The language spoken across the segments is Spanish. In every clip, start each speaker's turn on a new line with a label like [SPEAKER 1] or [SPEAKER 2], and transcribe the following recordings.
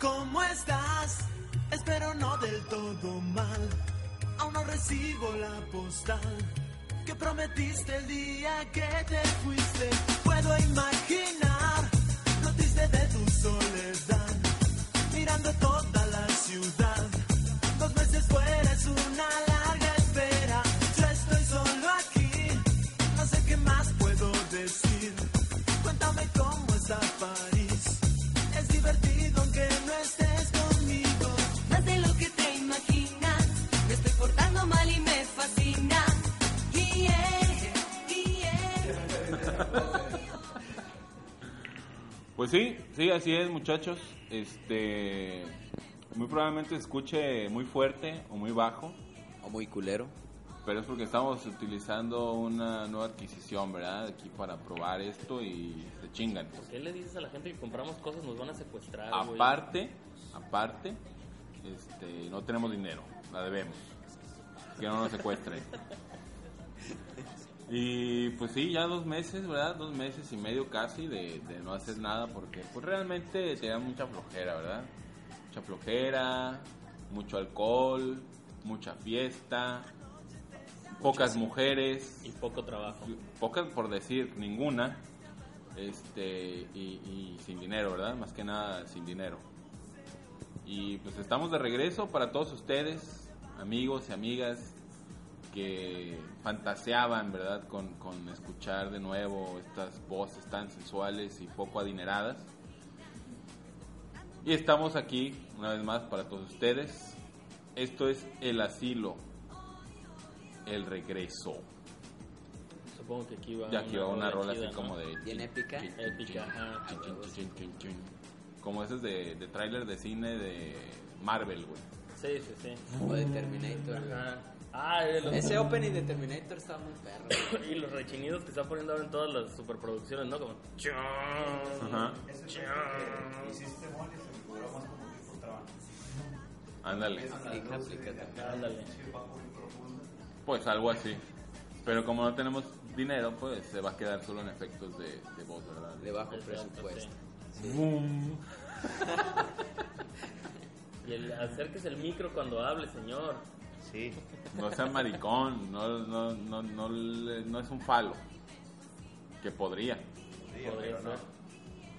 [SPEAKER 1] ¿cómo estás? Espero no del todo mal. Aún no recibo la postal que prometiste el día que te fuiste. Puedo imaginar lo triste de tu soledad, mirando toda la ciudad. Dos meses fuera es una larga espera. Yo estoy solo aquí, no sé qué más puedo decir. Cuéntame cómo está París. Es divertido aunque no estés conmigo.
[SPEAKER 2] Más de lo que te imaginas, me estoy portando mal y me fascina. Y es, y es.
[SPEAKER 3] Pues sí, sí, así es, muchachos. Este. Muy probablemente se escuche muy fuerte o muy bajo,
[SPEAKER 4] O muy culero.
[SPEAKER 3] pero es porque estamos utilizando una nueva adquisición, ¿verdad? Aquí para probar esto y se chingan. pues.
[SPEAKER 5] ¿Qué le dices a la gente que compramos cosas nos van a secuestrar, güey?
[SPEAKER 3] Aparte, aparte, este, no tenemos dinero, la debemos. Que no nos secuestren. Y pues sí, ya dos meses, ¿verdad? Dos meses y medio casi de, de no hacer nada porque pues realmente te da mucha flojera, ¿verdad? Mucha flojera, mucho alcohol, mucha fiesta, pocas mujeres
[SPEAKER 5] Y poco trabajo.
[SPEAKER 3] pocas por decir ninguna este y, y sin dinero verdad más que nada sin dinero y pues estamos de regreso para todos ustedes amigos y amigas que fantaseaban verdad con, con escuchar de nuevo estas voces tan sensuales y poco adineradas y estamos aquí una vez más para todos ustedes esto es el asilo el regreso
[SPEAKER 5] Supongo que aquí va
[SPEAKER 3] ya que va una rola así
[SPEAKER 5] chida, ¿no?
[SPEAKER 3] como de.
[SPEAKER 4] Bien épica.
[SPEAKER 3] chin,
[SPEAKER 5] Épica,
[SPEAKER 3] chin,
[SPEAKER 5] ajá.
[SPEAKER 3] chin, chin, chin, chin, chin, chin. Como esas de, de tráiler de cine de Marvel, güey.
[SPEAKER 5] Sí, sí, sí.
[SPEAKER 4] O de Terminator. güey.
[SPEAKER 5] Ajá. Ah, de los...
[SPEAKER 4] Ese opening de Terminator estaba muy perro. güey.
[SPEAKER 5] Y los rechinidos que están poniendo ahora en todas las superproducciones, ¿no? Como... chon,
[SPEAKER 3] Ajá.
[SPEAKER 5] chon.
[SPEAKER 6] Hiciste moles en programas como que encontraban.
[SPEAKER 3] Ándale.
[SPEAKER 4] Sí, que aplica también.
[SPEAKER 5] Ándale.
[SPEAKER 3] Pues algo así. Pero como no tenemos dinero, pues se va a quedar solo en efectos de, de voz, ¿verdad?
[SPEAKER 4] De bajo
[SPEAKER 5] Exacto,
[SPEAKER 4] presupuesto.
[SPEAKER 3] Boom.
[SPEAKER 5] Y el, acérquese el micro cuando hable, señor.
[SPEAKER 6] Sí.
[SPEAKER 3] No sea maricón. No, no, no, no, le- no es un falo. Que podría.
[SPEAKER 5] Podría ser.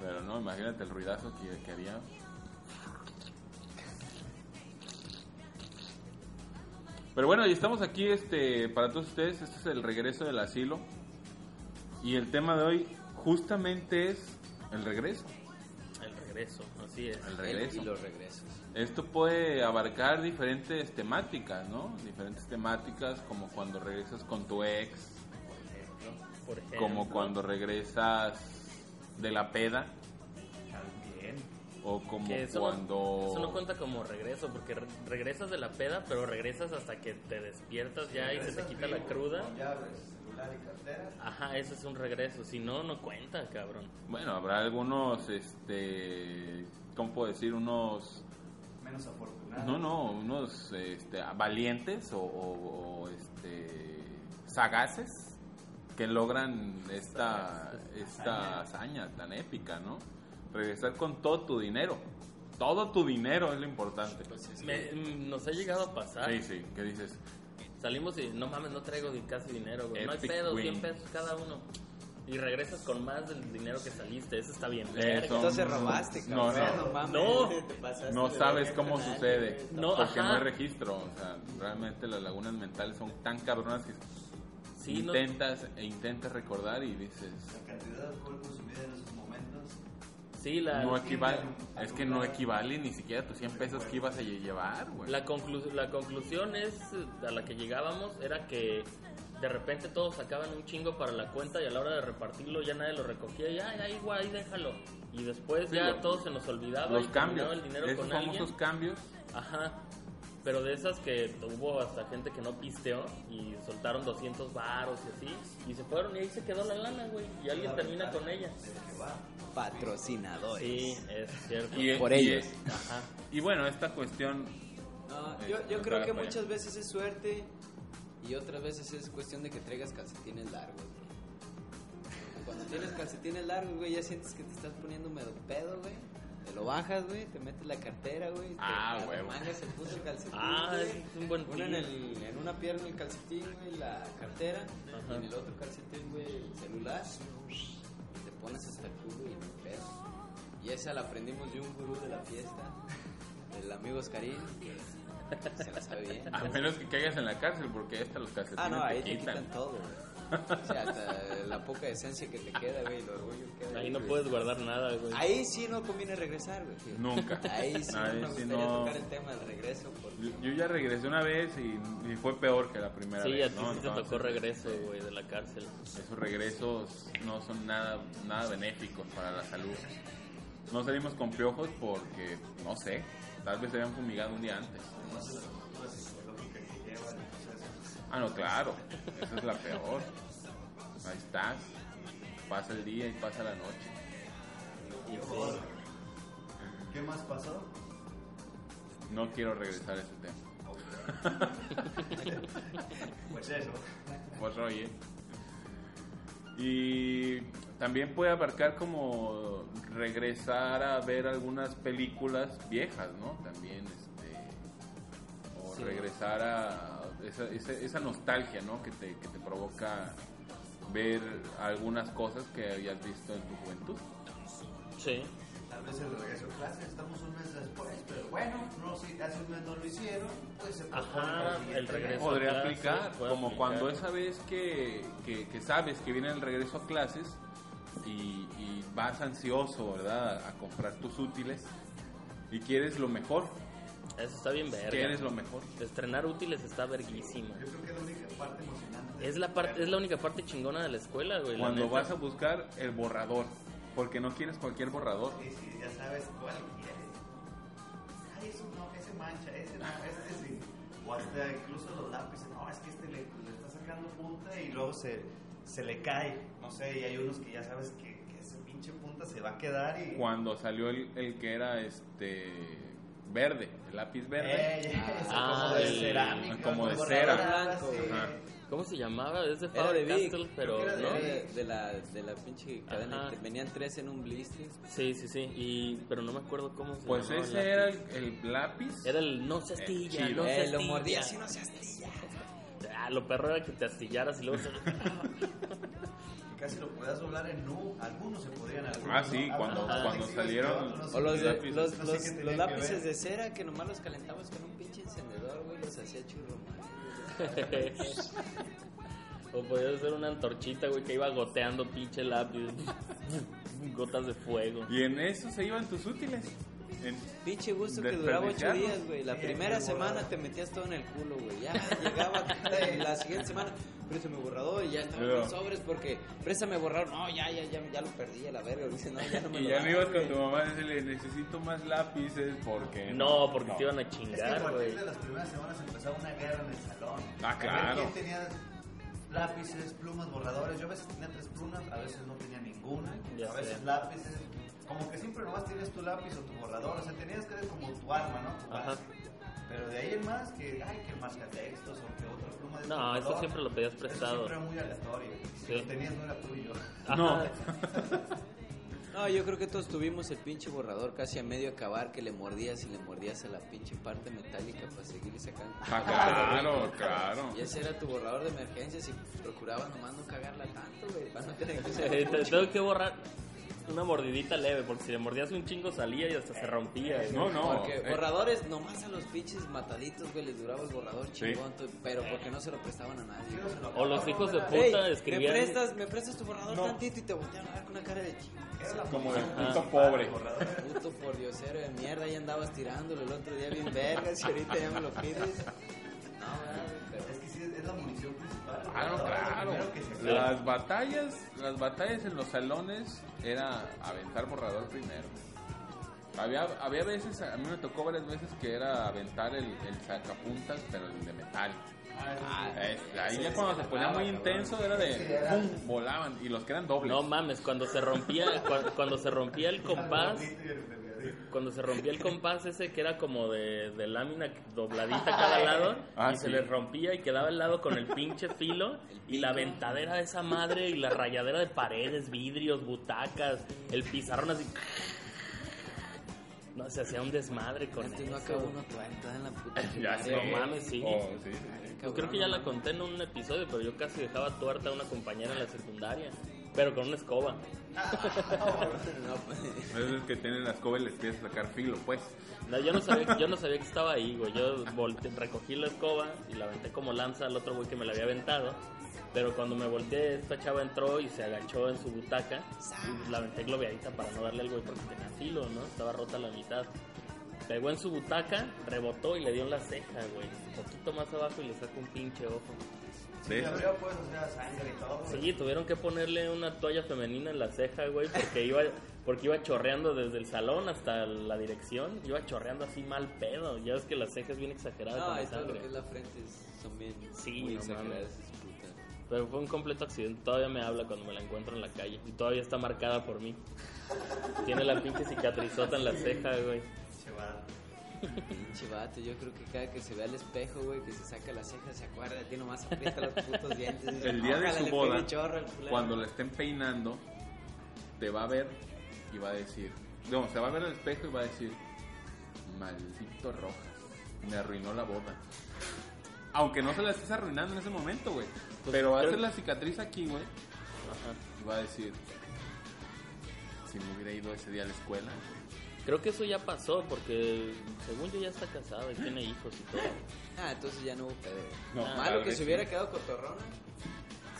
[SPEAKER 3] Pero no, imagínate el ruidazo que, que haría. Pero bueno, y estamos aquí este, para todos ustedes. Este es el regreso del asilo. Y el tema de hoy justamente es el regreso.
[SPEAKER 5] El regreso, así es.
[SPEAKER 3] El
[SPEAKER 4] Él
[SPEAKER 3] regreso.
[SPEAKER 4] y los regresos.
[SPEAKER 3] Esto puede abarcar diferentes temáticas, ¿no? Diferentes temáticas como cuando regresas con tu ex,
[SPEAKER 5] Eh, Por ejemplo.
[SPEAKER 3] como cuando regresas de la peda,
[SPEAKER 6] También.
[SPEAKER 3] o como
[SPEAKER 5] Que eso,
[SPEAKER 3] cuando...
[SPEAKER 5] no, eso no cuenta como regreso, porque re- regresas de la peda, pero regresas hasta que te despiertas ya y se te quita la cruda.
[SPEAKER 6] Llaves, celular y cartera.
[SPEAKER 5] Ajá, eso es un regreso. Si no, no cuenta, cabrón.
[SPEAKER 3] Bueno, habrá algunos, este, ¿cómo puedo decir? Unos,
[SPEAKER 6] Menos afortunado.
[SPEAKER 3] no, no, unos este, valientes o, o- o, este, sagaces que logran esta, esta hazaña tan épica, ¿no? Regresar con todo tu dinero. Todo tu dinero pues, es lo importante.
[SPEAKER 5] Me- mm, nos ha llegado a pasar.
[SPEAKER 3] Sí, sí, ¿qué dices?
[SPEAKER 5] Salimos y no mames, no traigo ni casi dinero, güey. No hay
[SPEAKER 3] Epic
[SPEAKER 5] pedo,
[SPEAKER 3] win.
[SPEAKER 5] 100 pesos cada uno. Y regresas con más del dinero que saliste. Eso está bien.
[SPEAKER 3] Eso.
[SPEAKER 5] verga.
[SPEAKER 4] Entonces robaste,
[SPEAKER 3] No,
[SPEAKER 4] cabrón.
[SPEAKER 3] no.
[SPEAKER 4] mames.
[SPEAKER 5] No.
[SPEAKER 4] Te pasaste
[SPEAKER 3] No
[SPEAKER 4] de
[SPEAKER 3] sabes
[SPEAKER 4] verga.
[SPEAKER 3] cómo sucede,
[SPEAKER 5] No,
[SPEAKER 3] porque
[SPEAKER 5] ajá.
[SPEAKER 3] no hay registro. O sea, realmente las lagunas mentales son tan cabronas que
[SPEAKER 5] Sí, no-
[SPEAKER 3] intentas e intentas recordar y dices,
[SPEAKER 6] La cantidad de alcohol consumida en esos momentos.
[SPEAKER 5] sí, la,
[SPEAKER 3] No equivale, es que no equivale ni siquiera a tus 100 pesos que ibas a lle- llevar, güey.
[SPEAKER 5] La, conclu- la conclusión es eh, a la que llegábamos era que de repente todos sacaban un chingo para la cuenta y a la hora de repartirlo ya nadie lo recogía y ya, ya igual, ahí déjalo. Y después
[SPEAKER 3] Sí,
[SPEAKER 5] ya
[SPEAKER 3] los-
[SPEAKER 5] todo se nos olvidaba
[SPEAKER 3] Los
[SPEAKER 5] y cambiaba
[SPEAKER 3] cambios,
[SPEAKER 5] el dinero
[SPEAKER 3] esos
[SPEAKER 5] con
[SPEAKER 3] famosos
[SPEAKER 5] alguien.
[SPEAKER 3] cambios,
[SPEAKER 5] Ajá. Pero de esas que hubo hasta gente que no pisteó y soltaron 200 varos y así y se fueron y ahí se quedó la lana, güey. Y alguien termina con ella.
[SPEAKER 4] Patrocinadores.
[SPEAKER 5] Sí, es cierto.
[SPEAKER 3] Y-
[SPEAKER 4] Por
[SPEAKER 3] y-
[SPEAKER 4] ellos.
[SPEAKER 5] Ajá.
[SPEAKER 3] Y bueno, esta cuestión,
[SPEAKER 4] No,
[SPEAKER 3] Eh,
[SPEAKER 4] yo, yo
[SPEAKER 3] no
[SPEAKER 4] creo
[SPEAKER 3] te
[SPEAKER 4] que
[SPEAKER 3] hagas
[SPEAKER 4] muchas veces es suerte y otras veces es cuestión de que traigas calcetines largos, güey. Cuando tienes calcetines largos, güey, ya sientes que te estás poniendo medio pedo, güey. Te lo bajas, güey, te metes la cartera, güey. te
[SPEAKER 3] Ah, güey,
[SPEAKER 4] Mangas el puto calcetín.
[SPEAKER 5] Ah,
[SPEAKER 4] güey,
[SPEAKER 5] es un buen
[SPEAKER 4] Uno en,
[SPEAKER 5] tip.
[SPEAKER 4] el- en una pierna el calcetín, güey, la cartera.
[SPEAKER 5] Ajá.
[SPEAKER 4] Y en el otro calcetín, güey, el celular. Y te pones hasta el culo y no hay pedo. Y esa la aprendimos de un gurú de la fiesta, el amigo Oscarín, que se la sabe bien.
[SPEAKER 3] A menos que caigas en la cárcel, porque esta los calcetines
[SPEAKER 4] Ah, no, ahí
[SPEAKER 3] te quitan.
[SPEAKER 4] todo, güey. O sea, hasta la poca esencia que te queda, güey, el orgullo que queda.
[SPEAKER 5] Ahí no
[SPEAKER 4] güey.
[SPEAKER 5] puedes guardar nada, güey.
[SPEAKER 4] Ahí sí no conviene regresar, güey.
[SPEAKER 3] Nunca.
[SPEAKER 4] Ahí sí
[SPEAKER 3] Ahí
[SPEAKER 4] no me
[SPEAKER 3] sí
[SPEAKER 4] gustaría
[SPEAKER 3] no.
[SPEAKER 4] tocar el tema del regreso. Porque...
[SPEAKER 3] Yo ya regresé una vez y, y fue peor que la primera
[SPEAKER 5] Sí, a
[SPEAKER 3] vez. ¿no?
[SPEAKER 5] ti sí te
[SPEAKER 3] Entonces,
[SPEAKER 5] tocó regreso, güey, de la cárcel.
[SPEAKER 3] Esos regresos no son nada, nada benéficos para la salud. No salimos con piojos porque, no sé, tal vez se habían fumigado un día antes. Ah, no, claro. Esa es la peor. Ahí estás. Pasa el día y pasa la noche.
[SPEAKER 6] ¿Qué más pasó?
[SPEAKER 3] No quiero regresar a ese tema.
[SPEAKER 6] Pues eso.
[SPEAKER 3] Pues oye. Y también puede abarcar como regresar a ver algunas películas viejas, ¿no? También, este. O regresar a esa, esa- esa nostalgia, ¿no? Que te, que te provoca ver algunas cosas que habías visto en tu juventud.
[SPEAKER 5] Sí.
[SPEAKER 6] Tal vez el regreso a clase, estamos un mes después, pero bueno, no, si hace un mes no lo hicieron, pues se
[SPEAKER 5] Ajá,
[SPEAKER 6] pospone para siguiente
[SPEAKER 5] el regreso.
[SPEAKER 6] mes.
[SPEAKER 3] Podría
[SPEAKER 5] a clases,
[SPEAKER 3] aplicar,
[SPEAKER 5] puede
[SPEAKER 3] como
[SPEAKER 5] aplicar.
[SPEAKER 3] cuando esa vez que, que- que sabes que viene el regreso a clases y, y vas ansioso, ¿verdad? A comprar tus útiles y quieres lo mejor.
[SPEAKER 5] Eso está bien verga.
[SPEAKER 3] Quieres lo mejor.
[SPEAKER 5] Estrenar útiles está verguísima.
[SPEAKER 6] Yo creo que es la única parte emocionante.
[SPEAKER 5] Es la, parte, es la única parte chingona de la escuela, güey. la
[SPEAKER 3] Cuando
[SPEAKER 5] neta.
[SPEAKER 3] vas a buscar el borrador, porque no quieres cualquier borrador.
[SPEAKER 6] Sí, sí, ya sabes cuál quieres. Ay, eso no, ese mancha, ese no, este sí. O hasta incluso los lápices, no, es que este le, le está sacando punta y luego se, se le cae. No sé, y hay unos que ya sabes que, que ese pinche punta se va a quedar y.
[SPEAKER 3] Cuando salió el, el que era este verde, el lápiz verde.
[SPEAKER 6] Eh, ya, ese
[SPEAKER 5] Ah,
[SPEAKER 6] como de
[SPEAKER 5] el-
[SPEAKER 6] cerámica.
[SPEAKER 3] como de
[SPEAKER 6] con
[SPEAKER 3] cera.
[SPEAKER 6] blanco,
[SPEAKER 4] Blanco,
[SPEAKER 6] sí.
[SPEAKER 3] ajá.
[SPEAKER 5] ¿Cómo se llamaba? Es de
[SPEAKER 4] Era de
[SPEAKER 5] Faber
[SPEAKER 4] Vic,
[SPEAKER 5] Castell, pero
[SPEAKER 6] Creo que
[SPEAKER 5] no.
[SPEAKER 6] era
[SPEAKER 4] De, de la, de la pinche cadena.
[SPEAKER 5] Ajá.
[SPEAKER 4] que Venían tres en un blister.
[SPEAKER 5] Sí, sí, sí. Y, pero no me acuerdo cómo se
[SPEAKER 3] Pues
[SPEAKER 5] llamaba
[SPEAKER 3] ese
[SPEAKER 5] el
[SPEAKER 3] era
[SPEAKER 5] lápiz.
[SPEAKER 3] el, el lápiz.
[SPEAKER 5] Era el no se astilla,
[SPEAKER 3] chido.
[SPEAKER 5] no se
[SPEAKER 4] Eh,
[SPEAKER 5] astilla.
[SPEAKER 4] lo mordía así, no se astilla.
[SPEAKER 5] Ah, lo perro era que te astillaras y luego...
[SPEAKER 6] Y Casi lo podías doblar en nu. Algunos se podían algunos
[SPEAKER 3] Ah, sí,
[SPEAKER 6] no,
[SPEAKER 3] cuando-
[SPEAKER 6] algunos
[SPEAKER 3] cuando
[SPEAKER 6] flexibles,
[SPEAKER 3] salieron-
[SPEAKER 6] pero otros
[SPEAKER 4] O los, de-
[SPEAKER 3] Lápices.
[SPEAKER 4] los,
[SPEAKER 6] No sé
[SPEAKER 4] los-
[SPEAKER 6] qué tenía
[SPEAKER 4] los
[SPEAKER 6] que
[SPEAKER 4] lápices
[SPEAKER 6] ver.
[SPEAKER 4] de cera que nomás los calentamos con un pinche encendedor, güey. Los hacía churro,
[SPEAKER 5] o podía ser una antorchita, güey, que iba goteando pinche lápiz. Gotas de fuego.
[SPEAKER 3] Y en eso se iban tus útiles. En-
[SPEAKER 4] Pinche gusto que duraba ocho
[SPEAKER 3] Desperdiciarlos.
[SPEAKER 4] días, güey. La
[SPEAKER 6] Sí,
[SPEAKER 4] primera
[SPEAKER 6] el
[SPEAKER 4] semana
[SPEAKER 6] borrador.
[SPEAKER 4] te metías todo en el culo, güey. Ya llegaba la siguiente semana, préstame borrador y ya estaba
[SPEAKER 3] Ya.
[SPEAKER 4] en los sobres porque préstame borrador. No, ya, ya, ya, ya lo perdí a la verga. Dice, no, ya no me
[SPEAKER 3] Y
[SPEAKER 4] lo
[SPEAKER 3] ya
[SPEAKER 4] das,
[SPEAKER 3] no ibas
[SPEAKER 4] güey.
[SPEAKER 3] con tu mamá a decirle, necesito más lápices porque...
[SPEAKER 5] No, porque
[SPEAKER 3] no.
[SPEAKER 5] te iban a
[SPEAKER 6] Es que a
[SPEAKER 5] chingar, güey.
[SPEAKER 6] partir de las primeras semanas empezaba una guerra en el salón.
[SPEAKER 3] Ah,
[SPEAKER 6] A ver
[SPEAKER 3] claro.
[SPEAKER 6] ¿Quién tenía lápices, plumas, borradores? Yo a veces tenía tres plumas, a veces no tenía ninguna.
[SPEAKER 5] Ya
[SPEAKER 6] a veces
[SPEAKER 5] sé.
[SPEAKER 6] lápices. Como que siempre nomás tienes tu lápiz o tu borrador. O sea, tenías que ver como tu arma, ¿no? Tu
[SPEAKER 5] Ajá.
[SPEAKER 6] base. Pero de ahí en más, que ay, que marcatextos o que otra pluma de
[SPEAKER 5] No,
[SPEAKER 6] tu
[SPEAKER 5] eso
[SPEAKER 6] color.
[SPEAKER 5] siempre lo pedías
[SPEAKER 6] Eso
[SPEAKER 5] prestado.
[SPEAKER 6] siempre era muy aleatorio.
[SPEAKER 5] Sí.
[SPEAKER 6] Si lo tenías, no era tuyo.
[SPEAKER 3] No.
[SPEAKER 5] Ajá.
[SPEAKER 4] No, yo creo que todos tuvimos el pinche borrador casi a medio acabar que le mordías y le mordías a la pinche parte metálica para seguir sacando.
[SPEAKER 3] Ah, claro, claro.
[SPEAKER 4] Y ese era tu borrador de emergencias y procurabas nomás no cagarla tanto, güey, para no tener que
[SPEAKER 5] Eh,
[SPEAKER 4] usar
[SPEAKER 5] te- Tengo que borrar una mordidita leve, porque si le mordías un chingo salía y hasta se rompía. güey.
[SPEAKER 3] No, no.
[SPEAKER 4] Porque
[SPEAKER 3] eh,
[SPEAKER 4] borradores nomás a los pinches mataditos, güey, les duraba el borrador
[SPEAKER 3] Sí.
[SPEAKER 4] chingón, tu- pero porque no se lo prestaban a nadie. güey.
[SPEAKER 5] O los hijos de
[SPEAKER 4] Ey,
[SPEAKER 5] puta
[SPEAKER 4] me
[SPEAKER 5] escribían...
[SPEAKER 4] prestas, me prestas tu borrador
[SPEAKER 3] No.
[SPEAKER 4] tantito y te voltean a ver con una cara de chico.
[SPEAKER 3] como de puto pobre.
[SPEAKER 4] Puto por diosero de mierda, ahí andabas tirándolo el otro día bien vergas y ahorita ya me lo pides. No, ¿verdad, güey, pero
[SPEAKER 6] Es que sí, es la munición principal.
[SPEAKER 3] Claro,
[SPEAKER 6] Lo
[SPEAKER 3] claro.
[SPEAKER 6] primero que se acaba.
[SPEAKER 3] Las batallas, las batallas en los salones era aventar borrador primero. Había, había veces, a mí me tocó varias veces que era aventar el, el sacapuntas, pero el de metal.
[SPEAKER 4] Ah,
[SPEAKER 3] Es- ahí
[SPEAKER 4] sí,
[SPEAKER 3] ya
[SPEAKER 4] sí,
[SPEAKER 3] cuando
[SPEAKER 4] sí,
[SPEAKER 3] se ponía
[SPEAKER 4] acababa,
[SPEAKER 3] muy intenso era de ¡pum! volaban y los que eran dobles.
[SPEAKER 5] No mames, cuando se rompía, cua- cuando, se rompía el compás, cuando se rompía el compás ese que era como de, de lámina dobladita cada lado,
[SPEAKER 3] Ah,
[SPEAKER 5] y se
[SPEAKER 3] sí.
[SPEAKER 5] le rompía y quedaba el lado con el pinche filo y la ventadera de esa madre y la rayadera de paredes, vidrios, butacas, el pizarrón así. No, se hacía un desmadre con
[SPEAKER 4] Antes Este no
[SPEAKER 5] eso.
[SPEAKER 4] acabó una cuenta en la puta.
[SPEAKER 5] Ya sé,
[SPEAKER 4] primaria.
[SPEAKER 5] no mames, sí.
[SPEAKER 3] Oh, sí, sí.
[SPEAKER 5] Yo creo que ya la conté en un episodio, pero yo casi dejaba tuerta a una compañera en la secundaria, pero con una escoba.
[SPEAKER 4] No, pues,
[SPEAKER 3] No es que tienen la escoba y les pides sacar filo, pues.
[SPEAKER 5] No, yo, no sabía, yo no sabía que estaba ahí, güey. Yo volte- recogí la escoba y la aventé como lanza al otro güey que me la había aventado. Pero cuando me volteé, esta chava entró y se agachó en su butaca. Y la aventé globeadita para no darle al güey porque tenía filo, ¿no? Estaba rota la mitad. Pegó en su butaca, rebotó y le dio en la ceja, güey. Un poquito más abajo y le sacó un pinche ojo.
[SPEAKER 3] De
[SPEAKER 6] Sí,
[SPEAKER 3] esas.
[SPEAKER 6] abrió, pues, o sea, sangre y todo. güey.
[SPEAKER 5] Sí, tuvieron que ponerle una toalla femenina en la ceja, güey, porque iba, porque iba chorreando desde el salón hasta la dirección, iba chorreando así mal pedo. Ya ves que las cejas bien exageradas
[SPEAKER 4] no,
[SPEAKER 5] con la
[SPEAKER 4] esto Ah, lo
[SPEAKER 5] sangre.
[SPEAKER 4] que es la frente es- son bien
[SPEAKER 5] Sí,
[SPEAKER 4] muy
[SPEAKER 5] no
[SPEAKER 4] exageradas
[SPEAKER 5] mames.
[SPEAKER 4] esas putas.
[SPEAKER 5] Pero fue un completo accidente. Todavía me habla cuando me la encuentro en la calle y todavía está marcada por mí. Tiene la pinche cicatrizota en la ceja, güey.
[SPEAKER 6] Se va.
[SPEAKER 4] Pinche vato, yo creo que cada que se ve al espejo, güey, que se saca las cejas, se acuerda de ti, nomás aprieta los putos dientes. y dice,
[SPEAKER 3] El día de
[SPEAKER 4] "Ojalá
[SPEAKER 3] su
[SPEAKER 4] le pegue
[SPEAKER 3] boda,
[SPEAKER 4] chorro al culero".
[SPEAKER 3] cuando la estén peinando, te va a ver y va a decir, no, se va a ver al espejo y va a decir, maldito Rojas, me arruinó la boda. Aunque no se la estés arruinando en ese momento, güey.
[SPEAKER 5] Pues,
[SPEAKER 3] pero va a
[SPEAKER 5] creo-
[SPEAKER 3] hacer la cicatriz aquí, güey,
[SPEAKER 5] Ajá.
[SPEAKER 3] y va a decir, si me hubiera ido ese día a la escuela.
[SPEAKER 5] Creo que eso ya pasó porque según yo ya está casada y tiene hijos y todo.
[SPEAKER 4] Ah, entonces ya no hubo pedo. güey.
[SPEAKER 3] No,
[SPEAKER 4] Malo
[SPEAKER 3] Ah, claro
[SPEAKER 4] que
[SPEAKER 3] que
[SPEAKER 4] se hubiera quedado cotorrona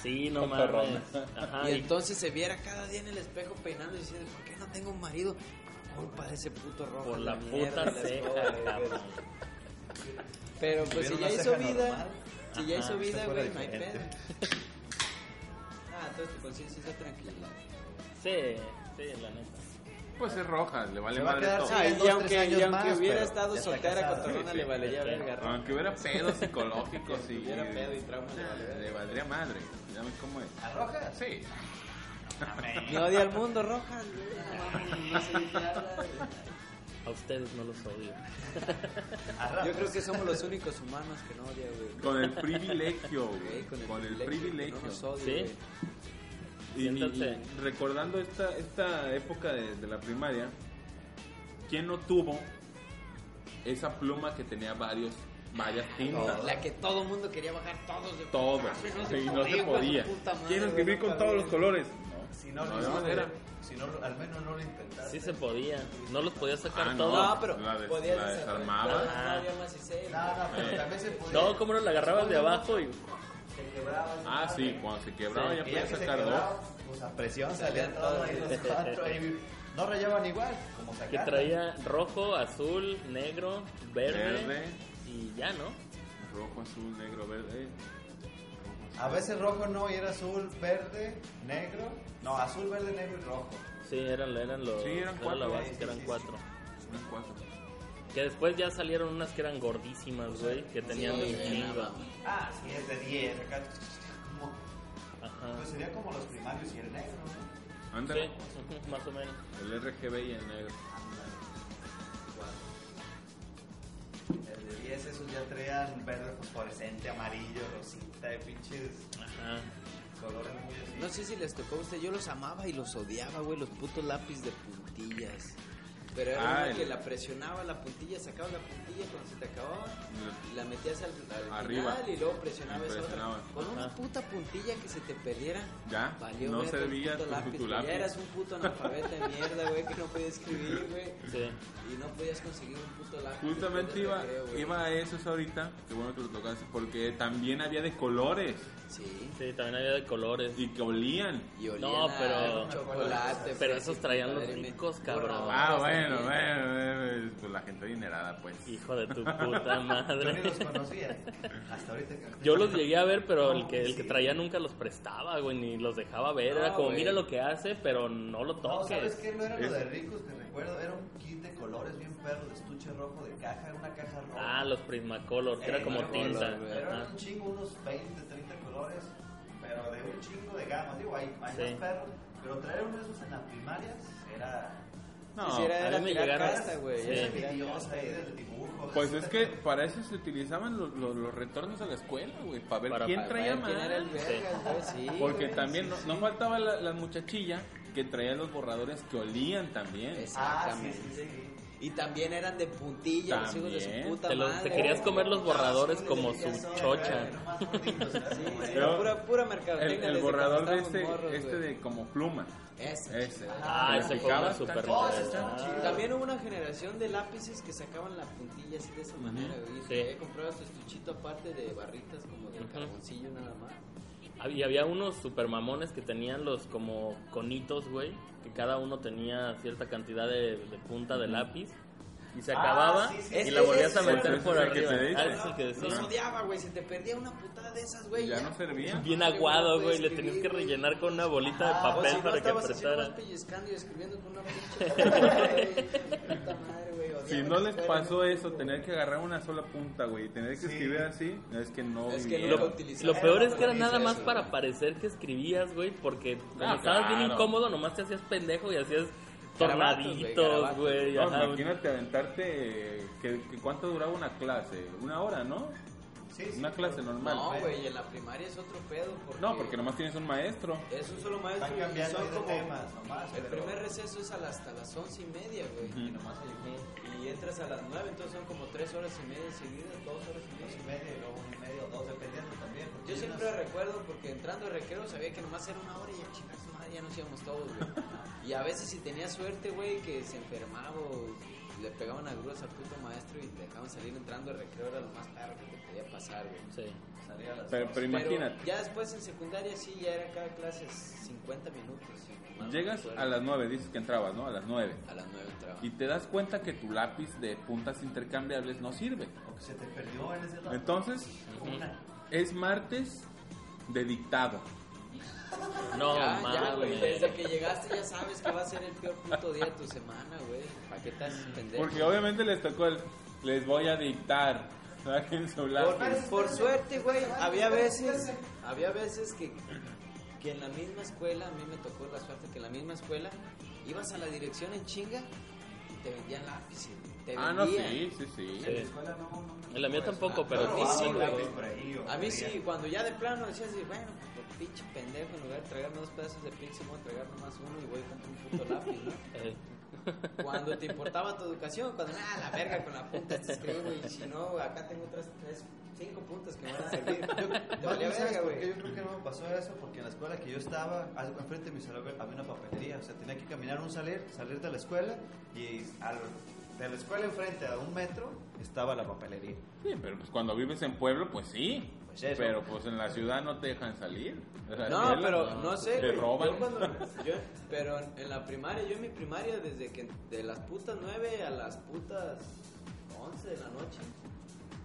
[SPEAKER 5] Sí, no
[SPEAKER 3] Con
[SPEAKER 5] mames. Ajá,
[SPEAKER 4] y
[SPEAKER 5] y-
[SPEAKER 4] entonces se viera cada día en el espejo peinando y diciendo, ¿por qué no tengo un marido? Por culpa de ese puto rojo.
[SPEAKER 5] por la
[SPEAKER 4] mierda,
[SPEAKER 5] puta
[SPEAKER 4] la escoba,
[SPEAKER 5] ceja,
[SPEAKER 4] güey.
[SPEAKER 5] cabrón.
[SPEAKER 4] Pero
[SPEAKER 6] Si
[SPEAKER 4] pues si
[SPEAKER 6] hubiera una
[SPEAKER 4] ya hizo
[SPEAKER 6] ceja
[SPEAKER 4] vida,
[SPEAKER 6] normal,
[SPEAKER 4] si ya
[SPEAKER 5] ajá,
[SPEAKER 4] hizo vida,
[SPEAKER 6] fuera
[SPEAKER 4] güey, no hay
[SPEAKER 6] diferente.
[SPEAKER 4] pedo. Ah, entonces tu conciencia está tranquila.
[SPEAKER 5] Sí, sí, la neta.
[SPEAKER 3] Pues es Rojas, le vale
[SPEAKER 6] Se va a
[SPEAKER 3] madre
[SPEAKER 6] quedar
[SPEAKER 3] todo.
[SPEAKER 6] sin- Ah, y
[SPEAKER 4] y
[SPEAKER 6] dos,
[SPEAKER 4] aunque,
[SPEAKER 6] tres años
[SPEAKER 4] y aunque
[SPEAKER 6] más,
[SPEAKER 4] hubiera
[SPEAKER 6] pero
[SPEAKER 4] estado
[SPEAKER 6] ya está
[SPEAKER 4] soltera
[SPEAKER 6] casada.
[SPEAKER 4] cotorrona,
[SPEAKER 3] Sí,
[SPEAKER 4] le
[SPEAKER 3] sí,
[SPEAKER 4] valería
[SPEAKER 5] ya está.
[SPEAKER 4] verga.
[SPEAKER 3] Aunque hubiera pedos psicológicos y...
[SPEAKER 4] Si hubiera pedo y trauma, le vale verga.
[SPEAKER 3] le valdría madre. Ya ves cómo es.
[SPEAKER 6] ¿A Rojas?
[SPEAKER 3] Sí.
[SPEAKER 4] Me odia al mundo, Rojas. güey. No sé de qué habla, güey.
[SPEAKER 5] A ustedes no los odio.
[SPEAKER 6] A Rojas.
[SPEAKER 4] Yo creo que somos los únicos humanos que no odia, güey.
[SPEAKER 3] Con el privilegio, güey.
[SPEAKER 4] Güey,
[SPEAKER 3] Con el, privilegio.
[SPEAKER 4] que No nos odia,
[SPEAKER 5] Sí.
[SPEAKER 4] güey.
[SPEAKER 3] Y- y,
[SPEAKER 5] Siéntate.
[SPEAKER 3] recordando esta, esta época de, de la primaria, ¿quién no tuvo esa pluma que tenía varios, varias tintas?
[SPEAKER 4] La que todo mundo quería bajar, todos de
[SPEAKER 3] Todo.
[SPEAKER 4] putazo, y
[SPEAKER 3] Sí, no se podía.
[SPEAKER 4] güey, puta madre,
[SPEAKER 3] Quiero escribir
[SPEAKER 4] güey,
[SPEAKER 3] con
[SPEAKER 4] no
[SPEAKER 3] todos los
[SPEAKER 4] cabía.
[SPEAKER 3] colores.
[SPEAKER 6] Si no,
[SPEAKER 3] No,
[SPEAKER 6] lo
[SPEAKER 3] de
[SPEAKER 6] hiciste,
[SPEAKER 3] manera.
[SPEAKER 6] si no, lo- al menos no lo intentaste.
[SPEAKER 5] Sí se podía. No los podía sacar
[SPEAKER 3] Ah, no.
[SPEAKER 5] todos.
[SPEAKER 4] No, pero
[SPEAKER 3] La des-
[SPEAKER 4] podías
[SPEAKER 3] la
[SPEAKER 4] desarmar.
[SPEAKER 3] desarmaba.
[SPEAKER 4] Ah, había más isel.
[SPEAKER 6] No, no, pero también se podía.
[SPEAKER 5] No, como no la agarrabas de abajo y.
[SPEAKER 6] Se quebraba. esa
[SPEAKER 3] Ah, sí,
[SPEAKER 6] madre.
[SPEAKER 3] cuando se quebraba
[SPEAKER 5] Sí,
[SPEAKER 3] ya
[SPEAKER 6] Y ya
[SPEAKER 3] podía
[SPEAKER 6] que se
[SPEAKER 3] sacar dos.
[SPEAKER 6] quebraba, Pues a presión
[SPEAKER 4] Salían
[SPEAKER 6] salían todos ahí
[SPEAKER 4] todos.
[SPEAKER 6] los cuatro. ahí. no rayaban igual, como
[SPEAKER 5] Que
[SPEAKER 6] sacaron.
[SPEAKER 5] traía rojo, azul, negro, verde.
[SPEAKER 3] Verde.
[SPEAKER 5] Y ya, ¿no?
[SPEAKER 3] Rojo, azul, negro, verde. eh,
[SPEAKER 6] A veces rojo no, y era azul, verde, negro. No, azul, verde, negro y rojo.
[SPEAKER 5] Sí, eran, eran los.
[SPEAKER 3] Sí, eran
[SPEAKER 5] era
[SPEAKER 3] cuatro,
[SPEAKER 5] la
[SPEAKER 3] güey.
[SPEAKER 5] base que
[SPEAKER 6] Sí,
[SPEAKER 5] eran
[SPEAKER 6] sí, sí.
[SPEAKER 5] cuatro.
[SPEAKER 3] Son cuatro.
[SPEAKER 5] Que después ya salieron unas que eran gordísimas, güey. Que tenían
[SPEAKER 4] Sí,
[SPEAKER 5] un chingo.
[SPEAKER 4] nada más.
[SPEAKER 6] Ah, sí, es de 10. Acá. como-
[SPEAKER 5] Ajá.
[SPEAKER 6] Pues sería como los primarios y el negro.
[SPEAKER 5] Sí,
[SPEAKER 3] Ándale.
[SPEAKER 5] ujú, más o menos.
[SPEAKER 3] El RGB y el negro.
[SPEAKER 6] ¿no? El de 10, esos ya traían verde fosforescente, amarillo, rosita, de pinches
[SPEAKER 5] Ajá.
[SPEAKER 6] colores muy así.
[SPEAKER 4] No sé si les tocó a usted, yo los amaba y los odiaba, güey, los putos lápiz de puntillas. Pero era
[SPEAKER 3] Ah,
[SPEAKER 4] una
[SPEAKER 3] el-
[SPEAKER 4] que la presionaba la puntilla, sacaba la puntilla cuando se te acababa,
[SPEAKER 3] Mm.
[SPEAKER 4] y la metías al, al
[SPEAKER 3] Arriba.
[SPEAKER 4] final y luego presionaba
[SPEAKER 3] Y
[SPEAKER 4] esa
[SPEAKER 3] presionaba.
[SPEAKER 4] otra. Con una
[SPEAKER 5] Ajá.
[SPEAKER 4] puta puntilla que se te perdiera,
[SPEAKER 3] Ya,
[SPEAKER 4] valió
[SPEAKER 3] no
[SPEAKER 4] verga el
[SPEAKER 3] servía
[SPEAKER 4] puto
[SPEAKER 3] tu-
[SPEAKER 4] lápiz,
[SPEAKER 3] tu
[SPEAKER 4] güey.
[SPEAKER 3] lápiz.
[SPEAKER 4] Ya eras un puto analfabeta de mierda, güey, que no podía escribir, güey.
[SPEAKER 5] Sí.
[SPEAKER 4] Y no podías conseguir un puto lápiz.
[SPEAKER 3] Justamente
[SPEAKER 4] después del
[SPEAKER 3] iba,
[SPEAKER 4] recreo, güey.
[SPEAKER 3] iba a eso ahorita, qué bueno que lo tocaste, porque también había de colores
[SPEAKER 4] Sí.
[SPEAKER 5] Sí, también había de colores.
[SPEAKER 3] y que olían.
[SPEAKER 4] Y olía
[SPEAKER 5] No, pero-
[SPEAKER 4] chocolate.
[SPEAKER 5] Pero
[SPEAKER 4] pues,
[SPEAKER 5] esos
[SPEAKER 4] y
[SPEAKER 5] traían los
[SPEAKER 4] madre mía.
[SPEAKER 5] ricos, cabrón.
[SPEAKER 3] Ah,
[SPEAKER 4] también.
[SPEAKER 3] bueno, bueno, bueno, pues la gente adinerada, pues.
[SPEAKER 5] Hijo de tu puta
[SPEAKER 6] Yo ni
[SPEAKER 5] madre.
[SPEAKER 6] los conocía. Hasta ahorita que.
[SPEAKER 5] Yo los llegué a ver, pero el que, el que
[SPEAKER 6] Sí.
[SPEAKER 5] traía nunca los prestaba, güey, ni los dejaba ver. Era
[SPEAKER 4] No,
[SPEAKER 5] como,
[SPEAKER 4] güey.
[SPEAKER 5] mira lo que hace, pero no lo
[SPEAKER 6] No, ¿sabes
[SPEAKER 5] toques.
[SPEAKER 6] qué? No era
[SPEAKER 3] Es-
[SPEAKER 6] lo de ricos que recuerdo. Era un kit de colores bien perro, de estuche rojo, de caja, una caja roja.
[SPEAKER 5] Ah, los Prismacolor, que era
[SPEAKER 6] Eh,
[SPEAKER 5] como
[SPEAKER 6] bueno,
[SPEAKER 5] tinta.
[SPEAKER 4] color, güey.
[SPEAKER 6] Pero
[SPEAKER 5] Ajá.
[SPEAKER 6] eran un chingo, unos 20, 30 colores, pero de un chingo de gamas. Digo, hay, hay
[SPEAKER 5] Sí.
[SPEAKER 6] más perros, pero traer uno de esos en las primarias era...
[SPEAKER 3] No,
[SPEAKER 4] Sí, era-
[SPEAKER 5] a mí me
[SPEAKER 4] tirar
[SPEAKER 5] llegaron-
[SPEAKER 4] casta, güey,
[SPEAKER 5] sí.
[SPEAKER 6] Era
[SPEAKER 4] tirar
[SPEAKER 6] envidiosa
[SPEAKER 4] casta,
[SPEAKER 6] ahí
[SPEAKER 4] güey.
[SPEAKER 6] del dibujo.
[SPEAKER 3] pues es que para eso se utilizaban los, los- los retornos a la escuela, güey, para ver
[SPEAKER 5] Para-
[SPEAKER 3] quién
[SPEAKER 5] para
[SPEAKER 3] traía
[SPEAKER 4] Ay, ¿quién era el
[SPEAKER 3] más.
[SPEAKER 4] vergas, güey? Sí,
[SPEAKER 3] Porque
[SPEAKER 4] güey,
[SPEAKER 3] también
[SPEAKER 4] sí,
[SPEAKER 3] no,
[SPEAKER 4] sí.
[SPEAKER 3] no faltaba la, la muchachilla que traía los borradores que olían también.
[SPEAKER 4] Es-
[SPEAKER 6] Ah, sí,
[SPEAKER 4] Exactamente.
[SPEAKER 6] sí, sí.
[SPEAKER 4] Y también eran de puntilla, los hijos de
[SPEAKER 3] También.
[SPEAKER 4] su puta
[SPEAKER 5] Te, los-
[SPEAKER 4] madre.
[SPEAKER 5] te querías comer los borradores
[SPEAKER 6] Sí,
[SPEAKER 5] como
[SPEAKER 6] ya
[SPEAKER 5] su
[SPEAKER 6] son,
[SPEAKER 5] chocha.
[SPEAKER 6] güey, nomás gorditos, ¿verdad?
[SPEAKER 4] Sí,
[SPEAKER 6] Como de-
[SPEAKER 3] Pero-
[SPEAKER 4] era pura, pura
[SPEAKER 3] El,
[SPEAKER 4] mercadotecnia.
[SPEAKER 3] el
[SPEAKER 4] desde cuando
[SPEAKER 3] borrador de
[SPEAKER 4] estábamos
[SPEAKER 3] este,
[SPEAKER 4] morros,
[SPEAKER 3] este
[SPEAKER 4] güey.
[SPEAKER 3] de como pluma.
[SPEAKER 4] Ese.
[SPEAKER 3] Ese.
[SPEAKER 5] Ah,
[SPEAKER 3] Te
[SPEAKER 5] ese
[SPEAKER 3] lo
[SPEAKER 5] fue una
[SPEAKER 3] picabas,
[SPEAKER 5] super
[SPEAKER 3] tan-
[SPEAKER 5] novedad.
[SPEAKER 6] ese está
[SPEAKER 5] Ah.
[SPEAKER 6] chido.
[SPEAKER 4] También hubo una generación de lápices que sacaban la puntilla así de esa manera, güey.
[SPEAKER 5] Sí.
[SPEAKER 4] He comprado su estuchito aparte de barritas como de carboncillo nada más.
[SPEAKER 5] Ah, Y había unos super mamones que tenían los como conitos, güey, que cada uno tenía cierta cantidad de, de punta de lápiz y se
[SPEAKER 6] Ah,
[SPEAKER 5] acababa
[SPEAKER 6] sí, sí,
[SPEAKER 5] y
[SPEAKER 4] sí,
[SPEAKER 5] la
[SPEAKER 4] sí,
[SPEAKER 5] volvías
[SPEAKER 4] sí,
[SPEAKER 5] a
[SPEAKER 4] sí,
[SPEAKER 5] meter
[SPEAKER 3] sí,
[SPEAKER 5] por
[SPEAKER 3] sí, sí, que
[SPEAKER 5] arriba.
[SPEAKER 3] te dije,
[SPEAKER 5] Ah, ese es el que
[SPEAKER 4] Los
[SPEAKER 5] decía.
[SPEAKER 4] odiaba, güey. Se te perdía una putada de esas, güey.
[SPEAKER 3] Ya no servía.
[SPEAKER 5] Bien aguado, güey, le tenías que rellenar con una bolita de
[SPEAKER 4] Ah, o
[SPEAKER 5] papel
[SPEAKER 4] si no,
[SPEAKER 5] para que
[SPEAKER 4] estabas así
[SPEAKER 5] apretara.
[SPEAKER 4] nomás pellizcando y escribiendo con una pinche. Puta madre, güey, odiaba
[SPEAKER 3] Si
[SPEAKER 4] la
[SPEAKER 3] no les
[SPEAKER 4] escuela,
[SPEAKER 3] pasó
[SPEAKER 4] ¿no?
[SPEAKER 3] eso, tener que agarrar una sola punta, güey, y tener que
[SPEAKER 6] Sí.
[SPEAKER 3] escribir así, no, es que no.
[SPEAKER 4] Es que
[SPEAKER 3] vivieron.
[SPEAKER 5] Lo,
[SPEAKER 4] nunca utilizaba.
[SPEAKER 5] lo peor es que era
[SPEAKER 4] Nunca
[SPEAKER 5] nada
[SPEAKER 4] hice
[SPEAKER 5] más
[SPEAKER 4] eso,
[SPEAKER 5] para
[SPEAKER 4] güey.
[SPEAKER 5] parecer que escribías, güey, porque como
[SPEAKER 3] Ah,
[SPEAKER 5] estabas bien
[SPEAKER 3] claro.
[SPEAKER 5] incómodo, nomás te hacías pendejo y hacías
[SPEAKER 4] Garabatos, güey,
[SPEAKER 5] tornaditos,
[SPEAKER 4] garabatos.
[SPEAKER 5] güey.
[SPEAKER 3] No,
[SPEAKER 5] ajá,
[SPEAKER 3] imagínate aventarte. eh, Que, que ¿Cuánto duraba una clase? Una hora, ¿no?
[SPEAKER 6] Sí, sí.
[SPEAKER 3] Una clase normal.
[SPEAKER 4] No, güey, en la primaria es otro pedo. Porque
[SPEAKER 3] No, porque nomás tienes un maestro.
[SPEAKER 4] Es un solo maestro.
[SPEAKER 6] Van
[SPEAKER 4] y
[SPEAKER 6] cambiando
[SPEAKER 4] son
[SPEAKER 6] ahí de
[SPEAKER 4] como-
[SPEAKER 6] temas nomás,
[SPEAKER 4] El
[SPEAKER 6] pero-
[SPEAKER 4] primer receso es a las- hasta las once y media, güey.
[SPEAKER 3] Ujú.
[SPEAKER 4] Y nomás el- Y entras a las nueve, entonces son como tres horas y media seguidas, dos horas y
[SPEAKER 6] Dos y
[SPEAKER 4] media.
[SPEAKER 6] medio, luego una y media o dos, dependiendo también. porque
[SPEAKER 4] Yo
[SPEAKER 6] hay
[SPEAKER 4] siempre
[SPEAKER 6] unas-
[SPEAKER 4] recuerdo porque entrando al recreo sabía que nomás era una hora y a chingar su madre ya nos íbamos todos, güey. Y a veces si tenía suerte, güey, que se enfermaba o le pegaban a grúas al puto maestro y te dejaban salir entrando al recreo, era lo más tarde que te podía pasar, güey.
[SPEAKER 5] Sí.
[SPEAKER 6] salía a las
[SPEAKER 3] Pero,
[SPEAKER 6] dos.
[SPEAKER 3] pero
[SPEAKER 4] Pero
[SPEAKER 3] imagínate,
[SPEAKER 4] ya después en secundaria sí, ya era cada clase 50 minutos. sí, más o
[SPEAKER 3] llegas
[SPEAKER 4] menos,
[SPEAKER 3] a las 9, dices que entrabas, ¿no? A las 9.
[SPEAKER 4] A las 9 entraba.
[SPEAKER 3] Y te das cuenta que tu lápiz de puntas intercambiables no sirve.
[SPEAKER 6] O que se te perdió en ese lado.
[SPEAKER 3] Entonces,
[SPEAKER 6] Una.
[SPEAKER 3] es martes de dictado.
[SPEAKER 5] No,
[SPEAKER 4] ya, ya, güey.
[SPEAKER 5] mames.
[SPEAKER 4] Desde que llegaste ya sabes que va a ser el peor puto día de tu semana, güey. ¿Para qué estás pendejo?
[SPEAKER 3] Porque obviamente les tocó el. Les voy a dictar. Saquen su lápiz.
[SPEAKER 4] Por, por suerte, güey, había veces, había veces que, que en la misma escuela, a mí me tocó la suerte que en la misma escuela ibas a la dirección en chinga y te vendían lápices. Te
[SPEAKER 3] Ah, no,
[SPEAKER 4] vendían.
[SPEAKER 3] sí, sí, sí.
[SPEAKER 5] Sí.
[SPEAKER 6] Escuela no, no, Ah, no.
[SPEAKER 5] En la mía tampoco, pero
[SPEAKER 4] no,
[SPEAKER 5] a ti
[SPEAKER 4] no,
[SPEAKER 5] sí,
[SPEAKER 4] Ah, no,
[SPEAKER 5] güey.
[SPEAKER 4] no, no.
[SPEAKER 6] por ahí, o
[SPEAKER 4] A mí
[SPEAKER 6] por
[SPEAKER 4] sí,
[SPEAKER 6] ahí.
[SPEAKER 4] cuando ya de plano decías, así, bueno, pues, pinche pendejo, en lugar de tragarme dos pedazos de pizza, voy a tragar nomás uno y voy a comprar un puto lápiz, ¿no?
[SPEAKER 5] Eh,
[SPEAKER 4] Cuando te importaba tu educación, cuando nada, la verga con la punta te escribo y si no, acá tengo otras tres, cinco puntas que me van a servir. Te
[SPEAKER 6] Más
[SPEAKER 4] valía
[SPEAKER 6] bien, ¿sabes
[SPEAKER 4] verga,
[SPEAKER 6] por qué
[SPEAKER 4] güey.
[SPEAKER 6] yo creo que no me pasó eso? Porque en la escuela que yo estaba, al- enfrente de mi celular había una papelería. O sea, tenía que caminar un salir, salir de la escuela y al- de la escuela enfrente a un metro estaba la papelería.
[SPEAKER 3] Sí, pero pues cuando vives en pueblo, pues sí.
[SPEAKER 6] Pues eso.
[SPEAKER 3] Pero pues en la ciudad no te dejan salir. O sea,
[SPEAKER 4] No,
[SPEAKER 3] vela,
[SPEAKER 4] pero no sé.
[SPEAKER 3] Te
[SPEAKER 4] güey.
[SPEAKER 3] roban.
[SPEAKER 4] Yo cuando- yo- pero en la primaria, yo en mi primaria, desde que de las putas 9 a las putas 11 de la noche,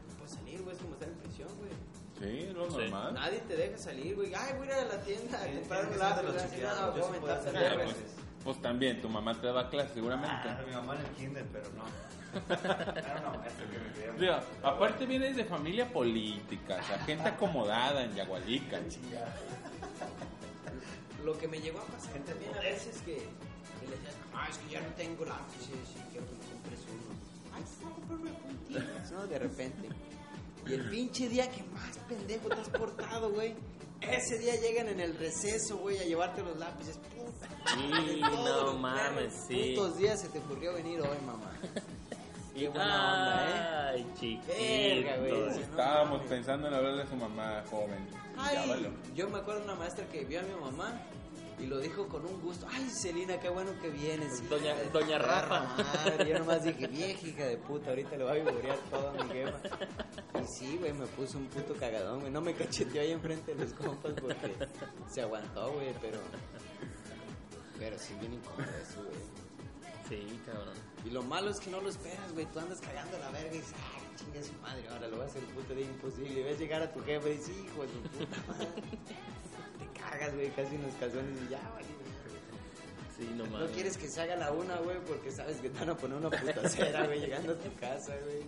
[SPEAKER 4] no puedo salir, güey, es como estar en prisión, güey.
[SPEAKER 3] Sí, es lo
[SPEAKER 5] Sí.
[SPEAKER 3] normal.
[SPEAKER 4] Nadie te deja salir, güey. Ay, voy a ir a la tienda a
[SPEAKER 6] Sí, tienes que
[SPEAKER 4] comprar un
[SPEAKER 6] ser de
[SPEAKER 4] lápiz.
[SPEAKER 6] los
[SPEAKER 4] ¿verdad? Sí, nada,
[SPEAKER 6] chiqueados,
[SPEAKER 4] voy
[SPEAKER 6] yo
[SPEAKER 4] a
[SPEAKER 6] sí puedo
[SPEAKER 4] aumentar
[SPEAKER 6] hacer
[SPEAKER 4] tres
[SPEAKER 3] Ah,
[SPEAKER 6] algo.
[SPEAKER 4] veces.
[SPEAKER 3] pues, pues también, tu mamá te daba clases seguramente.
[SPEAKER 6] Ah, mi mamá en el kinder, pero no. Era una maestra que me quería mucho,
[SPEAKER 3] Digo,
[SPEAKER 6] pero
[SPEAKER 3] aparte vienes de familia política, o sea, gente acomodada en Yagualica.
[SPEAKER 4] Lo que me llegó a pasar también a veces que, que le decías, ah, es que ya no tengo lápices y quiero que me compres uno. Ay, sí, voy a comprarme puntitas, ¿no? De repente. Y el pinche día que más pendejo te has portado, güey. Ese día llegan en el receso, güey, a llevarte los lápices. Puta.
[SPEAKER 5] Sí,
[SPEAKER 4] Todos
[SPEAKER 5] no
[SPEAKER 4] los
[SPEAKER 5] mames,
[SPEAKER 4] perros
[SPEAKER 5] sí.
[SPEAKER 4] Putos días se te ocurrió venir hoy, mamá. Qué buena
[SPEAKER 5] ah,
[SPEAKER 4] onda, ¿eh?
[SPEAKER 5] Ay,
[SPEAKER 4] Verga,
[SPEAKER 5] chiquito.
[SPEAKER 4] güey.
[SPEAKER 3] Estábamos
[SPEAKER 4] mames.
[SPEAKER 3] pensando en hablarle a su mamá joven. Ya valió.
[SPEAKER 4] Ay, yo me acuerdo de una maestra que vio a mi mamá y lo dijo con un gusto. Ay, Celina, qué bueno que vienes. hija
[SPEAKER 5] Doña-
[SPEAKER 4] de tu
[SPEAKER 5] Doña
[SPEAKER 4] perra
[SPEAKER 5] Rafa.
[SPEAKER 4] madre". Yo nomás dije, vieja hija de puta, ahorita le voy a vivorear todo a mi jefa. Y sí, güey, me puso un puto cagadón, güey. No me cacheteó ahí enfrente de los compas porque se aguantó, güey, pero... Pero sí, bien incómodo eso, güey.
[SPEAKER 5] Sí, cabrón.
[SPEAKER 4] Y lo malo es que no lo esperas, güey. Tú andas cagando a la verga y dices, ay, chinga su madre, ahora lo vas a hacer el puto día imposible. Y ves llegar a tu jefe y dices, hijo de tu puta madre. Te cagas, güey, casi en los calzones y ya, güey.
[SPEAKER 5] Sí, no
[SPEAKER 4] No
[SPEAKER 5] mames.
[SPEAKER 4] quieres que se haga la una, güey, porque sabes que te van a poner una putacera, güey, llegando a tu casa, güey.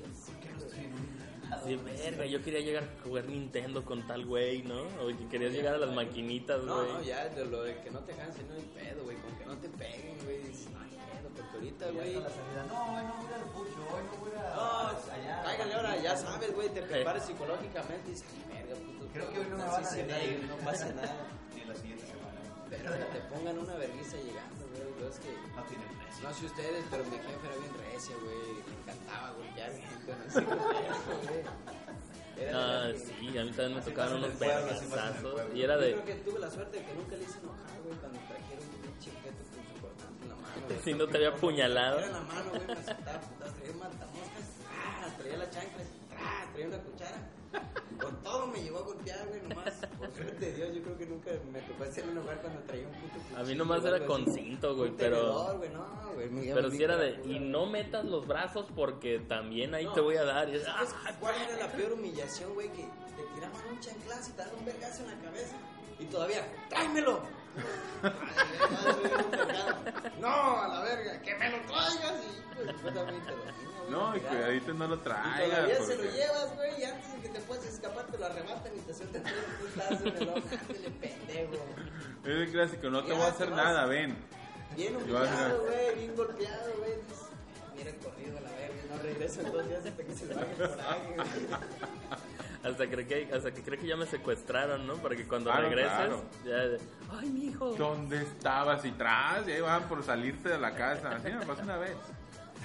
[SPEAKER 5] Sí, pues, verga, yo quería llegar a jugar Nintendo con tal güey, ¿no? O que querías llegar a las maquinitas,
[SPEAKER 4] No,
[SPEAKER 5] güey.
[SPEAKER 4] no, ya, de lo de que no te cansen, no hay pedo, güey. Con que no te peguen, güey. Dices, no hay pedo, porque ahorita,
[SPEAKER 6] ya
[SPEAKER 4] güey.
[SPEAKER 6] está la salida. No, hoy no voy a ir al pucho, hoy no voy a ir a-
[SPEAKER 4] No,
[SPEAKER 6] allá.
[SPEAKER 4] cáigale ahora, ya sabes, güey, te preparas psicológicamente y dices, ay, verga, puto.
[SPEAKER 6] Creo que hoy no me
[SPEAKER 4] así
[SPEAKER 6] van a
[SPEAKER 4] se
[SPEAKER 6] tener.
[SPEAKER 4] ve, No pasa nada.
[SPEAKER 6] Ni la siguiente semana.
[SPEAKER 4] Pero que te pongan una vergüenza llegando, güey. Yo es que.
[SPEAKER 6] No tiene precio.
[SPEAKER 4] No sé ustedes, pero mi jefe era bien recia, güey. Me encantaba, güey. Ya, güey. Conocí los güey.
[SPEAKER 5] Ah,
[SPEAKER 4] Era de las que-
[SPEAKER 5] sí, a mí también me
[SPEAKER 6] Así
[SPEAKER 5] tocaron
[SPEAKER 6] pasa en el
[SPEAKER 5] unos
[SPEAKER 6] pueblo, así pasa en el
[SPEAKER 5] vergazazos.
[SPEAKER 6] pueblo.
[SPEAKER 5] Y era
[SPEAKER 4] Yo creo
[SPEAKER 5] de,
[SPEAKER 4] que tuve la suerte de que nunca le hice enojar, güey, cuando trajeron un pinche objeto con su cortante en la mano. güey.
[SPEAKER 5] si no te había apuñalado.
[SPEAKER 4] Era en la mano, güey, me soltaba putas, traía un matamoscas, tras, traía la chancla, tras, traía una cuchara. Con todo me llegó a golpear, güey, nomás. Por suerte de Dios, yo creo que nunca me tocó hacer un lugar cuando traía un puto
[SPEAKER 5] A mí
[SPEAKER 4] cuchillo
[SPEAKER 5] nomás
[SPEAKER 4] o
[SPEAKER 5] era
[SPEAKER 4] algo
[SPEAKER 5] con
[SPEAKER 4] así.
[SPEAKER 5] cinto, güey,
[SPEAKER 4] Un
[SPEAKER 5] pero-
[SPEAKER 4] tenedor, güey, no, güey, me-
[SPEAKER 5] Pero
[SPEAKER 4] me-
[SPEAKER 5] si era
[SPEAKER 4] me-
[SPEAKER 5] de, y no metas los brazos porque también ahí te voy a dar. Y es,
[SPEAKER 4] ¿Sabes
[SPEAKER 5] "Ah,
[SPEAKER 4] cuál era la peor humillación, güey? Que te tiraban un chanclazo y te daban un vergazo en la cabeza. Y todavía, ¡tráemelo! no, a la verga, que me lo traigas. Y pues, yo también te lo digo,
[SPEAKER 3] No, y
[SPEAKER 4] güey, ya.
[SPEAKER 3] cuidadito no lo
[SPEAKER 4] Y
[SPEAKER 3] traigas.
[SPEAKER 4] todavía se lo
[SPEAKER 3] porque-
[SPEAKER 4] llevas, güey, y antes de que te puedas escapar te lo arrebatan y te sueltan todo el putazo en el ojo. Ándale, pendejo.
[SPEAKER 3] Es el clásico, no te voy a
[SPEAKER 4] Ya,
[SPEAKER 3] hacer
[SPEAKER 4] te vas.
[SPEAKER 3] nada, ven.
[SPEAKER 4] Bien
[SPEAKER 3] Yo, ajá.
[SPEAKER 4] humillado, güey, bien golpeado, güey. Dices, Mira el corrido a la verga, no regreso en dos días hasta que se baje el coraje, güey.
[SPEAKER 5] Hasta, cree que, hasta que cree que ya me secuestraron, ¿no? Para que cuando
[SPEAKER 3] Claro,
[SPEAKER 5] regreses,
[SPEAKER 3] Ah, claro.
[SPEAKER 5] ya de, ay, mi hijo.
[SPEAKER 3] ¿Dónde estabas? Y tras, y ahí van por salirse de la casa. Así me pasó una vez.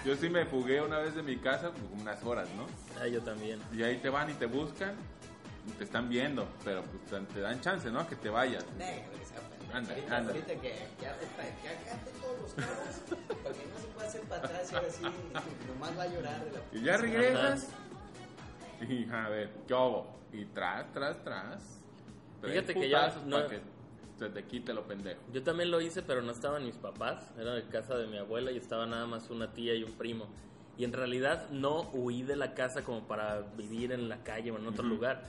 [SPEAKER 3] Yo sí me fugué una vez de mi casa, pues, unas horas, ¿no?
[SPEAKER 5] Ah, yo también.
[SPEAKER 3] Y ahí te van y te buscan, y te están viendo, pero pues, te- te dan chance, ¿no? A que te vayas.
[SPEAKER 4] Negro, que sea pendejo.
[SPEAKER 3] Anda,
[SPEAKER 4] ahorita,
[SPEAKER 3] anda.
[SPEAKER 4] ahorita que ya te pa- que acate todos los cabos, porque no se puede hacer para atrás y ahora sí nomás va a llorar de la
[SPEAKER 3] Y ya regresas. Y a ver, ¿qué hago? Y tras, tras, tras. Tres
[SPEAKER 5] Fíjate que ya
[SPEAKER 3] putazos
[SPEAKER 5] no-
[SPEAKER 3] pa' que se te quite lo pendejo.
[SPEAKER 5] Yo también lo hice, pero no estaban mis papás. Era en casa de mi abuela y estaba nada más una tía y un primo. Y en realidad no huí de la casa como para vivir en la calle o en otro
[SPEAKER 3] Ujú.
[SPEAKER 5] lugar.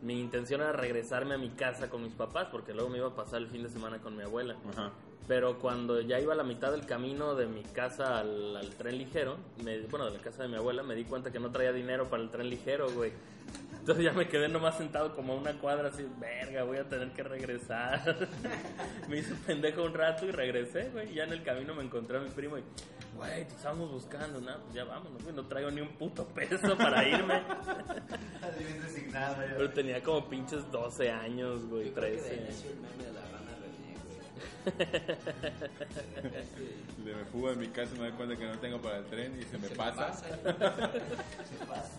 [SPEAKER 5] Mi intención era regresarme a mi casa con mis papás porque luego me iba a pasar el fin de semana con mi abuela.
[SPEAKER 3] Ajá.
[SPEAKER 5] Pero cuando ya iba a la mitad del camino de mi casa al, al tren ligero, me, bueno, de la casa de mi abuela, me di cuenta que no traía dinero para el tren ligero, güey. Entonces ya me quedé nomás sentado como a una cuadra así, verga, voy a tener que regresar. me hice pendejo un rato y regresé, güey. Y Ya en el camino me encontré a mi primo y, güey, te estábamos buscando, nada, pues ya vámonos, güey, no traigo ni un puto peso para irme.
[SPEAKER 6] Estás bien resignado, ya.
[SPEAKER 5] Pero tenía como pinches 12 años, güey,
[SPEAKER 4] Yo creo que de ahí
[SPEAKER 5] 13.
[SPEAKER 4] nació el meme de la rana René, güey.
[SPEAKER 3] Le me fugo de mi casa y me doy cuenta que no tengo para el tren y se me
[SPEAKER 4] Se
[SPEAKER 3] pasa.
[SPEAKER 6] Se pasa.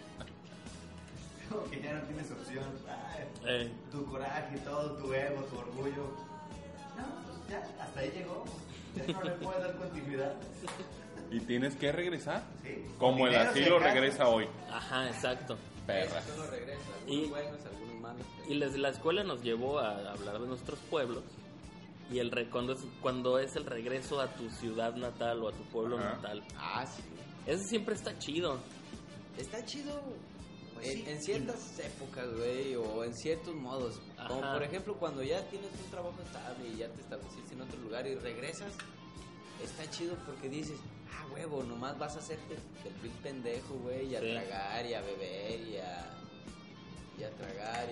[SPEAKER 6] Como que ya no tienes opción. Ay,
[SPEAKER 5] Eh,
[SPEAKER 6] tu coraje, todo tu ego, tu orgullo. No, pues ya, hasta ahí llegó. Ya no le puedo dar continuidad.
[SPEAKER 3] Y tienes que regresar.
[SPEAKER 6] Sí.
[SPEAKER 3] Como el
[SPEAKER 6] Dinero
[SPEAKER 3] asilo
[SPEAKER 6] se gasta.
[SPEAKER 3] regresa hoy.
[SPEAKER 5] ajá, exacto.
[SPEAKER 3] Perra.
[SPEAKER 4] Eso no regresa,
[SPEAKER 5] Y-
[SPEAKER 4] algunos buenos, algunos malos.
[SPEAKER 5] Y les- la escuela nos llevó a hablar de nuestros pueblos y el re- cuando, es, cuando es el regreso a tu ciudad natal o a tu pueblo
[SPEAKER 3] Ajá.
[SPEAKER 5] natal.
[SPEAKER 4] Ah, sí.
[SPEAKER 5] Eso siempre está chido.
[SPEAKER 4] Está chido
[SPEAKER 6] Pues
[SPEAKER 4] en,
[SPEAKER 6] sí.
[SPEAKER 4] en ciertas épocas, güey, o en ciertos modos. Como
[SPEAKER 5] Ajá.
[SPEAKER 4] por ejemplo cuando ya tienes un trabajo estable y ya te estableciste en otro lugar y regresas, está chido porque dices, ah, huevo, nomás vas a hacerte el pil pendejo, güey, y a
[SPEAKER 5] Sí.
[SPEAKER 4] tragar y a beber y a, y a tragar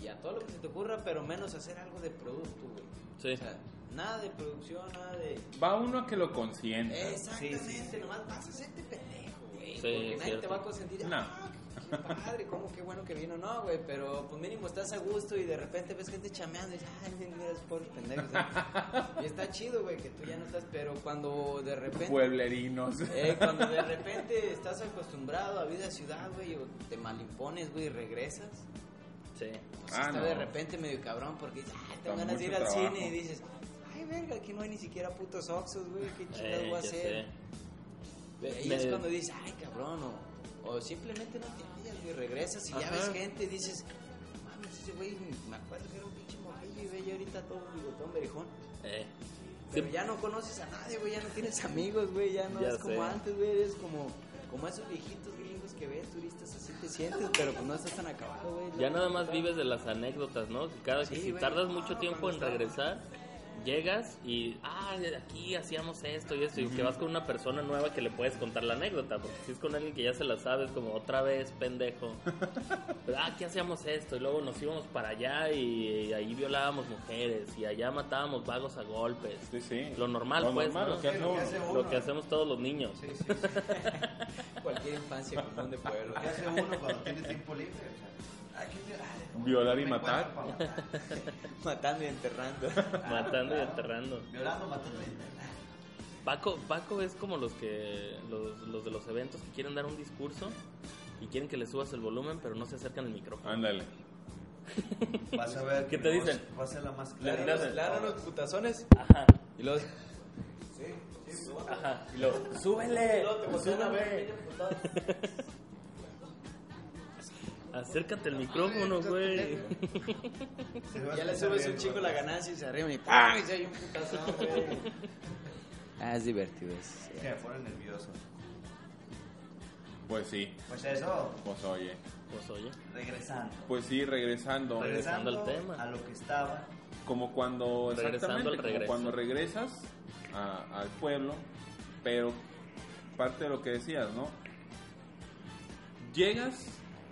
[SPEAKER 4] y, y a todo lo que se te ocurra, pero menos hacer algo de producto, güey.
[SPEAKER 5] Sí.
[SPEAKER 4] O sea, nada de producción, nada de...
[SPEAKER 3] Va uno a que lo consienta.
[SPEAKER 4] Exactamente,
[SPEAKER 6] Sí, sí,
[SPEAKER 4] nomás vas a hacerte pendejo, güey.
[SPEAKER 5] Sí,
[SPEAKER 4] porque
[SPEAKER 5] es
[SPEAKER 4] nadie
[SPEAKER 5] cierto.
[SPEAKER 4] te va a consentir.
[SPEAKER 3] No.
[SPEAKER 4] Ah, qué padre, cómo qué bueno que vino. No, güey, pero pues mínimo estás a gusto y de repente ves gente chameando y dices, ay, mira, es pobres pendejos. ¿eh?" y está chido, güey, que tú ya no estás, pero cuando de repente.
[SPEAKER 3] Pueblerinos.
[SPEAKER 4] Eh, cuando de repente estás acostumbrado a vida de ciudad, güey, o te malimpones, güey, y regresas.
[SPEAKER 5] Sí.
[SPEAKER 4] Pues
[SPEAKER 3] Ah,
[SPEAKER 4] está
[SPEAKER 3] no.
[SPEAKER 4] de repente medio cabrón porque dices, ah,
[SPEAKER 3] Está
[SPEAKER 4] tengo ganas de ir
[SPEAKER 3] mucho
[SPEAKER 4] al
[SPEAKER 3] trabajo.
[SPEAKER 4] cine y dices, ay, verga, aquí no hay ni siquiera putos oxos, güey, qué chingados
[SPEAKER 5] Eh,
[SPEAKER 4] voy a
[SPEAKER 5] ya
[SPEAKER 4] hacer. Y ahí
[SPEAKER 5] Me-
[SPEAKER 4] es cuando dices, ay, cabrón, o, o simplemente no te vayas, güey, regresas y ya
[SPEAKER 5] Ajá.
[SPEAKER 4] ves gente y dices, mames, ese güey, me acuerdo que era un pinche morrillo y ve ya ahorita todo un bigotón berijón.
[SPEAKER 5] sé. Eh.
[SPEAKER 4] Pero
[SPEAKER 5] Sí.
[SPEAKER 4] ya no conoces a nadie, güey, ya no tienes amigos, güey, ya no
[SPEAKER 5] Ya
[SPEAKER 4] es como
[SPEAKER 5] sé.
[SPEAKER 4] antes, güey, eres como... Como esos viejitos gringos que ves, turistas, así te sientes, pero pues no estás tan acabado, güey.
[SPEAKER 5] Ya
[SPEAKER 4] Lo-
[SPEAKER 5] nada más vives de las anécdotas, ¿no? Si Cada
[SPEAKER 4] Sí,
[SPEAKER 5] que si
[SPEAKER 4] güey.
[SPEAKER 5] tardas
[SPEAKER 4] Ah,
[SPEAKER 5] mucho tiempo
[SPEAKER 4] cuando
[SPEAKER 5] en
[SPEAKER 4] estaba-
[SPEAKER 5] regresar, llegas y, ah, aquí hacíamos esto y esto, y que vas con una persona nueva que le puedes contar la anécdota, porque si es con alguien que ya se la sabes, como otra vez, pendejo. Pero, ah, aquí hacíamos esto, y luego nos íbamos para allá y ahí violábamos mujeres, y allá matábamos vagos a golpes.
[SPEAKER 3] Sí, sí.
[SPEAKER 5] Lo normal, pues, ¿no?
[SPEAKER 3] lo que hace
[SPEAKER 6] Sí, lo que
[SPEAKER 3] uno.
[SPEAKER 6] hace uno.
[SPEAKER 5] Lo que hacemos todos los niños.
[SPEAKER 6] Sí, sí, sí.
[SPEAKER 4] Cualquier infancia común de
[SPEAKER 6] Lo
[SPEAKER 4] pueblo.
[SPEAKER 6] que hace uno cuando tiene tiempo libre. o sea, Hay que violar.
[SPEAKER 3] Violar y matar.
[SPEAKER 4] Matando y enterrando.
[SPEAKER 5] Matando y enterrando.
[SPEAKER 6] Violando, matando y enterrando.
[SPEAKER 5] Paco, Paco es como los que los, los de los eventos que quieren dar un discurso y quieren que le subas el volumen, pero no se acercan al micrófono.
[SPEAKER 3] Ándale.
[SPEAKER 6] Vas a ver.
[SPEAKER 5] ¿Qué
[SPEAKER 6] tu
[SPEAKER 5] te
[SPEAKER 6] voz
[SPEAKER 5] dicen?
[SPEAKER 6] Va a ser la más
[SPEAKER 4] Le
[SPEAKER 6] clara.
[SPEAKER 5] Las- las-
[SPEAKER 4] dan los putazones
[SPEAKER 5] Ajá,
[SPEAKER 4] y los.
[SPEAKER 6] Sí, sí, tú.
[SPEAKER 5] ajá. Y luego, súbele,
[SPEAKER 6] No, te voltean a
[SPEAKER 5] súbele. Acércate al micrófono, güey.
[SPEAKER 6] Se va
[SPEAKER 4] Ya le
[SPEAKER 6] a
[SPEAKER 4] subes
[SPEAKER 6] estar
[SPEAKER 4] un chico
[SPEAKER 6] bien,
[SPEAKER 4] la
[SPEAKER 6] güey.
[SPEAKER 4] ganancia y se arriba y ¡pam! Y se hay un putazón, güey. Ah, es divertido. es-
[SPEAKER 6] Que me pone nervioso.
[SPEAKER 3] Pues sí,
[SPEAKER 6] Pues eso,
[SPEAKER 3] pues oye.
[SPEAKER 5] Pues oye,
[SPEAKER 6] regresando.
[SPEAKER 3] pues sí, regresando.
[SPEAKER 5] Regresando al tema.
[SPEAKER 6] a lo que estaba.
[SPEAKER 3] Como cuando,
[SPEAKER 5] Regresando
[SPEAKER 3] exactamente,
[SPEAKER 5] al
[SPEAKER 3] como
[SPEAKER 5] regreso.
[SPEAKER 3] cuando regresas a- al pueblo, pero parte de lo que decías, ¿no? Llegas,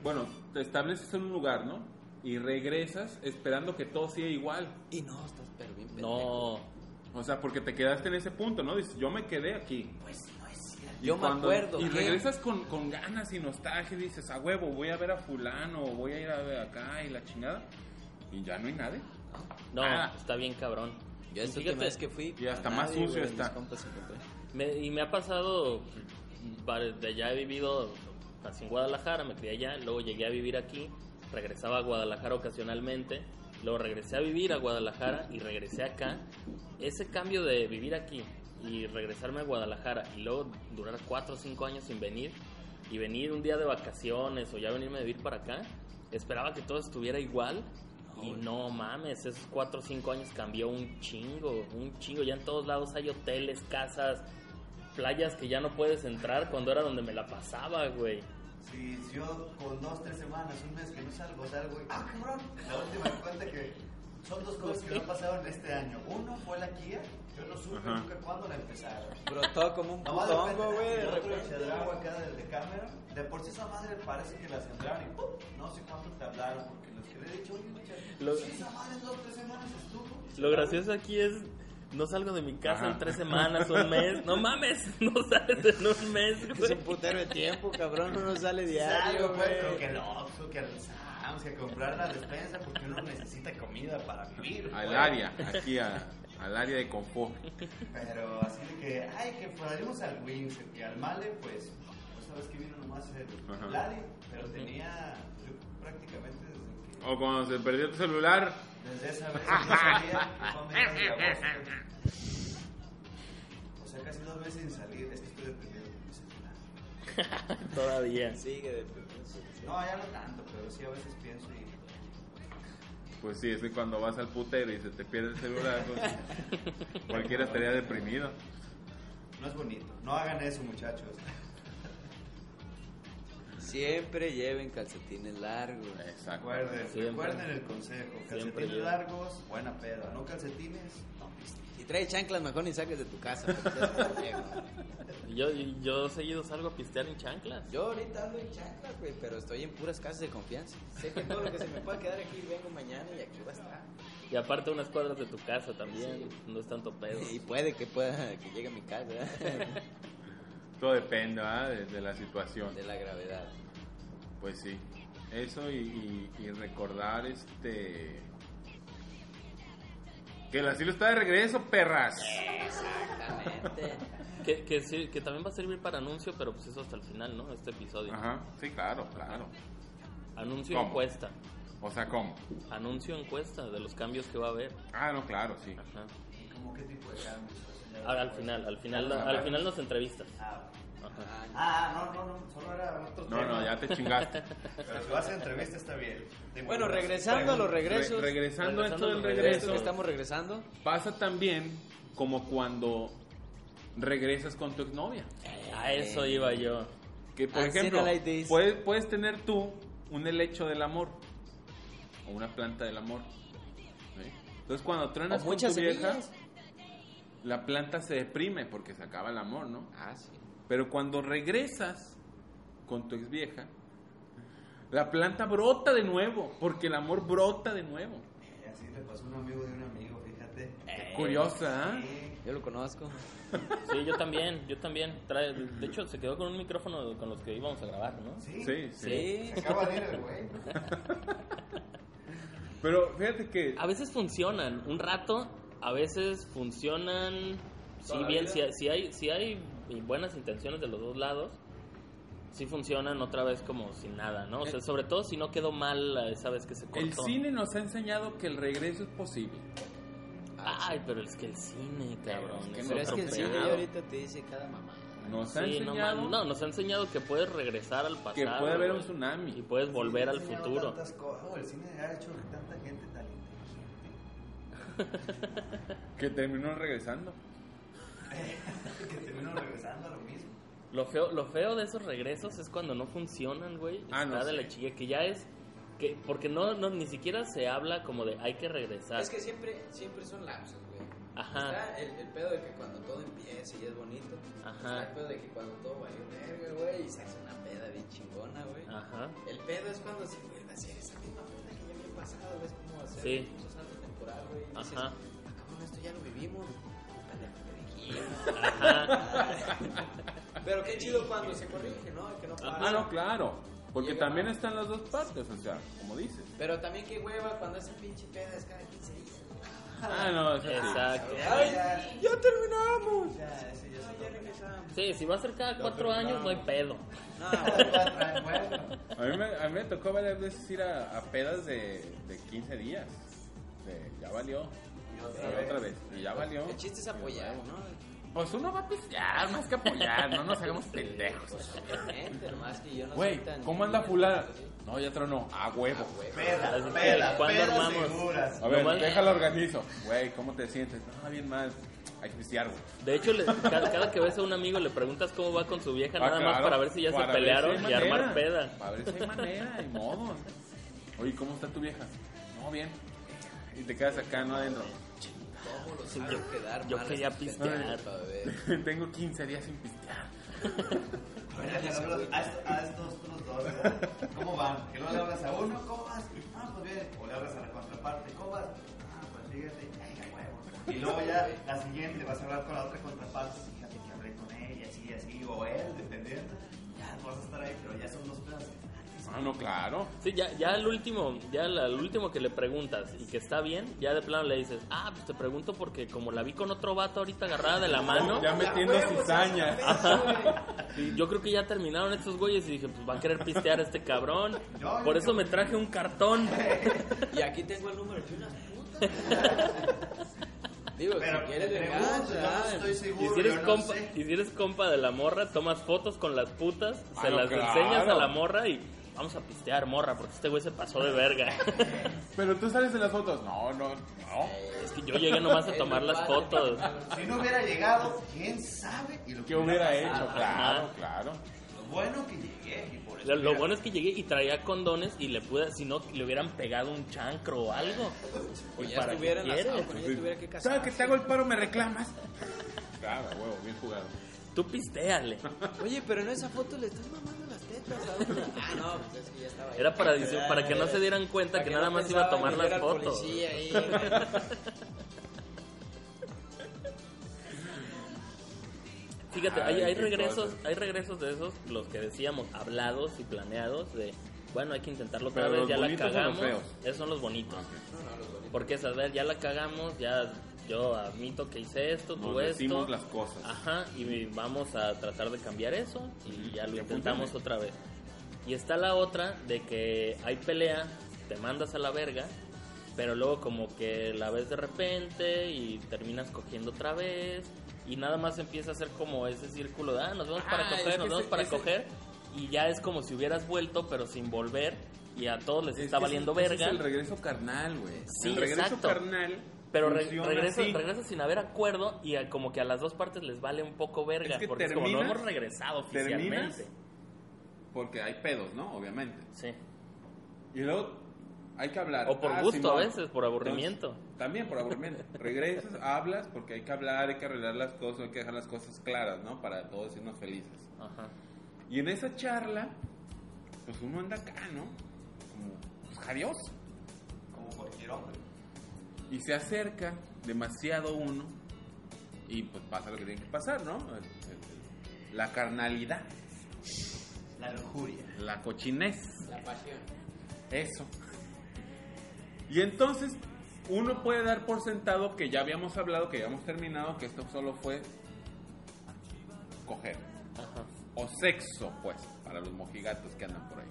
[SPEAKER 3] bueno, te estableces en un lugar, ¿no? Y regresas esperando que todo siga igual.
[SPEAKER 4] Y no, estás pero bien pendejo.
[SPEAKER 5] no.
[SPEAKER 3] O sea, porque te quedaste en ese punto, ¿no? Dices, yo me quedé aquí.
[SPEAKER 4] Pues no es cierto.
[SPEAKER 3] Y
[SPEAKER 4] Yo me
[SPEAKER 3] cuando-
[SPEAKER 4] acuerdo.
[SPEAKER 3] Y
[SPEAKER 4] que-
[SPEAKER 3] regresas con, con ganas y nostalgia y dices, a huevo, voy a ver a fulano, o voy a ir a ver acá y la chingada. Y ya no hay nadie.
[SPEAKER 5] No,
[SPEAKER 3] Ah.
[SPEAKER 5] está bien cabrón.
[SPEAKER 4] Yo esta última
[SPEAKER 5] Y fíjate,
[SPEAKER 4] vez que fui.
[SPEAKER 3] Y hasta
[SPEAKER 4] a
[SPEAKER 3] más sucio
[SPEAKER 4] güey, mis
[SPEAKER 3] está.
[SPEAKER 4] compas encontré.
[SPEAKER 5] me- y me ha pasado, vari- de ya he vivido así en Guadalajara, me crié allá, luego llegué a vivir aquí, regresaba a Guadalajara ocasionalmente, luego regresé a vivir a Guadalajara y regresé acá. Ese cambio de vivir aquí y regresarme a Guadalajara y luego durar 4 o 5 años sin venir y venir un día de vacaciones o ya venirme a vivir para acá, esperaba que todo estuviera igual y no mames, esos 4 o 5 años cambió un chingo, un chingo, ya en todos lados hay hoteles, casas, playas que ya no puedes entrar cuando era donde me la pasaba, güey.
[SPEAKER 6] Si yo con dos, tres semanas, un mes que no salgo, salgo y ¡ah, cabrón! La última cuenta que son dos cosas que no pasaron este año. Uno fue la Kia, yo no supe
[SPEAKER 3] Ajá.
[SPEAKER 6] nunca cuándo la empezaron.
[SPEAKER 4] Brotó como un
[SPEAKER 6] Nomás de repente,
[SPEAKER 4] putongo, güey. de
[SPEAKER 6] el otro
[SPEAKER 4] repente.
[SPEAKER 6] Chedrago acá del de cámara, de por sí esa madre parece que la sembraron y ¡pum! no sé cuánto tardaron, porque los que le he dicho, oye, muchachos,
[SPEAKER 5] Lo-
[SPEAKER 6] sí, esa madre en dos, tres semanas estuvo.
[SPEAKER 5] Lo gracioso aquí es, no salgo de mi casa
[SPEAKER 3] Ajá.
[SPEAKER 5] en tres semanas, un mes. No mames, no sales en un mes,
[SPEAKER 4] Es
[SPEAKER 5] güey.
[SPEAKER 4] un putero de tiempo, cabrón. Uno sale diario,
[SPEAKER 6] Salgo,
[SPEAKER 4] güey.
[SPEAKER 6] güey, pero que no, pues, que al Sam's, que a comprar la despensa, porque uno necesita comida para vivir.
[SPEAKER 3] Al
[SPEAKER 6] güey.
[SPEAKER 3] área, aquí a- al área de confort.
[SPEAKER 6] Pero así de que, ay, que fuimos al Windsor y al Male, pues, pues sabes que vino nomás
[SPEAKER 3] Ajá.
[SPEAKER 6] el Lali, pero tenía pues, yo prácticamente desde que.
[SPEAKER 3] O cuando se perdió tu celular.
[SPEAKER 6] Desde esa vez que yo salía, que fue a mediados de agosto. O sea, casi dos meses sin salir, es que estoy dependido de mi celular.
[SPEAKER 5] Todavía.
[SPEAKER 4] Sigue de
[SPEAKER 6] No, ya no tanto, pero sí a veces pienso y.
[SPEAKER 3] Pues sí, es que cuando vas al putero y se te pierde el celular, pues, cualquiera estaría deprimido.
[SPEAKER 6] No es bonito. No hagan eso, muchachos.
[SPEAKER 4] Siempre lleven calcetines largos.
[SPEAKER 3] Exacto.
[SPEAKER 6] Recuerden,
[SPEAKER 5] Siempre.
[SPEAKER 6] recuerden el consejo:
[SPEAKER 5] Siempre
[SPEAKER 6] calcetines
[SPEAKER 5] yo.
[SPEAKER 6] largos, buena peda. No calcetines, no pista.
[SPEAKER 4] Si traes chanclas, mejor ni saques de tu casa. porque es pendejo.
[SPEAKER 5] Yo, yo seguido salgo a pistear en chanclas.
[SPEAKER 4] Yo ahorita ando en chanclas, güey, pero estoy en puras casas de confianza. Sé que todo lo que se me pueda quedar aquí, vengo mañana y aquí va a estar.
[SPEAKER 5] Y aparte unas cuadras de tu casa también, no es tanto pedo.
[SPEAKER 4] Y puede que pueda que llegue a mi casa, ¿verdad?
[SPEAKER 3] Todo depende ¿verdad? de, de la situación.
[SPEAKER 4] De la gravedad.
[SPEAKER 3] Pues sí. Eso y, y- y recordar este. Que el asilo está de regreso, perras.
[SPEAKER 4] Exactamente.
[SPEAKER 5] Que, que, sí- que también va a servir para anuncio, pero pues eso hasta el final, ¿no? Este episodio.
[SPEAKER 3] Ajá. Sí, claro, claro.
[SPEAKER 5] Anuncio
[SPEAKER 3] ¿Cómo?
[SPEAKER 5] encuesta.
[SPEAKER 3] O sea, ¿cómo?
[SPEAKER 5] Anuncio encuesta de los cambios que va a haber.
[SPEAKER 3] Ah, no, claro, sí.
[SPEAKER 5] Ajá.
[SPEAKER 6] ¿Cómo qué tipo de cambios? O sea,
[SPEAKER 5] Ahora al final, al final, al final nos entrevistas.
[SPEAKER 6] Ah,
[SPEAKER 5] Ajá.
[SPEAKER 6] ah, no, no, no, solo era otro
[SPEAKER 3] No,
[SPEAKER 6] tema.
[SPEAKER 3] no, ya te chingaste.
[SPEAKER 6] Pero si vas a entrevista está bien. Te
[SPEAKER 4] Bueno,
[SPEAKER 6] involucras.
[SPEAKER 4] regresando a los
[SPEAKER 3] Re-
[SPEAKER 4] regresos.
[SPEAKER 3] regresando a esto del
[SPEAKER 5] Regresando al
[SPEAKER 4] Esto
[SPEAKER 3] regreso.
[SPEAKER 4] que estamos regresando.
[SPEAKER 3] Pasa también como cuando regresas con tu exnovia.
[SPEAKER 5] A eso iba yo.
[SPEAKER 3] Que por
[SPEAKER 4] I've seen
[SPEAKER 3] ejemplo,
[SPEAKER 4] it like this.
[SPEAKER 3] puedes, puedes tener tú un helecho del amor o una planta del amor. ¿sí? Entonces cuando truenas
[SPEAKER 4] O
[SPEAKER 3] con
[SPEAKER 4] muchas
[SPEAKER 3] tu vieja,
[SPEAKER 4] semillas.
[SPEAKER 3] la planta se deprime porque se acaba el amor, ¿no?
[SPEAKER 4] Ah, sí.
[SPEAKER 3] Pero cuando regresas con tu ex vieja, la planta brota de nuevo porque el amor brota de nuevo.
[SPEAKER 6] Y así le pasó a un amigo de un amigo, fíjate.
[SPEAKER 4] Eh,
[SPEAKER 3] Curiosa, ¿ah?
[SPEAKER 6] Sí.
[SPEAKER 4] Yo lo conozco.
[SPEAKER 5] Sí, yo también, yo también. Trae- de hecho, se quedó con un micrófono con los que íbamos a grabar, ¿no?
[SPEAKER 6] Sí.
[SPEAKER 3] Sí, sí.
[SPEAKER 5] Sí.
[SPEAKER 6] Se acaba de ir el güey.
[SPEAKER 3] Pero fíjate que
[SPEAKER 5] A veces funcionan un rato, a veces funcionan. Si
[SPEAKER 4] Toda la
[SPEAKER 5] bien,
[SPEAKER 4] vida.
[SPEAKER 5] si, hay- si hay, si hay buenas intenciones de los dos lados, si funcionan otra vez como sin nada, ¿no? O sea,
[SPEAKER 3] Eh.
[SPEAKER 5] sobre todo si no quedó mal eh, esa vez que se cortó.
[SPEAKER 3] el cine nos ha enseñado que el regreso es posible.
[SPEAKER 5] Ay, pero es que el cine, cabrón.
[SPEAKER 3] es que
[SPEAKER 5] es
[SPEAKER 3] no
[SPEAKER 4] Pero es
[SPEAKER 5] otro
[SPEAKER 4] que el cine
[SPEAKER 5] pedo.
[SPEAKER 4] ya ahorita te dice cada mamá.
[SPEAKER 3] Nos ha
[SPEAKER 5] Sí, no,
[SPEAKER 3] enseñado
[SPEAKER 5] mames. no, nos ha enseñado que puedes regresar al pasado.
[SPEAKER 3] que puede haber un
[SPEAKER 5] güey, Y
[SPEAKER 3] tsunami.
[SPEAKER 5] puedes volver
[SPEAKER 6] Sí,
[SPEAKER 5] al
[SPEAKER 6] enseñaron
[SPEAKER 5] futuro.
[SPEAKER 6] tantas cosas. Oh, el cine ha hecho que tanta gente tan inteligente
[SPEAKER 3] Que terminó regresando.
[SPEAKER 6] que terminó regresando a lo mismo.
[SPEAKER 5] Lo feo, lo feo de esos regresos es cuando no funcionan, güey.
[SPEAKER 3] Ah, no
[SPEAKER 5] Está de
[SPEAKER 3] sé.
[SPEAKER 5] la chica que ya es que porque no, no ni siquiera se habla como de hay que regresar.
[SPEAKER 4] Es que siempre, siempre son lapsos, güey.
[SPEAKER 5] Ah. Ajá.
[SPEAKER 4] Está el, el pedo de que cuando todo empieza y es bonito.
[SPEAKER 5] Ajá.
[SPEAKER 4] Está el pedo de que cuando todo valió verga, güey, y se hace una peda bien chingona, güey.
[SPEAKER 5] Ajá.
[SPEAKER 4] El pedo es cuando se vuelve a hacer esa misma peda que ya había pasado, ves cómo hacer
[SPEAKER 5] Sí.
[SPEAKER 4] muchos saltos temporal, güey. Y dices,
[SPEAKER 5] Ajá.
[SPEAKER 4] "Ah, cabrón, esto ya lo vivimos. Pendejo, te dije.
[SPEAKER 5] Ajá.
[SPEAKER 4] Pero qué chido cuando se corrige, ¿no? Que no pasa.
[SPEAKER 3] Ah, no, claro. Porque
[SPEAKER 4] Llega-
[SPEAKER 3] también están las dos partes, o sea, como dices.
[SPEAKER 4] Pero también qué hueva cuando esa pinche peda es cada 15 días.
[SPEAKER 3] Ah, no, eso sí.
[SPEAKER 5] Exacto.
[SPEAKER 4] ¡Ay! ¡Ya terminamos!
[SPEAKER 6] Ya, ese ya es
[SPEAKER 4] Ya regresamos.
[SPEAKER 5] Sí, si va a ser cada cuatro años no hay pedo.
[SPEAKER 4] No,
[SPEAKER 6] otro. Bueno,
[SPEAKER 3] A mí, me, a mí me tocó varias veces ir a, a pedas de, de 15 días. De, ya valió.
[SPEAKER 6] y
[SPEAKER 3] Y
[SPEAKER 6] otra
[SPEAKER 3] otra
[SPEAKER 6] vez.
[SPEAKER 3] vez. Y ya valió.
[SPEAKER 4] el chiste es apoyar, ¿no?
[SPEAKER 3] Pues uno va a pistear más que apoyar. No nos hagamos pendejos.
[SPEAKER 4] Obviamente, más que yo no
[SPEAKER 3] Güey,
[SPEAKER 4] soy tan
[SPEAKER 3] ¿cómo anda
[SPEAKER 4] niño,
[SPEAKER 3] fulana?
[SPEAKER 4] pero sí.
[SPEAKER 3] No, ya tronó. A huevo.
[SPEAKER 5] Así
[SPEAKER 6] Peda,
[SPEAKER 5] que,
[SPEAKER 6] peda,
[SPEAKER 5] ¿cuándo
[SPEAKER 6] peda
[SPEAKER 5] armamos?
[SPEAKER 6] seguras.
[SPEAKER 3] A ver,
[SPEAKER 5] Nomás-
[SPEAKER 3] déjala organizo. Güey, ¿cómo te sientes? No, bien mal. Hay que pistear, güey.
[SPEAKER 5] De hecho, le- cada, cada que ves a un amigo le preguntas cómo va con su vieja,
[SPEAKER 3] Ah,
[SPEAKER 5] nada más
[SPEAKER 3] claro,
[SPEAKER 5] para ver si ya se
[SPEAKER 3] para ver si hay
[SPEAKER 5] pelearon y
[SPEAKER 3] manera,
[SPEAKER 5] armar peda.
[SPEAKER 3] Para ver si hay manera y modo. Oye, ¿cómo está tu vieja? No, bien. Y te quedas acá, no adentro.
[SPEAKER 4] ¿Cómo los hago quedar
[SPEAKER 5] yo
[SPEAKER 4] mal
[SPEAKER 5] quería
[SPEAKER 4] a estos
[SPEAKER 5] pistear.
[SPEAKER 4] pendejos, pa' ver?
[SPEAKER 3] Tengo 15 días sin pistear.
[SPEAKER 6] Ahora le hablo a est- a estos otros dos. ¿verdad? ¿Cómo van? Que no le hablas a uno, ¿cómo vas? Ah, pues bien. O le hablas a la contraparte, ¿cómo vas? Ah, pues fíjate, ay, a huevo. Y luego ya la siguiente vas a hablar con la otra contraparte, fíjate que hablé con ella, así, así, o él, dependiendo. Ya pues vas a estar ahí, pero ya son dos pedas.
[SPEAKER 3] Ah, no, claro.
[SPEAKER 5] Sí, ya, ya al último, ya al- al último que le preguntas y que está bien, ya de plano le dices, ah, pues te pregunto porque como la vi con otro vato ahorita agarrada de la mano,
[SPEAKER 3] ya metiendo cizaña.
[SPEAKER 5] y yo creo que ya terminaron estos güeyes y dije, pues va a querer pistear este cabrón.
[SPEAKER 6] Yo-
[SPEAKER 5] Por
[SPEAKER 6] yo-
[SPEAKER 5] eso me traje un cartón.
[SPEAKER 4] Y aquí tengo el número de unas putas. Digo,
[SPEAKER 6] Pero
[SPEAKER 4] si
[SPEAKER 6] te
[SPEAKER 4] quieres
[SPEAKER 6] pregunto, yo no
[SPEAKER 4] venganza.
[SPEAKER 6] estoy
[SPEAKER 5] Y
[SPEAKER 6] seguro.
[SPEAKER 5] si eres,
[SPEAKER 6] yo no
[SPEAKER 5] compa,
[SPEAKER 6] sé.
[SPEAKER 5] y si eres compa de la morra, tomas fotos con las putas,
[SPEAKER 3] Ah,
[SPEAKER 5] se
[SPEAKER 3] no,
[SPEAKER 5] las
[SPEAKER 3] claro.
[SPEAKER 5] enseñas a la morra y vamos a pistear, morra, porque este güey se pasó de verga.
[SPEAKER 3] Pero tú sales de las fotos. No, no, no.
[SPEAKER 5] es que yo llegué nomás a
[SPEAKER 4] Es
[SPEAKER 5] tomar
[SPEAKER 4] lo
[SPEAKER 5] las
[SPEAKER 4] padre.
[SPEAKER 5] fotos.
[SPEAKER 6] Si no hubiera llegado, quién sabe. Y lo
[SPEAKER 3] ¿Qué hubiera
[SPEAKER 6] pasado.
[SPEAKER 3] hecho? Claro,
[SPEAKER 5] Ajá.
[SPEAKER 3] claro.
[SPEAKER 6] Lo bueno que llegué y por eso.
[SPEAKER 5] Lo, lo
[SPEAKER 6] hubiera-
[SPEAKER 5] bueno es que llegué y traía condones y le pude, si no, le hubieran pegado un chancro o algo.
[SPEAKER 3] Pues,
[SPEAKER 4] O
[SPEAKER 5] ¿Y
[SPEAKER 4] ya
[SPEAKER 5] para qué
[SPEAKER 4] estuviera enlazado
[SPEAKER 5] quieres?
[SPEAKER 4] con ella, tuviera que
[SPEAKER 3] ¿Sabes
[SPEAKER 4] casar.
[SPEAKER 3] que te hago el paro? ¿Me reclamas? Claro, huevo, bien jugado.
[SPEAKER 5] Tú pistéale.
[SPEAKER 4] Oye, pero en esa foto le estás mamando las tetas a una. Ah, no, pues es que ya estaba ahí.
[SPEAKER 5] Era para, dice- para que no se dieran cuenta
[SPEAKER 4] Para
[SPEAKER 5] que
[SPEAKER 4] no
[SPEAKER 5] nada más iba a
[SPEAKER 4] pensaban
[SPEAKER 5] tomar
[SPEAKER 4] que yo era
[SPEAKER 5] las
[SPEAKER 4] el
[SPEAKER 5] fotos.
[SPEAKER 4] policía ahí.
[SPEAKER 5] Fíjate,
[SPEAKER 3] Ay,
[SPEAKER 5] hay, hay
[SPEAKER 3] qué
[SPEAKER 5] regresos,
[SPEAKER 3] cosas.
[SPEAKER 5] hay regresos de esos, los que decíamos, hablados y planeados, de bueno, hay que intentarlo otra
[SPEAKER 3] Pero
[SPEAKER 5] vez,
[SPEAKER 3] los
[SPEAKER 5] ya la
[SPEAKER 3] bonitos o los
[SPEAKER 5] cagamos.
[SPEAKER 3] feos.
[SPEAKER 5] Esos son los bonitos.
[SPEAKER 4] No, no, los bonitos.
[SPEAKER 5] Porque esas ver, ya la cagamos, ya yo admito que hice esto,
[SPEAKER 3] Nos
[SPEAKER 5] tú esto.
[SPEAKER 3] decimos las cosas.
[SPEAKER 5] Ajá, y vamos a tratar de cambiar eso y
[SPEAKER 3] Ujú,
[SPEAKER 5] ya lo
[SPEAKER 3] que
[SPEAKER 5] intentamos
[SPEAKER 3] funcione.
[SPEAKER 5] otra vez. Y está la otra de que hay pelea, te mandas a la verga, pero luego como que la ves de repente y terminas cogiendo otra vez y nada más empieza a ser como ese círculo de, ah, nos vemos para
[SPEAKER 4] Ah, es
[SPEAKER 5] coger,
[SPEAKER 4] que
[SPEAKER 5] nos vemos
[SPEAKER 4] ese-
[SPEAKER 5] para
[SPEAKER 4] ese-
[SPEAKER 5] coger y ya es como si hubieras vuelto pero sin volver y a todos les está
[SPEAKER 3] que
[SPEAKER 5] valiendo
[SPEAKER 3] ese- ese
[SPEAKER 5] verga.
[SPEAKER 3] Es el regreso carnal, güey.
[SPEAKER 5] Sí,
[SPEAKER 3] el regreso
[SPEAKER 5] exacto.
[SPEAKER 3] carnal.
[SPEAKER 5] Pero re-
[SPEAKER 3] regresa
[SPEAKER 5] regresa, regresa sin haber acuerdo y a- como que a las dos partes les vale un poco verga.
[SPEAKER 3] Es que
[SPEAKER 5] porque es como no
[SPEAKER 3] terminas-
[SPEAKER 5] hemos regresado
[SPEAKER 3] terminas-
[SPEAKER 5] oficialmente.
[SPEAKER 3] Porque hay pedos, ¿no? Obviamente.
[SPEAKER 5] Sí.
[SPEAKER 3] Y luego hay que hablar.
[SPEAKER 5] O por
[SPEAKER 3] Ah,
[SPEAKER 5] gusto
[SPEAKER 3] Simón.
[SPEAKER 5] a veces, por aburrimiento.
[SPEAKER 3] Entonces, también por aburrimiento. Regresas, hablas, porque hay que hablar, hay que arreglar las cosas, hay que dejar las cosas claras, ¿no? Para todos irnos felices.
[SPEAKER 5] Ajá.
[SPEAKER 3] Y en esa charla, pues uno anda acá, ¿no? Como, pues, adiós.
[SPEAKER 6] Como cualquier hombre.
[SPEAKER 3] Y se acerca demasiado uno y pues pasa lo que tiene que pasar, ¿no? El- el- La carnalidad,
[SPEAKER 6] La lujuria.
[SPEAKER 3] la cochinez,
[SPEAKER 4] La pasión.
[SPEAKER 3] eso. Y entonces uno puede dar por sentado que ya habíamos hablado, que ya hemos terminado, que esto solo fue coger.
[SPEAKER 5] Ajá.
[SPEAKER 3] O sexo, pues, para los mojigatos que andan por ahí.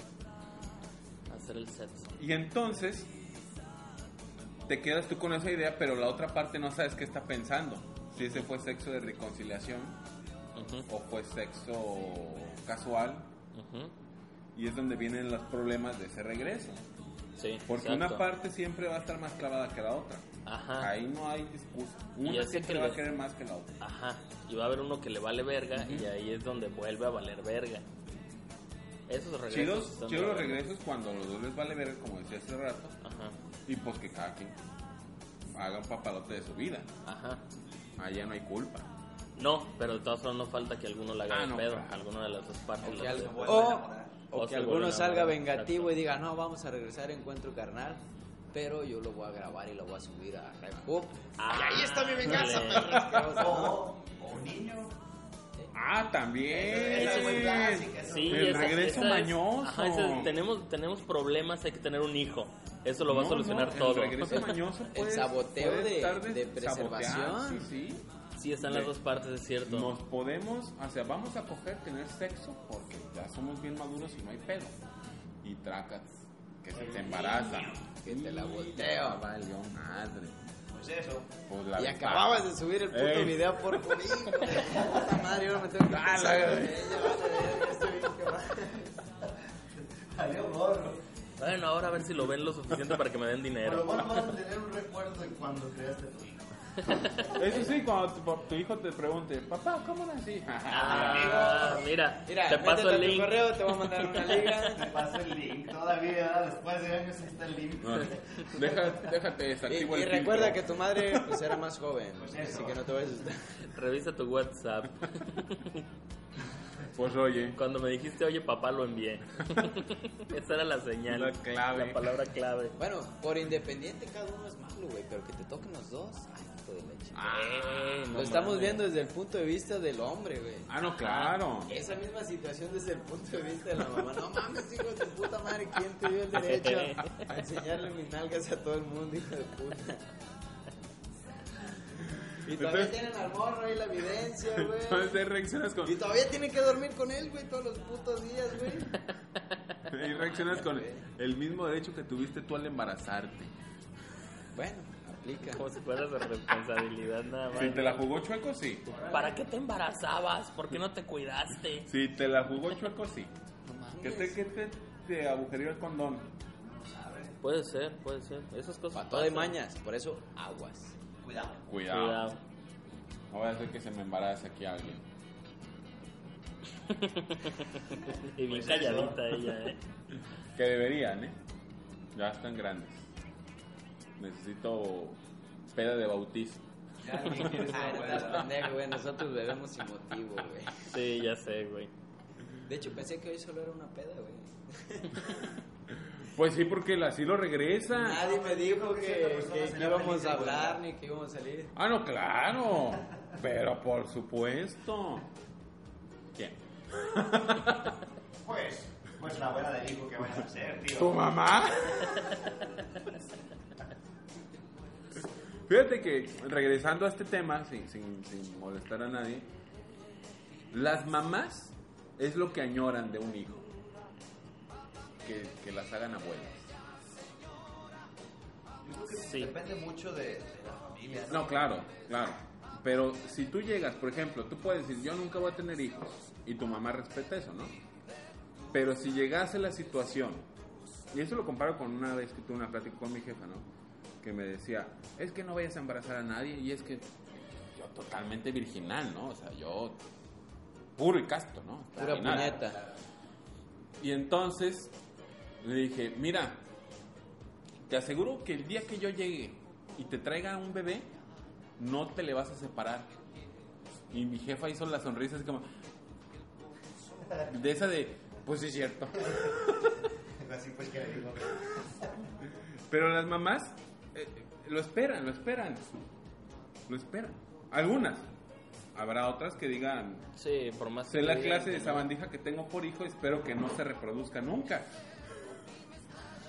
[SPEAKER 5] Hacer el sexo.
[SPEAKER 3] Y entonces te quedas tú con esa idea, pero la otra parte no sabes qué está pensando. Si ese fue sexo de reconciliación
[SPEAKER 5] Ujú,
[SPEAKER 3] o fue sexo casual.
[SPEAKER 5] ujú.
[SPEAKER 3] Y es donde vienen los problemas de ese regreso.
[SPEAKER 5] Sí,
[SPEAKER 3] Porque
[SPEAKER 5] exacto.
[SPEAKER 3] una parte siempre va a estar más clavada que la otra.
[SPEAKER 5] Ajá.
[SPEAKER 3] Ahí no hay discurso.
[SPEAKER 5] Y
[SPEAKER 3] Una
[SPEAKER 5] ese
[SPEAKER 3] siempre
[SPEAKER 5] que
[SPEAKER 3] va a
[SPEAKER 5] le-
[SPEAKER 3] querer más que la otra.
[SPEAKER 5] Ajá, y va a haber uno que le vale verga y ahí es donde vuelve a valer verga. Esos regresos.
[SPEAKER 3] Chidos, chidos
[SPEAKER 5] están de
[SPEAKER 3] los
[SPEAKER 5] la verga.
[SPEAKER 3] regresos cuando los dos les vale ver, como decía hace rato,
[SPEAKER 5] Ajá,
[SPEAKER 3] y pues que cada quien haga un papalote de su vida.
[SPEAKER 5] ajá.
[SPEAKER 3] Allá no hay culpa.
[SPEAKER 5] No, pero de todas formas no falta que alguno le haga
[SPEAKER 3] Ah,
[SPEAKER 5] el
[SPEAKER 3] no,
[SPEAKER 5] pedo,
[SPEAKER 3] claro.
[SPEAKER 5] alguna de las dos partes.
[SPEAKER 4] O
[SPEAKER 5] la
[SPEAKER 4] que,
[SPEAKER 5] hace.
[SPEAKER 4] algo-
[SPEAKER 6] vuelva a
[SPEAKER 4] o,
[SPEAKER 6] enamorar.
[SPEAKER 4] o
[SPEAKER 5] O
[SPEAKER 4] que
[SPEAKER 5] se vuelva
[SPEAKER 4] alguno
[SPEAKER 5] a
[SPEAKER 4] salga
[SPEAKER 5] enamorar,
[SPEAKER 4] vengativo
[SPEAKER 5] exacto.
[SPEAKER 4] y diga, no, vamos a regresar a encuentro carnal, pero yo lo voy a grabar y lo voy a subir a Red Hook".
[SPEAKER 5] Ah,
[SPEAKER 4] ahí está mi venganza,
[SPEAKER 5] dale.
[SPEAKER 4] perros, que vamos a-
[SPEAKER 6] O, o un niño.
[SPEAKER 3] Ah, también.
[SPEAKER 6] Esa es clásica, esa
[SPEAKER 5] Sí,
[SPEAKER 3] El
[SPEAKER 5] esa-
[SPEAKER 3] regreso
[SPEAKER 5] esa es-
[SPEAKER 3] mañoso.
[SPEAKER 5] ajá, ese es- tenemos, tenemos problemas, hay que tener un hijo. Eso lo va
[SPEAKER 3] No,
[SPEAKER 5] a solucionar
[SPEAKER 3] no,
[SPEAKER 5] todo.
[SPEAKER 3] El regreso mañoso
[SPEAKER 4] El
[SPEAKER 3] puede-
[SPEAKER 4] saboteo
[SPEAKER 3] puede
[SPEAKER 4] de-
[SPEAKER 3] estar
[SPEAKER 4] de preservación.
[SPEAKER 3] Sí, sí.
[SPEAKER 5] sí, están las dos partes, es cierto.
[SPEAKER 3] Nos podemos, o sea, vamos a coger tener sexo porque ya somos bien maduros y no hay pedo. Y tracas, que se te embaraza.
[SPEAKER 4] Que te la volteo.
[SPEAKER 3] Valió madre.
[SPEAKER 6] Pues eso.
[SPEAKER 3] Pues la
[SPEAKER 4] Y
[SPEAKER 3] ventaja.
[SPEAKER 4] acababas de subir el puto
[SPEAKER 3] Ey.
[SPEAKER 4] video por por hijo de puta madre, ahora me tengo que
[SPEAKER 3] Ah,
[SPEAKER 4] pensar,
[SPEAKER 3] la
[SPEAKER 4] güey,
[SPEAKER 3] verga.
[SPEAKER 4] ya vale, verga, este bicho que va.
[SPEAKER 6] Salió morro.
[SPEAKER 5] Bueno, ahora a ver si lo ven lo suficiente para que me den
[SPEAKER 6] Por lo
[SPEAKER 5] dinero.
[SPEAKER 6] menos vas a tener un recuerdo de cuando creaste tu hijo.
[SPEAKER 3] Eso sí, cuando tu, tu hijo te pregunte, papá, ¿cómo nací?
[SPEAKER 5] Ah, mira,
[SPEAKER 4] Mira,
[SPEAKER 5] te paso
[SPEAKER 4] métete a
[SPEAKER 5] el
[SPEAKER 4] tu
[SPEAKER 5] link.
[SPEAKER 4] correo, te voy a mandar una liga.
[SPEAKER 6] Te paso el link todavía, después de años está el link.
[SPEAKER 3] Deja, déjate,
[SPEAKER 4] Y,
[SPEAKER 3] desactivo
[SPEAKER 4] y
[SPEAKER 3] el filtro.
[SPEAKER 4] recuerda que tu madre pues, era más joven,
[SPEAKER 6] Pues eso.
[SPEAKER 4] así que no te vayas a asustar.
[SPEAKER 5] Revisa tu WhatsApp.
[SPEAKER 3] Pues oye,
[SPEAKER 5] Cuando me dijiste, oye papá, lo envié. Esa era la señal.
[SPEAKER 3] La clave.
[SPEAKER 5] La palabra clave.
[SPEAKER 4] Bueno, por independiente cada uno es malo, güey, pero que te toquen los dos, ay, hijo de la chica.
[SPEAKER 5] Eh, no
[SPEAKER 4] Lo estamos
[SPEAKER 5] mames.
[SPEAKER 4] viendo desde el punto de vista del hombre, güey.
[SPEAKER 3] ah, no, claro.
[SPEAKER 4] Esa misma situación desde el punto de vista de la mamá. No mames, hijo de tu puta madre, ¿quién te dio el derecho a enseñarle mis nalgas a todo el mundo, hijo de puta? Y todavía
[SPEAKER 3] Entonces-
[SPEAKER 4] tienen al morro ahí la evidencia, güey.
[SPEAKER 3] Entonces reaccionas con,
[SPEAKER 4] Y todavía tienen que dormir con él, güey, todos los putos días, güey.
[SPEAKER 3] y reaccionas con el mismo derecho que tuviste tú al embarazarte.
[SPEAKER 4] Bueno, aplica.
[SPEAKER 5] Como si fuera de responsabilidad nada más.
[SPEAKER 3] Si te la jugó chueco, sí.
[SPEAKER 5] ¿Para qué te embarazabas? ¿Por qué no te cuidaste?
[SPEAKER 3] Si te la jugó chueco, sí.
[SPEAKER 4] No mames.
[SPEAKER 3] ¿Qué te, qué te, te agujereó el condón?
[SPEAKER 5] Puede ser, puede ser. Esas cosas.
[SPEAKER 4] Para todo hay
[SPEAKER 5] pasan.
[SPEAKER 4] mañas, por eso aguas.
[SPEAKER 6] Cuidado.
[SPEAKER 3] Cuidado.
[SPEAKER 5] Cuidado.
[SPEAKER 3] No voy a hacer que se me embarace aquí alguien.
[SPEAKER 5] Y bien calladita ella, eh.
[SPEAKER 3] Que deberían, ¿eh? Ya están grandes. Necesito peda de bautizo.
[SPEAKER 6] Ya ni quieres
[SPEAKER 4] Ah, no
[SPEAKER 6] abuela.
[SPEAKER 4] estás pendejo, güey. Nosotros bebemos sin motivo, güey.
[SPEAKER 5] Sí, ya sé, güey.
[SPEAKER 4] De hecho, pensé que hoy solo era una peda, güey.
[SPEAKER 3] Pues sí, porque el asilo regresa.
[SPEAKER 4] Nadie Ah, me dijo que,
[SPEAKER 6] Siendo persona
[SPEAKER 4] que-
[SPEAKER 6] será
[SPEAKER 4] que íbamos
[SPEAKER 6] feliz,
[SPEAKER 4] a
[SPEAKER 6] güey.
[SPEAKER 4] hablar ni que íbamos a salir.
[SPEAKER 3] Ah, no, claro. Pero por supuesto. ¿Quién?
[SPEAKER 6] Pues, pues la abuela del hijo que vayas a hacer,
[SPEAKER 3] ¿Tu
[SPEAKER 6] tío.
[SPEAKER 3] mamá? Fíjate que regresando a este tema, sin, sin- sin molestar a nadie, las mamás es lo que añoran de un hijo. Que, que las hagan abuelas.
[SPEAKER 6] Yo creo que
[SPEAKER 5] Sí.
[SPEAKER 6] Depende mucho de, de la familia.
[SPEAKER 3] No, claro, claro. Pero si tú llegas, por ejemplo, tú puedes decir, yo nunca voy a tener hijos. Y tu mamá respeta eso, ¿no? Pero si llegase la situación, y eso lo comparo con una vez que tuve una plática con mi jefa, ¿no? Que me decía, es que no vayas a embarazar a nadie. Y es que yo totalmente virginal, ¿no? O sea, yo puro y casto, ¿no?
[SPEAKER 4] Pura
[SPEAKER 3] Virginal.
[SPEAKER 4] puñeta.
[SPEAKER 3] Y entonces le dije, mira, te aseguro que el día que yo llegue y te traiga un bebé, no te le vas a separar. Y mi jefa hizo la sonrisa así como... De esa de, pues sí es cierto.
[SPEAKER 6] Así pues que le digo.
[SPEAKER 3] Pero las mamás eh, lo esperan, lo esperan. Lo esperan. Algunas. Habrá otras que digan,
[SPEAKER 5] Sí, por más.
[SPEAKER 3] sé la
[SPEAKER 5] que-
[SPEAKER 3] clase de sabandija que tengo por hijo, espero que no se reproduzca nunca.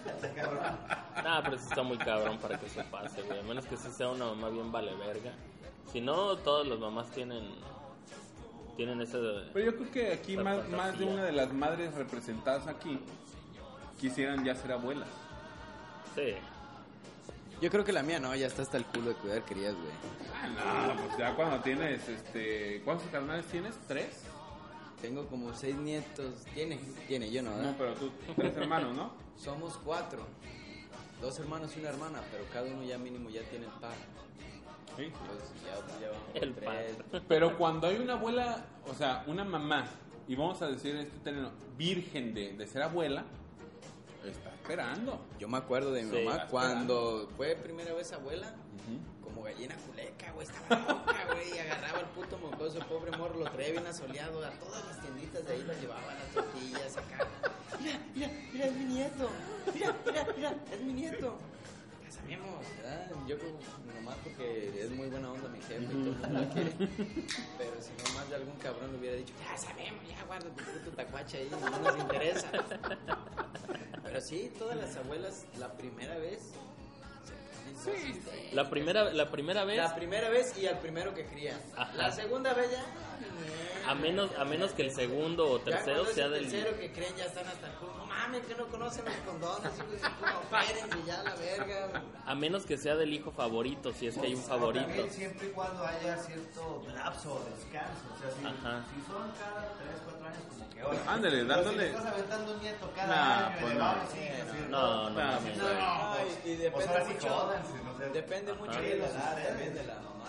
[SPEAKER 6] Está cabrón.
[SPEAKER 5] No, Nah, pero eso está muy cabrón para que eso pase, güey. A menos que sí sea una mamá bien vale verga. Si no, todas las mamás tienen. Tienen ese.
[SPEAKER 3] Pero yo creo que aquí
[SPEAKER 5] La
[SPEAKER 3] más,
[SPEAKER 5] fantasía.
[SPEAKER 3] más de una de las madres representadas aquí quisieran ya ser abuelas.
[SPEAKER 5] Sí.
[SPEAKER 4] Yo creo que la mía no, ya está hasta el culo de cuidar crías, güey.
[SPEAKER 3] Ah, no, pues ya cuando tienes, este, ¿cuántos carnales tienes? ¿Tres?
[SPEAKER 4] Tengo como seis nietos. Tiene, tiene, yo no, ¿verdad?
[SPEAKER 3] No, pero tú, tres hermanos, ¿no?
[SPEAKER 4] Somos cuatro. Dos hermanos y una hermana, pero cada uno ya mínimo ya tiene el par.
[SPEAKER 3] Sí.
[SPEAKER 4] Entonces ya, pues, ya vamos
[SPEAKER 5] El
[SPEAKER 4] por tres.
[SPEAKER 3] Pero cuando hay una abuela, o sea, una mamá, y vamos a decir este término, virgen de, de ser abuela, está esperando.
[SPEAKER 4] Yo me acuerdo de mi
[SPEAKER 5] Sí,
[SPEAKER 4] mamá
[SPEAKER 3] vas
[SPEAKER 4] cuando fue primera vez abuela, como gallina culeca, güey, estaba loca, güey, y agarraba el puto mocoso, el pobre morro, lo traía bien asoleado, a todas las tienditas de ahí lo llevaba, las tortillas acá. Mira, mira, mira, es mi nieto, mira, mira, mira, es mi nieto. Ya sabemos, ¿verdad? Yo creo que nomás porque es muy buena onda mi jefe y todo el mundo la quiere, pero si nomás de algún cabrón le hubiera dicho, ya sabemos, ya guarda tu puto tacuache ahí, no nos interesa. Pero sí, todas las abuelas, la primera vez. se ponen cosas de-
[SPEAKER 5] La primera, la primera vez.
[SPEAKER 4] La primera vez y al primero que cría.
[SPEAKER 5] Ajá.
[SPEAKER 4] La segunda vez ya.
[SPEAKER 5] A menos, a menos que el segundo o
[SPEAKER 4] Ya
[SPEAKER 5] tercero
[SPEAKER 4] cuando es
[SPEAKER 5] sea
[SPEAKER 4] el
[SPEAKER 5] del.
[SPEAKER 4] tercero que creen ya están hasta el culo. No mames, que no conocen los condones. hijos de su puta, Opérense ya la verga.
[SPEAKER 5] A menos que sea del hijo favorito, si es que hay un favorito.
[SPEAKER 4] Pues,
[SPEAKER 6] También Pues, siempre y cuando haya cierto lapso o descanso. O sea, si,
[SPEAKER 5] Ajá.
[SPEAKER 6] si son cada 3, 4 años, como que hoy.
[SPEAKER 3] Ándale, dándole-
[SPEAKER 6] Si le estás aventando un nieto cada
[SPEAKER 3] Nah,
[SPEAKER 6] año,
[SPEAKER 3] pues
[SPEAKER 6] de,
[SPEAKER 3] no.
[SPEAKER 6] "Ay, sí, sí,
[SPEAKER 5] No, no,
[SPEAKER 3] Ah,
[SPEAKER 5] mames,
[SPEAKER 6] No,
[SPEAKER 5] güey.
[SPEAKER 4] Ay,
[SPEAKER 6] pues-
[SPEAKER 4] y depende
[SPEAKER 6] pues ahora sí
[SPEAKER 4] mucho.
[SPEAKER 6] jódanse, no sé.
[SPEAKER 4] Depende
[SPEAKER 6] Ajá.
[SPEAKER 4] mucho
[SPEAKER 6] Sí,
[SPEAKER 4] de la
[SPEAKER 6] los
[SPEAKER 4] edad,
[SPEAKER 6] ustedes.
[SPEAKER 4] también de la mamá. güey.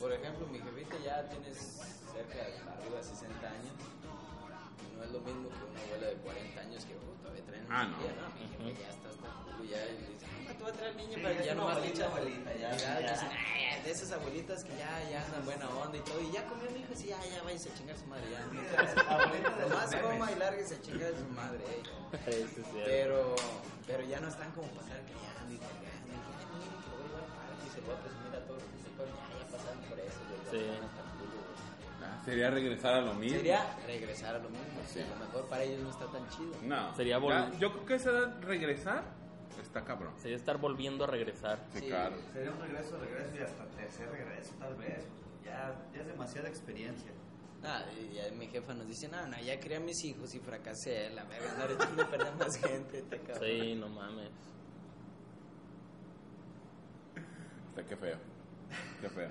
[SPEAKER 4] Por ejemplo, mi jefita ya tienes cerca de arriba de 60 años. Y No es lo mismo que una abuela de 40 años que oh, todavía traen
[SPEAKER 3] Ah,
[SPEAKER 4] un
[SPEAKER 3] no.
[SPEAKER 4] día, Mi jefe ya está hasta el culo, ya y dice, "Mamá, tú vas a traer al niño,
[SPEAKER 6] Sí,
[SPEAKER 4] pero
[SPEAKER 6] es
[SPEAKER 4] ya
[SPEAKER 6] una
[SPEAKER 4] no más
[SPEAKER 6] abuelita,
[SPEAKER 4] dicha
[SPEAKER 6] abuelita, ya,
[SPEAKER 4] Ya,
[SPEAKER 6] ya.
[SPEAKER 4] dicen, "Ay, de esas abuelitas que ya, ya andan buena onda y todo. Y ya comió mi hijo, sí, ya, ya, váyase a chingar a su madre, ya.
[SPEAKER 6] Sí, de las abuelitas de los
[SPEAKER 4] Nomás
[SPEAKER 6] memes.
[SPEAKER 4] coma y lárguese a chingar a su madre, eh.
[SPEAKER 5] Ese es el-
[SPEAKER 4] Pero, pero ya no están como pasar criando y cargando. Y ay, miren que voy a llevar parque y se voy a presumir a todos los que se ponen. Ya, ya pasaron por eso. ya
[SPEAKER 5] Sí.
[SPEAKER 4] están hasta el culo, güey.
[SPEAKER 3] Ah, Sería regresar a lo mismo.
[SPEAKER 4] Sería regresar a lo mismo. Sí. A lo mejor para ellos no está tan chido.
[SPEAKER 3] No.
[SPEAKER 5] Sería vol-
[SPEAKER 3] Ya, Yo creo que a esa edad regresar está cabrón.
[SPEAKER 5] Sería estar volviendo a regresar.
[SPEAKER 3] Sí,
[SPEAKER 4] Sí.
[SPEAKER 3] claro.
[SPEAKER 6] Sería un regreso, regreso y hasta tercer regreso, tal vez. pues, Ya, ya es demasiada experiencia.
[SPEAKER 4] Ah, y ya mi jefa nos dice, no, no, ya crié a mis hijos y fracasé. La verga, andar echando a perder más gente. Te cabrón.
[SPEAKER 5] Sí, no mames.
[SPEAKER 3] O sea, qué feo. Qué feo.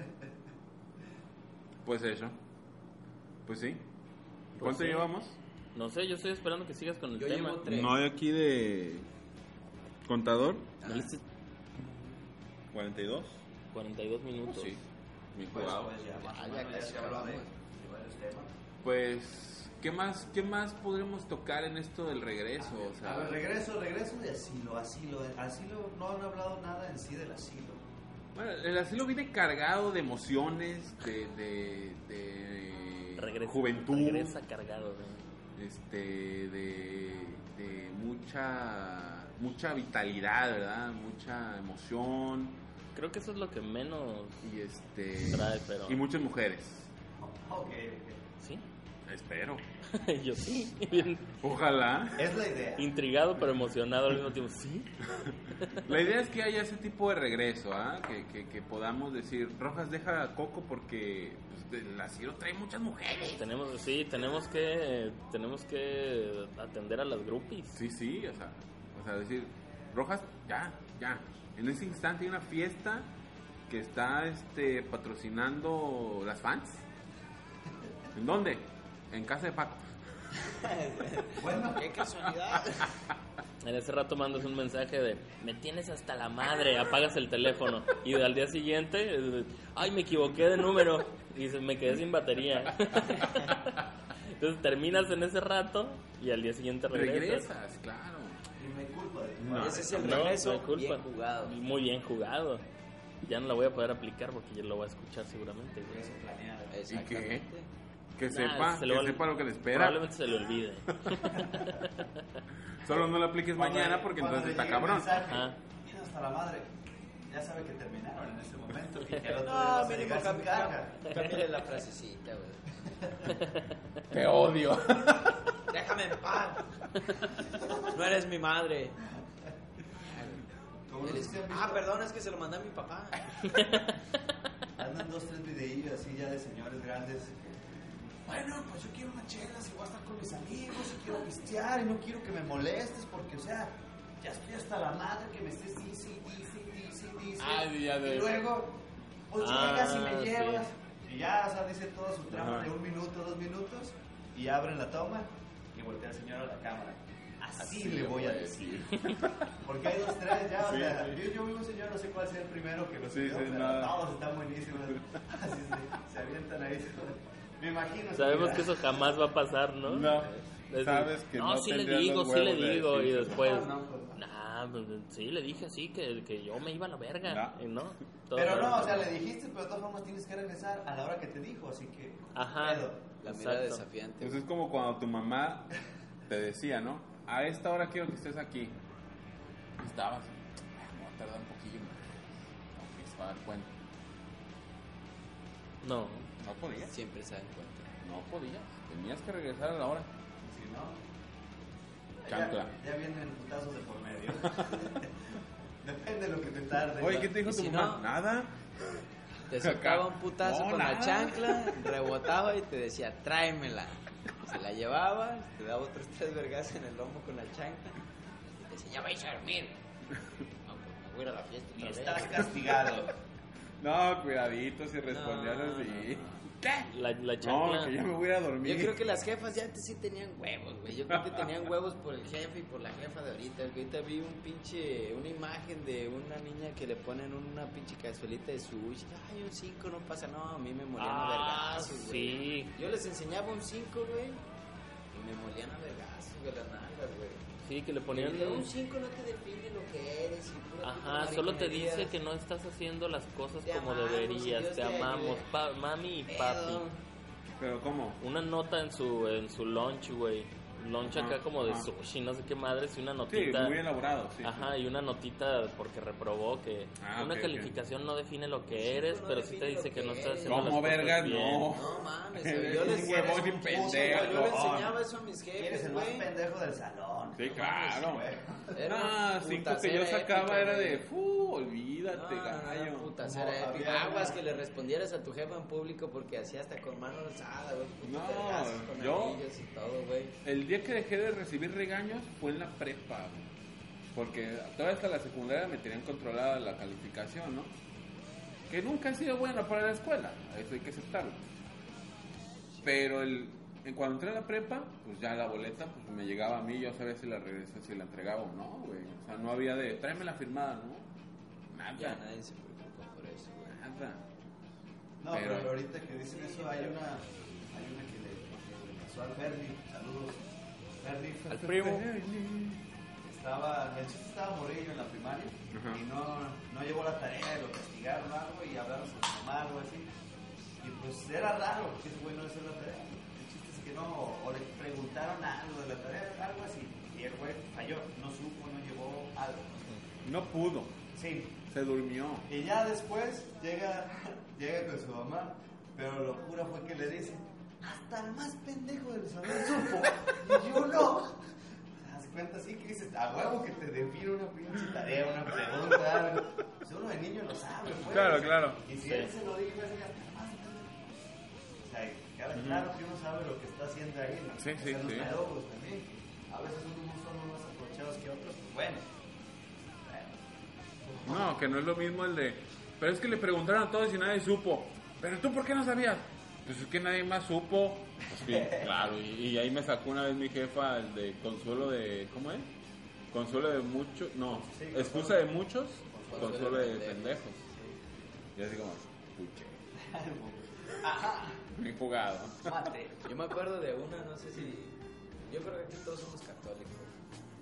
[SPEAKER 3] Pues eso. Pues sí. ¿Cuánto
[SPEAKER 5] sí.
[SPEAKER 3] llevamos?
[SPEAKER 5] No sé, yo estoy esperando que sigas con el
[SPEAKER 4] Yo
[SPEAKER 5] tema.
[SPEAKER 4] llevo tres.
[SPEAKER 3] hay aquí de contador.
[SPEAKER 5] ¿No le hiciste
[SPEAKER 3] 42.
[SPEAKER 5] 42 minutos.
[SPEAKER 3] Sí. Mi
[SPEAKER 6] Pues,
[SPEAKER 3] jurado.
[SPEAKER 6] pues, ya, más o
[SPEAKER 4] Ya, ya
[SPEAKER 6] menos, ya
[SPEAKER 4] casi
[SPEAKER 6] se habló de, de
[SPEAKER 4] hablamos.
[SPEAKER 6] varios temas.
[SPEAKER 3] Pues, ¿qué más, ¿qué más podremos tocar en esto del regreso? O sea,
[SPEAKER 6] A ver, regreso, regreso de asilo, asilo. Asilo, no han hablado nada en sí del asilo.
[SPEAKER 3] bueno, el asilo viene cargado de emociones, de, de, de
[SPEAKER 5] Regresa,
[SPEAKER 3] juventud,
[SPEAKER 5] Regresa cargado, güey.
[SPEAKER 3] este, de, de mucha, mucha vitalidad, ¿verdad? Mucha emoción
[SPEAKER 5] Creo que eso es lo que menos.
[SPEAKER 3] y este
[SPEAKER 5] Trae, pero-
[SPEAKER 3] y muchas mujeres.
[SPEAKER 6] Ok.
[SPEAKER 5] ¿Sí?
[SPEAKER 3] Espero.
[SPEAKER 5] yo sí. Bien
[SPEAKER 3] Ojalá.
[SPEAKER 6] Es la idea.
[SPEAKER 5] intrigado, pero emocionado al mismo tiempo. Sí.
[SPEAKER 3] La idea es que haya ese tipo de regreso, ¿ah? que, que- que podamos decir, Rojas deja a Coco porque pues, el asilo trae muchas mujeres.
[SPEAKER 5] Tenemos, sí, tenemos que, tenemos que atender a las groupies.
[SPEAKER 3] Sí, sí, o sea, o sea, decir, Rojas, ya, ya. En ese instante hay una fiesta que está este, patrocinando las fans. ¿En dónde? En casa de Paco.
[SPEAKER 6] Bueno,
[SPEAKER 4] Qué casualidad.
[SPEAKER 5] En ese rato mandas un mensaje de, me tienes hasta la madre, apagas el teléfono. Y al día siguiente, eh, ay, me equivoqué de número. Y se- me quedé sin batería. Entonces terminas en ese rato y al día siguiente regresas.
[SPEAKER 3] Regresas, claro.
[SPEAKER 6] y me culpa de tu
[SPEAKER 3] No.
[SPEAKER 6] padre.
[SPEAKER 4] Ese es el
[SPEAKER 5] No,
[SPEAKER 4] regreso
[SPEAKER 5] no hay culpa.
[SPEAKER 4] bien jugado.
[SPEAKER 5] Muy bien jugado. Ya no la voy a poder aplicar porque ya lo voy a escuchar seguramente. güey.
[SPEAKER 6] Regreso planeado.
[SPEAKER 4] Exactamente.
[SPEAKER 3] Que
[SPEAKER 5] Nah,
[SPEAKER 3] sepa,
[SPEAKER 5] se
[SPEAKER 3] que
[SPEAKER 5] va-
[SPEAKER 3] sepa lo que le espera.
[SPEAKER 5] Probablemente se le olvide.
[SPEAKER 3] Solo no lo apliques
[SPEAKER 6] Cuando-
[SPEAKER 3] mañana porque
[SPEAKER 6] cuando
[SPEAKER 3] entonces
[SPEAKER 6] le
[SPEAKER 3] está
[SPEAKER 6] llegue el
[SPEAKER 3] cabrón.
[SPEAKER 6] mensaje,
[SPEAKER 5] Ajá.
[SPEAKER 6] Mira hasta la madre. Ya sabe que terminaron en ese momento. Y que el otro día
[SPEAKER 4] No,
[SPEAKER 6] vas a
[SPEAKER 4] mínimo
[SPEAKER 6] llegar sin
[SPEAKER 4] cambia,
[SPEAKER 6] carga.
[SPEAKER 4] cámbiale la frasecita, güey.
[SPEAKER 3] Te odio.
[SPEAKER 4] Déjame en paz. No eres mi madre.
[SPEAKER 6] no sé si han visto-
[SPEAKER 4] Ah, perdón, es que se lo mandé a mi papá.
[SPEAKER 6] Andan dos, tres videillos así ya de señores grandes. Bueno, pues yo quiero una chela, si voy a estar con mis amigos, y quiero pistear, y no quiero que me molestes, porque, o sea, ya estoy hasta la madre que me estés dice, dice, dice, dice.
[SPEAKER 3] Ah, sí, ya de-
[SPEAKER 6] Y luego, pues
[SPEAKER 5] Ah,
[SPEAKER 6] llegas y me
[SPEAKER 5] sí.
[SPEAKER 6] llevas. Y ya, o sea, dice todo su trama
[SPEAKER 3] Ajá.
[SPEAKER 6] de un minuto, dos minutos, y abren la toma, y voltea el señor a la cámara. Así, le voy a decir. Porque hay dos, tres ya, o
[SPEAKER 3] Sí,
[SPEAKER 6] sea,
[SPEAKER 3] sí.
[SPEAKER 6] yo, yo vi un señor, no sé cuál sea el primero que lo
[SPEAKER 3] Sí,
[SPEAKER 6] subió,
[SPEAKER 3] sí,
[SPEAKER 6] pero
[SPEAKER 3] nada.
[SPEAKER 6] todos están buenísimos. Así se, se avientan ahí. Me imagino.
[SPEAKER 5] Sabemos
[SPEAKER 6] mira,
[SPEAKER 5] que eso jamás va a pasar, ¿no?
[SPEAKER 3] No,
[SPEAKER 5] Es
[SPEAKER 3] sabes
[SPEAKER 5] decir,
[SPEAKER 3] que
[SPEAKER 5] no,
[SPEAKER 3] no
[SPEAKER 5] sí le
[SPEAKER 3] tendrías
[SPEAKER 5] digo,
[SPEAKER 3] los
[SPEAKER 5] sí le
[SPEAKER 3] huevos de
[SPEAKER 5] digo, y
[SPEAKER 3] decir.
[SPEAKER 5] después,
[SPEAKER 6] No, pues, no.
[SPEAKER 5] nah, pues, sí le dije así, que, que yo me iba a la verga,
[SPEAKER 3] No.
[SPEAKER 5] y ¿no? Todo
[SPEAKER 6] Pero
[SPEAKER 5] bien.
[SPEAKER 6] no, o sea, le dijiste, pero de todas formas tienes que regresar a la hora que te dijo, así que.
[SPEAKER 5] Ajá,
[SPEAKER 6] pedo.
[SPEAKER 4] La mirada
[SPEAKER 5] Exacto.
[SPEAKER 4] desafiante.
[SPEAKER 3] Pues es como cuando tu mamá te decía, ¿no? A esta hora quiero que estés aquí. Y Estabas. "Ah, Me voy a tardar un poquillo más. No, que se va a dar cuenta.
[SPEAKER 5] No,
[SPEAKER 3] No podías.
[SPEAKER 4] Siempre se dan cuenta.
[SPEAKER 3] No podías. Tenías que regresar a la hora.
[SPEAKER 6] Si no.
[SPEAKER 3] Chancla.
[SPEAKER 6] Ya, ya vienen putazos de por medio. Depende de lo que te tarde.
[SPEAKER 3] Oye,
[SPEAKER 6] ¿no?
[SPEAKER 3] ¿qué te dijo
[SPEAKER 4] Y
[SPEAKER 3] tu
[SPEAKER 4] si
[SPEAKER 3] mamá?
[SPEAKER 4] no-
[SPEAKER 3] Nada.
[SPEAKER 4] Te
[SPEAKER 3] Acá.
[SPEAKER 4] sacaba un putazo
[SPEAKER 3] No,
[SPEAKER 4] con la
[SPEAKER 3] nada.
[SPEAKER 4] chancla, rebotaba y te decía, tráemela. Se la llevaba, te daba otros tres vergas en el lomo con la chancla. Y te decía, ya vais a dormir. No, pues me voy a ir a la fiesta.
[SPEAKER 6] Y
[SPEAKER 4] otra vez.
[SPEAKER 6] estás castigado.
[SPEAKER 3] No, cuidadito si respondías
[SPEAKER 4] No,
[SPEAKER 3] así.
[SPEAKER 5] la, la
[SPEAKER 3] No,
[SPEAKER 5] chancla,
[SPEAKER 3] que ya me voy a ir a
[SPEAKER 4] Yo
[SPEAKER 3] dormir.
[SPEAKER 4] creo que las jefas ya antes sí tenían huevos, güey. Yo creo que tenían huevos por el jefe y por la jefa de ahorita. güey. Ahorita vi un pinche, una imagen de una niña que le ponen una pinche cazuelita de sushi. Ay, un 5 no pasa. No, a mí me molían a
[SPEAKER 5] Ah,
[SPEAKER 4] vergazos, güey.
[SPEAKER 5] sí.
[SPEAKER 4] Yo les enseñaba un 5, güey. Y me molían a vergazos, güey, las nalgas, güey.
[SPEAKER 5] sí, que le
[SPEAKER 4] Y
[SPEAKER 5] ponían...
[SPEAKER 4] luego Un 5 no te define lo que eres. y pura
[SPEAKER 5] Ajá,
[SPEAKER 4] puta
[SPEAKER 5] solo te
[SPEAKER 4] mariconería.
[SPEAKER 5] dice que no estás haciendo las cosas
[SPEAKER 4] Te
[SPEAKER 5] como
[SPEAKER 4] amamos,
[SPEAKER 5] deberías,
[SPEAKER 4] Dios
[SPEAKER 5] te
[SPEAKER 4] te
[SPEAKER 5] amamos,
[SPEAKER 4] ayude.
[SPEAKER 5] pa- mami y papi.
[SPEAKER 4] Pedo.
[SPEAKER 3] Pero ¿cómo?
[SPEAKER 5] Una nota en su en su lunch, güey. Lunch
[SPEAKER 3] Ajá,
[SPEAKER 5] acá como de
[SPEAKER 3] ajá.
[SPEAKER 5] sushi, no sé qué madres, y una
[SPEAKER 3] Ah, Sí,
[SPEAKER 5] notita.
[SPEAKER 3] muy elaborado, sí.
[SPEAKER 5] Ajá, y una notita porque reprobó que
[SPEAKER 3] Ah,
[SPEAKER 5] una
[SPEAKER 3] ok, ok.
[SPEAKER 5] calificación no define lo que
[SPEAKER 4] Sí,
[SPEAKER 5] eres,
[SPEAKER 4] no
[SPEAKER 5] pero sí te
[SPEAKER 4] define
[SPEAKER 5] dice
[SPEAKER 4] lo
[SPEAKER 5] que no
[SPEAKER 4] que
[SPEAKER 5] estás
[SPEAKER 4] eres.
[SPEAKER 5] haciendo las
[SPEAKER 3] ¿Cómo,
[SPEAKER 5] cosas
[SPEAKER 3] verga?
[SPEAKER 5] bien.
[SPEAKER 3] No.
[SPEAKER 4] No mames, güey. yo
[SPEAKER 3] Eres
[SPEAKER 4] les
[SPEAKER 3] un huevón y
[SPEAKER 4] Yo le
[SPEAKER 3] pendejo.
[SPEAKER 4] enseñaba eso a mis
[SPEAKER 6] Eres
[SPEAKER 4] jefes,
[SPEAKER 6] el más
[SPEAKER 4] güey.
[SPEAKER 6] pendejo del salón.
[SPEAKER 3] Sí, claro.
[SPEAKER 4] pues, Era
[SPEAKER 3] Ah,
[SPEAKER 4] una
[SPEAKER 3] cinco que
[SPEAKER 4] putacera
[SPEAKER 3] yo sacaba
[SPEAKER 4] épica,
[SPEAKER 3] era
[SPEAKER 4] güey.
[SPEAKER 3] de, fu,
[SPEAKER 4] No,
[SPEAKER 3] olvídate,
[SPEAKER 4] no, no,
[SPEAKER 3] gallo.
[SPEAKER 4] Ah, puta,
[SPEAKER 6] Como
[SPEAKER 4] era épica.
[SPEAKER 6] había-
[SPEAKER 4] Aguas que le respondieras a tu jefa en público porque hacía hasta con mano alzada, güey. putos
[SPEAKER 3] No,
[SPEAKER 4] vergazos con
[SPEAKER 3] yo-
[SPEAKER 4] anillos y todo, güey.
[SPEAKER 3] El día que dejé de recibir regaños fue en la prepa, güey. Porque todavía hasta la secundaria me tenían controlada la calificación, ¿no? Que nunca he sido buena para la escuela, eso hay que aceptarlo. Pero el, en cuando entré a la prepa, pues ya la boleta pues me llegaba a mí, yo sabía si la regresaba, si la entregaba o no, güey. O sea, no había de, tráeme la firmada, ¿no? Nada,
[SPEAKER 4] Ya nadie se preocupa por eso, güey.
[SPEAKER 3] nada.
[SPEAKER 6] No, pero,
[SPEAKER 3] Pero-
[SPEAKER 6] ahorita que dicen eso, hay una, hay una que le, que le pasó al Ferdi. Saludos. Ferdi,
[SPEAKER 5] Al primo.
[SPEAKER 6] Estaba, el chiste estaba morrillo en la primaria
[SPEAKER 3] Ajá.
[SPEAKER 6] y no, no llegó la tarea, lo castigaron o algo y hablaron con su mamá algo así. Y pues era raro, porque ese güey no hizo la tarea. El chiste es que no, o le preguntaron algo de la tarea, algo así. Y el güey falló, no supo, no llevó algo.
[SPEAKER 3] No pudo,
[SPEAKER 6] Sí,
[SPEAKER 3] se durmió.
[SPEAKER 6] y ya después llega, llega con su mamá, pero la locura fue que le dice, hasta el más pendejo del salón supo, y yo no. ¿Te das cuenta? Sí que dices, a huevo que te define una pinche tarea, una pregunta, algo. Pues uno de niño lo sabe, pues.
[SPEAKER 3] Claro, claro.
[SPEAKER 6] Y si él se lo dijo, es que hasta el más pendejo. O sea, claro, claro que uno sabe lo que está haciendo ahí, ¿no?
[SPEAKER 3] Sí, sí,
[SPEAKER 6] Están los
[SPEAKER 3] sí.
[SPEAKER 6] pedagogos también. A veces unos son más aprovechados que otros, pues bueno. Bueno.
[SPEAKER 3] No, que no es lo mismo el de. Pero es que le preguntaron a todos y nadie supo. Pero tú, ¿por qué no sabías? Pues es que nadie más supo. claro. Y, y ahí me sacó una vez mi jefa el de consuelo de. ¿Cómo es? Consuelo de muchos. No,
[SPEAKER 6] Sí, consuelo.
[SPEAKER 3] excusa de muchos,
[SPEAKER 4] Consuelo
[SPEAKER 3] consuelo de
[SPEAKER 4] de pendejos.
[SPEAKER 3] pendejos. Y así como, puche, bien jugado.
[SPEAKER 5] Ah,
[SPEAKER 6] Mate.
[SPEAKER 4] Yo me acuerdo de una, no sé si... Yo creo que aquí todos somos católicos.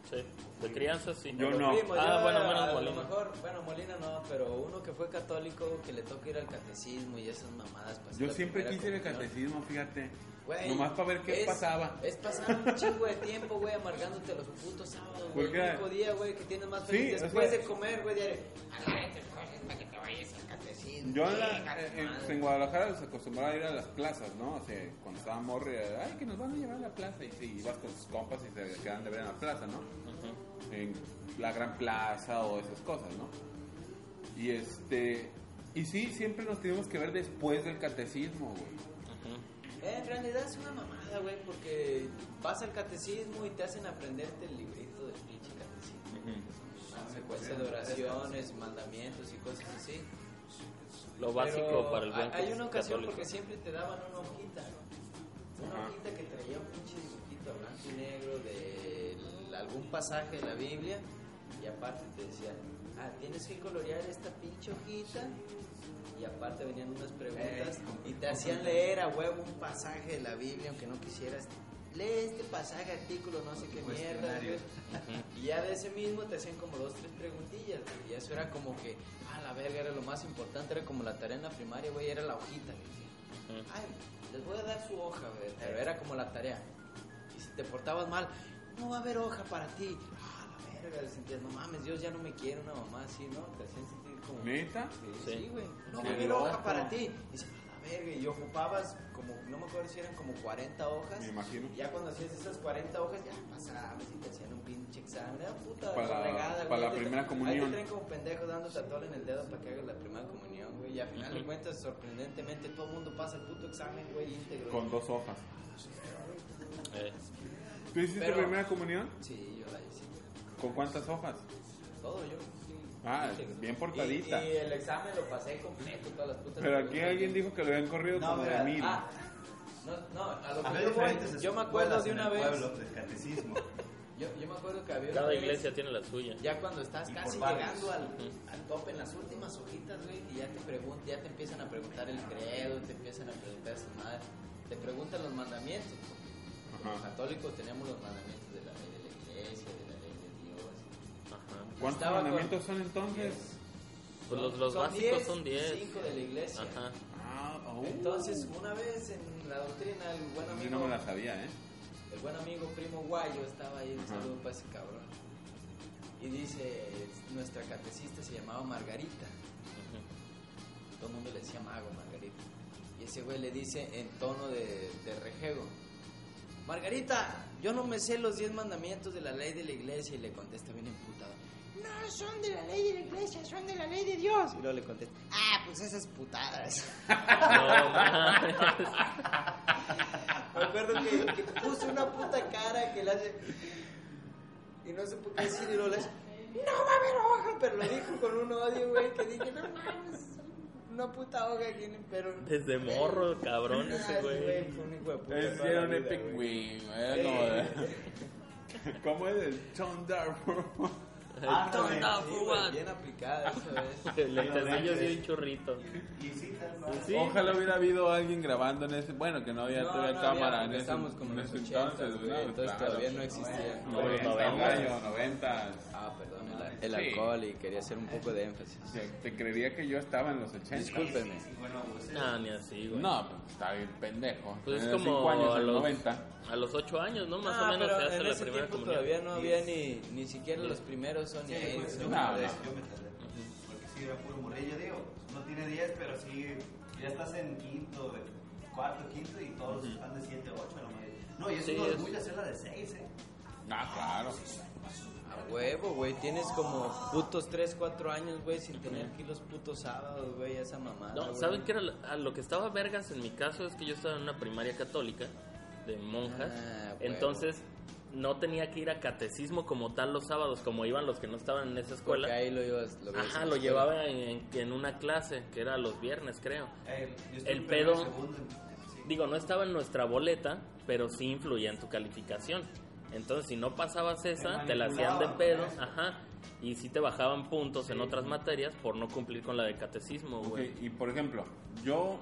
[SPEAKER 5] Sí, de crianza sí.
[SPEAKER 3] Yo no.
[SPEAKER 4] Primo, yo
[SPEAKER 5] Ah, bueno, bueno,
[SPEAKER 4] a lo
[SPEAKER 5] Molina.
[SPEAKER 4] mejor, bueno, Molina no, pero uno que fue católico, que le toca ir al catecismo y esas mamadas. pues,
[SPEAKER 3] Yo
[SPEAKER 4] la
[SPEAKER 3] siempre
[SPEAKER 4] primera
[SPEAKER 3] quise el
[SPEAKER 4] comunión.
[SPEAKER 3] catecismo, fíjate.
[SPEAKER 4] Güey,
[SPEAKER 3] Nomás para ver qué
[SPEAKER 4] es-
[SPEAKER 3] pasaba.
[SPEAKER 4] Es pasar un chingo de tiempo, güey, amargándote los putos sábados, güey.
[SPEAKER 3] ¿Por
[SPEAKER 4] El
[SPEAKER 3] qué?
[SPEAKER 4] único día, güey, que tienes más
[SPEAKER 3] Sí,
[SPEAKER 4] feliz
[SPEAKER 3] o
[SPEAKER 4] después
[SPEAKER 3] sea-
[SPEAKER 4] de comer, güey, diario. Agárrate cosas para que te vayas al catecismo.
[SPEAKER 3] Yo en, la-
[SPEAKER 4] Chingada
[SPEAKER 3] en-
[SPEAKER 4] madre.
[SPEAKER 3] en Guadalajara se acostumbraba a ir a las plazas, ¿no? O sea, cuando estaba morre, ay, que nos van a llevar a la plaza. Y sí, ibas con tus compas y se quedan de ver en la plaza, ¿no? en la Gran Plaza o esas cosas, ¿no? Y este. Y sí, siempre nos tenemos que ver después del catecismo, güey.
[SPEAKER 4] Eh, En realidad es una mamada, güey, porque vas al catecismo y te hacen aprenderte el librito del pinche catecismo.
[SPEAKER 3] Ah,
[SPEAKER 4] Una secuencia de oraciones, mandamientos y cosas así.
[SPEAKER 5] Lo básico
[SPEAKER 4] Pero
[SPEAKER 5] para el buen
[SPEAKER 4] Hay una ocasión
[SPEAKER 5] católico.
[SPEAKER 4] porque siempre te daban una hojita. Una
[SPEAKER 3] Ajá.
[SPEAKER 4] hojita que traía un pinche dibujito blanco y negro de el- algún pasaje de la Biblia. Y aparte te decían, ah, tienes que colorear esta pinche hojita. Y aparte venían unas preguntas y te hacían leer a huevo un pasaje de la Biblia, aunque no quisieras. Lee este pasaje, artículo, no sé qué mierda.
[SPEAKER 6] Cuestionario.
[SPEAKER 4] güey. Y ya de ese mismo te hacían como dos, tres preguntillas, güey. Y eso era como que, ah, la verga, era lo más importante, era como la tarea en la primaria, güey, era la hojita, güey.
[SPEAKER 5] Ujú.
[SPEAKER 4] Ay, les voy a dar su hoja, güey, pero era como la tarea. Y si te portabas mal, no va a haber hoja para ti. Ah, la verga, te sentías, no mames, Dios ya no me quiere una mamá así, ¿no? Te hacían sentir como...
[SPEAKER 3] ¿Neta?
[SPEAKER 4] Sí,
[SPEAKER 5] Sí.
[SPEAKER 4] sí, güey. No
[SPEAKER 3] Qué
[SPEAKER 4] va a haber hoja
[SPEAKER 3] loco.
[SPEAKER 4] para ti. Y dices, a la verga, y ocupabas como, no me acuerdo si eran como 40 hojas.
[SPEAKER 3] Me imagino.
[SPEAKER 4] Ya cuando hacías esas 40 hojas, ya pasabas y te hacían un pinche examen. Era puta
[SPEAKER 3] Para la-
[SPEAKER 4] regada, güey.
[SPEAKER 3] para la
[SPEAKER 4] Ahí te-
[SPEAKER 3] primera
[SPEAKER 4] Ahí
[SPEAKER 3] comunión.
[SPEAKER 4] te traen como pendejo dándote atol en el dedo para que hagas la primera comunión, güey. Y al final de cuentas, sorprendentemente, todo el mundo pasa el puto examen, güey, íntegro.
[SPEAKER 3] Con dos hojas.
[SPEAKER 5] Eh,
[SPEAKER 3] ¿Tú hiciste
[SPEAKER 4] Pero-
[SPEAKER 3] primera comunión?
[SPEAKER 4] Sí, yo la hice.
[SPEAKER 3] ¿Con cuántas hojas?
[SPEAKER 4] Todo yo.
[SPEAKER 3] Ah,
[SPEAKER 4] Íntegro.
[SPEAKER 3] bien portadita.
[SPEAKER 4] Y, y el examen lo pasé completo, todas las putas.
[SPEAKER 3] Pero aquí
[SPEAKER 4] preguntas.
[SPEAKER 3] alguien dijo que lo habían corrido
[SPEAKER 4] No,
[SPEAKER 3] como de
[SPEAKER 4] pero-
[SPEAKER 3] a mil.
[SPEAKER 4] ah, no, no, a lo que
[SPEAKER 6] Había
[SPEAKER 4] yo voy,
[SPEAKER 6] diferentes
[SPEAKER 4] yo me acuerdo
[SPEAKER 6] escuelas
[SPEAKER 4] de
[SPEAKER 6] en
[SPEAKER 4] una
[SPEAKER 6] el
[SPEAKER 4] vez,
[SPEAKER 6] pueblo del catecismo.
[SPEAKER 4] yo, yo me acuerdo que había una
[SPEAKER 5] cada
[SPEAKER 4] vez,
[SPEAKER 5] iglesia tiene la suya.
[SPEAKER 4] ya cuando estás
[SPEAKER 6] Y
[SPEAKER 4] casi
[SPEAKER 6] por barrios.
[SPEAKER 4] llegando al, al tope en las últimas hojitas, güey, y ya te pregun- ya te empiezan a preguntar el credo, te empiezan a preguntar su madre, te preguntan los mandamientos, porque
[SPEAKER 3] Ajá.
[SPEAKER 4] los católicos tenemos los mandamientos de la ley de la iglesia, de la ley de Dios.
[SPEAKER 5] Ajá.
[SPEAKER 3] ¿Cuántos
[SPEAKER 4] estaba con-
[SPEAKER 3] mandamientos son entonces?
[SPEAKER 5] Pues los, los
[SPEAKER 4] Son
[SPEAKER 5] básicos
[SPEAKER 4] 10,
[SPEAKER 5] son 10.
[SPEAKER 4] cinco de la iglesia.
[SPEAKER 5] Ajá.
[SPEAKER 3] Ah, oh.
[SPEAKER 4] Entonces, una vez en la doctrina, el buen
[SPEAKER 3] Yo
[SPEAKER 4] amigo...
[SPEAKER 3] no me la sabía, ¿eh?
[SPEAKER 4] El buen amigo primo Guayo estaba ahí, un
[SPEAKER 3] Ajá.
[SPEAKER 4] saludo para ese cabrón. Y dice, nuestra catecista se llamaba Margarita. Todo el mundo le decía mago, Margarita. Y ese güey le dice en tono de, de rejego, Margarita, yo no me sé los diez mandamientos de la ley de la iglesia. Y le contesta bien emputado, no, son de la ley de la iglesia, son de la ley de Dios. Y luego le contesta, ah, pues esas putadas.
[SPEAKER 5] No mames.
[SPEAKER 4] Me acuerdo que, que puse una puta cara que le hace. Y no sé por qué decir, y no le hace. ¡No mames, hoja! Pero lo dijo con un odio, güey, que dije, no mames, una puta hoja aquí, pero.
[SPEAKER 5] Desde morro, cabrón, ese
[SPEAKER 4] Ay,
[SPEAKER 5] güey.
[SPEAKER 4] fue un hijo de
[SPEAKER 3] Ah,
[SPEAKER 4] puta toda la
[SPEAKER 3] Hicieron
[SPEAKER 4] vida,
[SPEAKER 3] Epic
[SPEAKER 4] güey.
[SPEAKER 3] Wing. ¿Cómo es el Thunder?
[SPEAKER 6] Ah, güey,
[SPEAKER 5] Tonta,
[SPEAKER 6] sí,
[SPEAKER 4] Sí, güey,
[SPEAKER 5] fuga.
[SPEAKER 4] bien aplicada esa vez.
[SPEAKER 5] El
[SPEAKER 6] Bueno,
[SPEAKER 5] extensillo
[SPEAKER 6] veinte.
[SPEAKER 5] sí un churrito.
[SPEAKER 6] Y sí, tal cual.
[SPEAKER 5] Sí.
[SPEAKER 3] Ojalá hubiera habido alguien grabando en ese. Bueno, que no había
[SPEAKER 4] No,
[SPEAKER 3] todavía
[SPEAKER 4] no
[SPEAKER 3] cámara
[SPEAKER 4] había,
[SPEAKER 3] en
[SPEAKER 4] porque
[SPEAKER 3] ese,
[SPEAKER 4] estábamos como
[SPEAKER 3] en
[SPEAKER 4] en los
[SPEAKER 3] ese
[SPEAKER 4] 80,
[SPEAKER 3] entonces,
[SPEAKER 4] güey,
[SPEAKER 3] ¿no?
[SPEAKER 4] entonces
[SPEAKER 3] Claro.
[SPEAKER 4] todavía no existía.
[SPEAKER 5] No, los
[SPEAKER 3] 90,
[SPEAKER 5] 90.
[SPEAKER 3] gallo, 90.
[SPEAKER 4] Ah, perdón, el, el
[SPEAKER 3] Sí.
[SPEAKER 4] alcohol y quería hacer un poco de énfasis.
[SPEAKER 3] Te, te creía que yo estaba en los 80.
[SPEAKER 4] Discúlpeme.
[SPEAKER 6] Y bueno, pues,
[SPEAKER 5] Nah, ni así, güey.
[SPEAKER 3] No, pues está bien pendejo.
[SPEAKER 5] Pues es
[SPEAKER 3] Tenía
[SPEAKER 5] como
[SPEAKER 3] cinco años
[SPEAKER 5] a,
[SPEAKER 3] en
[SPEAKER 5] los,
[SPEAKER 3] 90.
[SPEAKER 5] a los 8 años, ¿no? Más
[SPEAKER 4] Ah,
[SPEAKER 5] o menos
[SPEAKER 4] pero
[SPEAKER 5] se hace
[SPEAKER 4] en
[SPEAKER 5] la
[SPEAKER 4] ese
[SPEAKER 5] primera
[SPEAKER 4] tiempo
[SPEAKER 5] comunión.
[SPEAKER 4] todavía no había ni, ni siquiera los primeros Sony
[SPEAKER 6] Sí, pues,
[SPEAKER 4] Ericsson.
[SPEAKER 6] yo,
[SPEAKER 3] No,
[SPEAKER 6] me tardé,
[SPEAKER 3] no.
[SPEAKER 6] yo me tardé. Porque sí, era puro morrillo. Yo digo, no tiene 10, pero sí, ya estás en quinto, güey, cuarto, quinto y todos están de 7, 8 la mayoría. No, y eso
[SPEAKER 5] Sí,
[SPEAKER 6] no
[SPEAKER 5] es-
[SPEAKER 6] es muy hacerla de 6, ¿eh?
[SPEAKER 3] Ah, claro.
[SPEAKER 4] A huevo, güey. Tienes como putos 3, 4 años, güey, sin tener aquí los putos sábados, güey, esa mamada.
[SPEAKER 5] No,
[SPEAKER 4] güey.
[SPEAKER 5] ¿saben qué era? la- a lo que estaba vergas en mi caso es que yo estaba en una primaria católica de monjas.
[SPEAKER 4] Ah, huevo.
[SPEAKER 5] entonces no tenía que ir a catecismo como tal los sábados, como iban los que no estaban en esa
[SPEAKER 4] Porque
[SPEAKER 5] escuela.
[SPEAKER 4] ahí lo llevas. Lo veías en
[SPEAKER 5] Ajá,
[SPEAKER 4] la
[SPEAKER 5] lo
[SPEAKER 4] escuela.
[SPEAKER 5] llevaba en, en una clase, que era los viernes, creo.
[SPEAKER 6] Eh, yo estuve
[SPEAKER 5] El
[SPEAKER 6] en primero y
[SPEAKER 5] pedo-
[SPEAKER 6] segundo en- sí.
[SPEAKER 5] Digo, no estaba en nuestra boleta, pero sí influía en tu calificación. Entonces, si no pasabas esa,
[SPEAKER 6] Te
[SPEAKER 5] te la hacían de
[SPEAKER 6] manipulaban,
[SPEAKER 5] pedo,
[SPEAKER 6] pues.
[SPEAKER 5] ajá, y sí te bajaban puntos en otras materias por no cumplir con la de catecismo,
[SPEAKER 3] Ok,
[SPEAKER 5] güey.
[SPEAKER 3] y por ejemplo, yo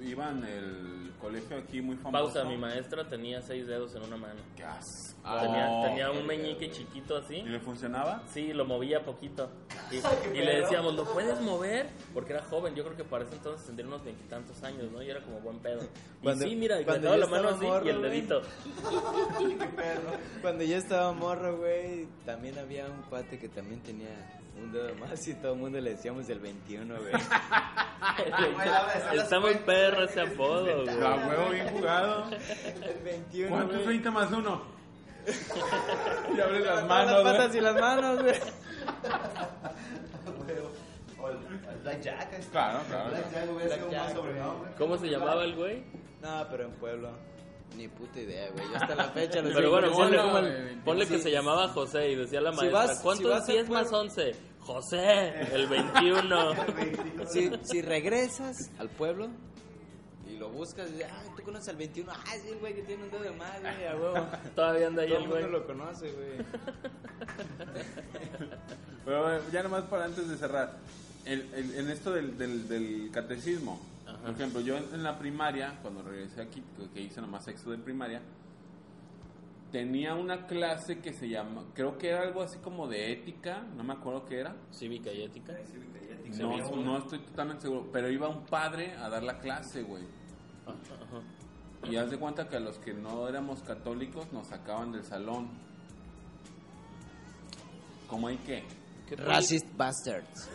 [SPEAKER 3] iba en el colegio aquí muy famoso.
[SPEAKER 5] Pausa, mi maestra tenía seis dedos en una mano.
[SPEAKER 3] Qué asco.
[SPEAKER 5] tenía, tenía un
[SPEAKER 4] verga,
[SPEAKER 5] meñique
[SPEAKER 4] güey.
[SPEAKER 5] chiquito así.
[SPEAKER 3] ¿Y le funcionaba?
[SPEAKER 5] Sí, lo movía poquito. Y, y le
[SPEAKER 6] perro.
[SPEAKER 5] decíamos, ¿lo puedes mover? Porque era joven, yo creo que para ese entonces tendría unos veintitantos años, ¿no? Y era como buen pedo. Y
[SPEAKER 4] Cuando-
[SPEAKER 5] sí, mira, y le
[SPEAKER 4] cuando
[SPEAKER 5] daba
[SPEAKER 4] yo
[SPEAKER 5] la mano
[SPEAKER 4] estaba
[SPEAKER 5] así y el
[SPEAKER 4] morro, güey.
[SPEAKER 5] dedito.
[SPEAKER 4] Cuando yo estaba morro, güey, también había un cuate que también tenía un dedo más y todo el mundo le decíamos el 21, güey.
[SPEAKER 6] güey, la verdad, son las
[SPEAKER 5] Está muy
[SPEAKER 6] cuentas,
[SPEAKER 5] perro
[SPEAKER 6] güey,
[SPEAKER 5] ese
[SPEAKER 6] es
[SPEAKER 5] apodo,
[SPEAKER 6] inventado.
[SPEAKER 5] güey.
[SPEAKER 3] La huevo bien jugado.
[SPEAKER 4] el 21,
[SPEAKER 3] ¿Cuánto es
[SPEAKER 4] güey.
[SPEAKER 3] 30 más 1? Y abre las
[SPEAKER 7] Levantaban
[SPEAKER 3] manos,
[SPEAKER 7] las
[SPEAKER 3] güey.
[SPEAKER 7] patas y las manos, güey.
[SPEAKER 6] O el, el Blackjack. este.
[SPEAKER 3] Claro, claro.
[SPEAKER 6] Blackjack hubiera sido un buen
[SPEAKER 7] Blackjack,
[SPEAKER 6] sobrenombre.
[SPEAKER 5] ¿Cómo se llamaba el güey?
[SPEAKER 7] No, pero en Pueblo.
[SPEAKER 4] Ni puta idea, güey. Yo hasta la fecha lo
[SPEAKER 5] Pero
[SPEAKER 4] sigo
[SPEAKER 5] bueno, ponle,
[SPEAKER 4] diciendo,
[SPEAKER 5] ponle-
[SPEAKER 4] güey.
[SPEAKER 5] ponle que
[SPEAKER 4] Sí.
[SPEAKER 5] se llamaba José y decía la
[SPEAKER 7] Si
[SPEAKER 5] maestra,
[SPEAKER 7] vas- si
[SPEAKER 5] ¿cuánto
[SPEAKER 7] vas
[SPEAKER 5] es
[SPEAKER 7] a
[SPEAKER 5] 10 más 11? José, el 21.
[SPEAKER 7] Si, si regresas al pueblo,
[SPEAKER 4] Y lo buscas y dices, ay, tú conoces al 21. Ay, sí, güey, que tiene un dedo de más, güey.
[SPEAKER 7] a huevo.
[SPEAKER 5] Todavía anda ahí
[SPEAKER 7] Todo
[SPEAKER 5] el
[SPEAKER 7] el mundo
[SPEAKER 5] güey.
[SPEAKER 7] lo conoce, güey.
[SPEAKER 3] Pero bueno, ya nomás para antes de cerrar, el- el- en esto del, del- del catecismo, por ejemplo, yo en, en la primaria, cuando regresé aquí, que, que hice nomás sexto de primaria, tenía una clase que se llama, creo que era algo así como de ética, no me acuerdo qué era.
[SPEAKER 5] Cívica y ética.
[SPEAKER 3] No, no estoy totalmente seguro, pero iba un padre a dar la clase, güey. Y haz de cuenta que a los que no éramos católicos nos sacaban del salón. ¿Cómo hay que?
[SPEAKER 5] Qué poli-
[SPEAKER 4] Racist bastards.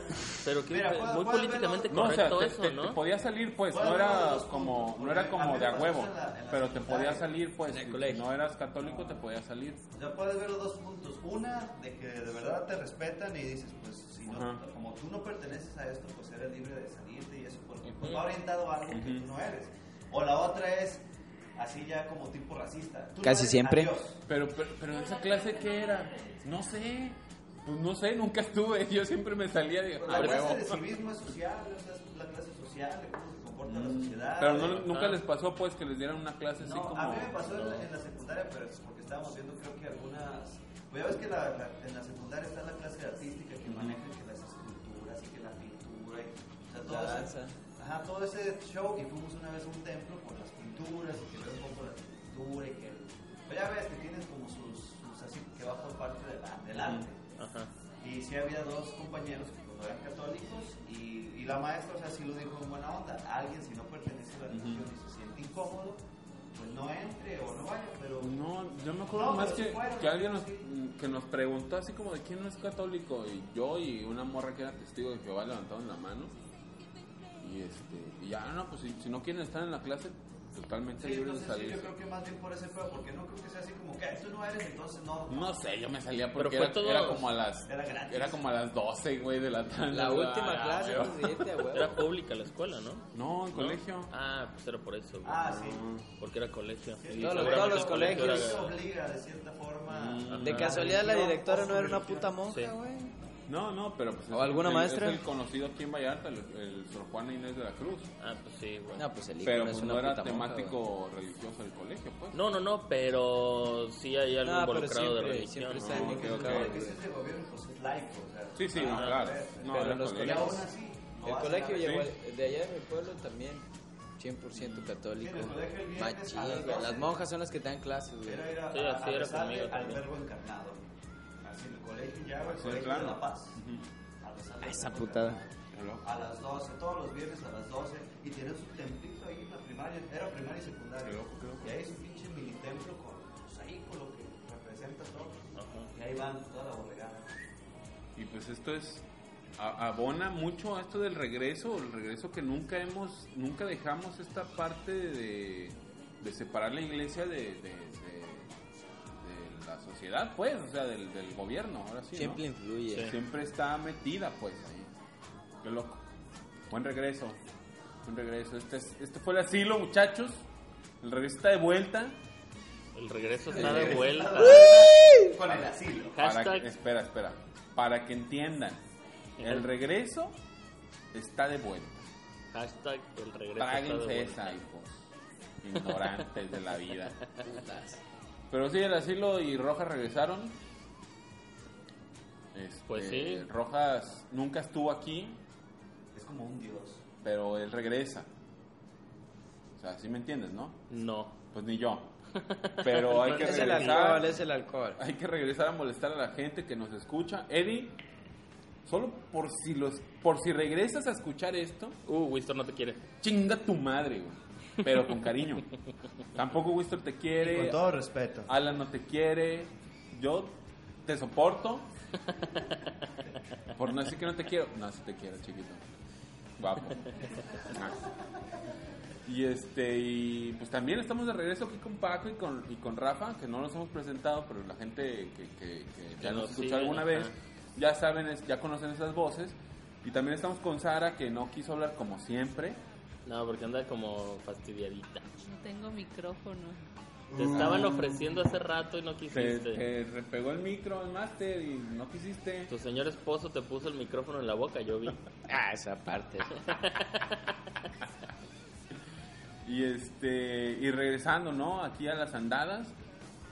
[SPEAKER 5] Pero que
[SPEAKER 6] Mira, ¿puedo-
[SPEAKER 5] muy
[SPEAKER 6] puedo
[SPEAKER 5] políticamente
[SPEAKER 3] No, o sea,
[SPEAKER 5] correcto
[SPEAKER 3] te,
[SPEAKER 5] eso,
[SPEAKER 3] te-
[SPEAKER 5] ¿no?
[SPEAKER 3] te podía salir, pues,
[SPEAKER 6] Bueno,
[SPEAKER 3] no era
[SPEAKER 6] los
[SPEAKER 3] como,
[SPEAKER 6] puntos,
[SPEAKER 3] no era
[SPEAKER 6] porque a mí
[SPEAKER 3] como de
[SPEAKER 6] me
[SPEAKER 3] a
[SPEAKER 6] pasó
[SPEAKER 3] huevo,
[SPEAKER 6] en la- en la
[SPEAKER 3] pero te podía
[SPEAKER 6] secundaria.
[SPEAKER 3] salir, pues,
[SPEAKER 4] En el
[SPEAKER 3] si
[SPEAKER 4] colegio.
[SPEAKER 3] no eras católico te podía salir.
[SPEAKER 6] O sea, puedes ver los dos puntos. Una, de que de verdad te respetan y dices, pues, si no,
[SPEAKER 3] Ajá.
[SPEAKER 6] como tú no perteneces a esto, pues eres libre de salirte y eso, porque pues, va orientado a algo que tú no eres. O la otra es, así ya como tipo racista. Tú no
[SPEAKER 4] Casi
[SPEAKER 6] eres-
[SPEAKER 4] siempre.
[SPEAKER 6] adiós.
[SPEAKER 3] Pero, pero, pero esa clase qué era? No sé. Pues no sé, nunca estuve, yo siempre me salía de a
[SPEAKER 6] Pues La clase
[SPEAKER 3] huevo.
[SPEAKER 6] de civismo es social, o sea, es la clase social, de cómo se comporta la sociedad.
[SPEAKER 3] Mm. Pero
[SPEAKER 6] de-
[SPEAKER 3] no- nunca les pasó pues que les dieran una clase así
[SPEAKER 6] No,
[SPEAKER 3] como
[SPEAKER 6] a mí me pasó en, la, en la secundaria, pero es porque estábamos viendo creo que algunas... Pues ya ves que la- la- en la secundaria está la clase artística que maneja que las esculturas y que la pintura y... O sea, todo
[SPEAKER 4] La
[SPEAKER 6] ese-
[SPEAKER 4] danza.
[SPEAKER 6] ajá, todo ese show y fuimos una vez a un templo con las pinturas y que luego fue por la pintura y que... Pues ya ves que tienen como sus... sus así que va por parte de la- del arte.
[SPEAKER 5] Ajá.
[SPEAKER 6] Y sí había dos compañeros que pues, no eran católicos y, y la maestra, o sea, sí lo dijo en buena onda. Alguien si no pertenece a la religión y se siente incómodo, pues no entre o no vaya, pero...
[SPEAKER 3] No, yo me acuerdo
[SPEAKER 6] No,
[SPEAKER 3] más
[SPEAKER 6] pero
[SPEAKER 3] que,
[SPEAKER 6] sí fueron,
[SPEAKER 3] que alguien nos,
[SPEAKER 6] sí.
[SPEAKER 3] que nos preguntó así como de quién no es católico y yo y una morra que era testigo de Jehová levantaron la mano y este y ya no pues si, si no quieren estar en la clase totalmente
[SPEAKER 6] Sí,
[SPEAKER 3] libres de
[SPEAKER 6] entonces sí,
[SPEAKER 3] salir.
[SPEAKER 6] yo creo que más bien por ese pedo, porque no creo que sea así como que "Ah, tú no eres, entonces no.
[SPEAKER 3] No sé, yo me salía
[SPEAKER 5] Pero
[SPEAKER 3] porque
[SPEAKER 5] fue
[SPEAKER 3] era,
[SPEAKER 5] todo-
[SPEAKER 3] era como a las
[SPEAKER 6] Era gratis.
[SPEAKER 3] era como a las 12, güey, de la tarde.
[SPEAKER 4] La última
[SPEAKER 3] Ah,
[SPEAKER 4] clase,
[SPEAKER 3] güey.
[SPEAKER 4] pues, siguiente, a
[SPEAKER 5] Era
[SPEAKER 4] huevo.
[SPEAKER 5] pública la escuela, ¿no?
[SPEAKER 3] No, en
[SPEAKER 5] ¿No?
[SPEAKER 3] colegio.
[SPEAKER 5] Ah, pues era por eso. güey.
[SPEAKER 6] Ah, sí.
[SPEAKER 5] Porque era colegio.
[SPEAKER 6] Sí,
[SPEAKER 5] Y
[SPEAKER 4] todos los-
[SPEAKER 5] seguramente
[SPEAKER 4] todos los
[SPEAKER 5] el
[SPEAKER 6] Porque
[SPEAKER 5] colegio
[SPEAKER 4] colegios.
[SPEAKER 6] se
[SPEAKER 5] era-
[SPEAKER 6] obliga de cierta forma.
[SPEAKER 4] De casualidad la directora no era una puta
[SPEAKER 5] Sí.
[SPEAKER 4] monja, güey.
[SPEAKER 3] No, no, pero pues
[SPEAKER 4] ¿O
[SPEAKER 3] es-
[SPEAKER 4] alguna
[SPEAKER 3] es-
[SPEAKER 4] maestra?
[SPEAKER 3] es el conocido aquí en Vallarta, el, el Sor Juana Inés de la Cruz.
[SPEAKER 5] Ah, pues sí, güey.
[SPEAKER 4] No, pues el hijo
[SPEAKER 3] Pero
[SPEAKER 4] no
[SPEAKER 3] pues
[SPEAKER 4] es
[SPEAKER 3] no
[SPEAKER 4] una
[SPEAKER 3] era
[SPEAKER 4] puta monja,
[SPEAKER 3] temático
[SPEAKER 4] güey.
[SPEAKER 3] religioso el colegio, pues.
[SPEAKER 5] No, no, no, pero sí hay algo
[SPEAKER 4] No, Ah, pero
[SPEAKER 5] involucrado de
[SPEAKER 4] siempre-
[SPEAKER 5] religión.
[SPEAKER 4] siempre está
[SPEAKER 5] ¿no?
[SPEAKER 4] en-
[SPEAKER 3] ok, ok.
[SPEAKER 6] Claro, que si es de gobierno, pues es laico. O sea,
[SPEAKER 3] Sí, sí, no,
[SPEAKER 5] Ah,
[SPEAKER 3] claro. No,
[SPEAKER 4] pero
[SPEAKER 3] era
[SPEAKER 4] los
[SPEAKER 6] Y
[SPEAKER 3] colegio.
[SPEAKER 6] aún así. no
[SPEAKER 4] El
[SPEAKER 3] Ah,
[SPEAKER 6] hacen
[SPEAKER 4] colegio
[SPEAKER 6] nada.
[SPEAKER 4] llegó- de allá de mi pueblo también 100% católico.
[SPEAKER 6] Sí, el colegio el viernes
[SPEAKER 4] Machín,
[SPEAKER 6] a las
[SPEAKER 4] güey.
[SPEAKER 6] doce.
[SPEAKER 4] Las monjas son las que te dan clases, güey.
[SPEAKER 6] Era ir a,
[SPEAKER 5] Sí,
[SPEAKER 6] a-
[SPEAKER 5] así
[SPEAKER 6] a
[SPEAKER 5] era
[SPEAKER 6] rezarle
[SPEAKER 5] conmigo
[SPEAKER 6] al
[SPEAKER 5] también.
[SPEAKER 6] verbo encarnado. Así en el colegio ya, el
[SPEAKER 3] Sí,
[SPEAKER 6] colegio
[SPEAKER 3] claro.
[SPEAKER 6] de la paz. A rezarle al
[SPEAKER 4] Esa
[SPEAKER 6] verbo
[SPEAKER 4] putada.
[SPEAKER 6] encarnado. A las 12, todos los viernes a las 12. Y tenían su templito ahí en la primaria, era primaria y secundaria.
[SPEAKER 3] Qué loco, qué loco.
[SPEAKER 6] Y ahí su pinche mini templo con, pues ahí con lo que representa todo.
[SPEAKER 5] Ajá.
[SPEAKER 6] Y ahí van toda la borregada.
[SPEAKER 3] Y pues esto es a- abona mucho a esto del regreso, el regreso que nunca hemos, nunca dejamos esta parte de, de separar la iglesia de, de- de- de la sociedad, pues, o sea, del, del gobierno, ahora sí. ¿no?
[SPEAKER 4] Siempre influye.
[SPEAKER 3] Siempre está metida, pues, ahí. Qué loco. Buen regreso. Buen regreso. Este, es- este fue el asilo, muchachos. El regreso está de vuelta.
[SPEAKER 5] El regreso está de vuelta.
[SPEAKER 6] Con el asilo.
[SPEAKER 3] Para
[SPEAKER 5] Hashtag.
[SPEAKER 3] que- espera, espera. Para que entiendan, el regreso está de vuelta.
[SPEAKER 5] Hashtag el regreso está de
[SPEAKER 3] Tráguense
[SPEAKER 5] vuelta.
[SPEAKER 3] esa, hijos. Ignorantes de la vida. Pero sí, el asilo y Rojas regresaron. Este,
[SPEAKER 5] Pues sí.
[SPEAKER 3] Rojas nunca estuvo aquí,
[SPEAKER 6] Es como un dios.
[SPEAKER 3] pero él regresa. O sea, sí me entiendes, ¿no?
[SPEAKER 5] No.
[SPEAKER 3] Pues ni yo. Pero hay que
[SPEAKER 4] Es el
[SPEAKER 3] regresar.
[SPEAKER 4] alcohol, es el alcohol.
[SPEAKER 3] Hay que regresar a molestar a la gente que nos escucha. Eddie, solo por si los por si regresas a escuchar esto,
[SPEAKER 5] Uh, Winston no te quiere.
[SPEAKER 3] chinga tu madre, güey. Pero con cariño. Tampoco Winston te quiere,
[SPEAKER 6] respeto.
[SPEAKER 3] Alan no te quiere, yo te soporto. Por no decir que no te quiero. No, sí te quiero, chiquito. Guapo. Ah. Y este, y pues también estamos de regreso aquí con Paco y con, y con Rafa, que no nos hemos presentado, pero la gente que, que- que ya nos
[SPEAKER 5] Que nos
[SPEAKER 3] escuchó
[SPEAKER 5] siguen,
[SPEAKER 3] alguna
[SPEAKER 5] ajá.
[SPEAKER 3] vez, ya saben, es- ya conocen esas voces. Y también estamos con Sara, que no quiso hablar como siempre.
[SPEAKER 5] No, porque anda como fastidiadita.
[SPEAKER 8] No tengo micrófono.
[SPEAKER 5] Te estaban ofreciendo hace rato y no
[SPEAKER 3] Se,
[SPEAKER 5] quisiste.
[SPEAKER 3] se repegó el micro al máster y no quisiste.
[SPEAKER 5] Tu señor esposo te puso el micrófono en la boca, yo vi.
[SPEAKER 4] Ah, esa parte.
[SPEAKER 3] Y este y regresando, ¿no? Aquí a las andadas.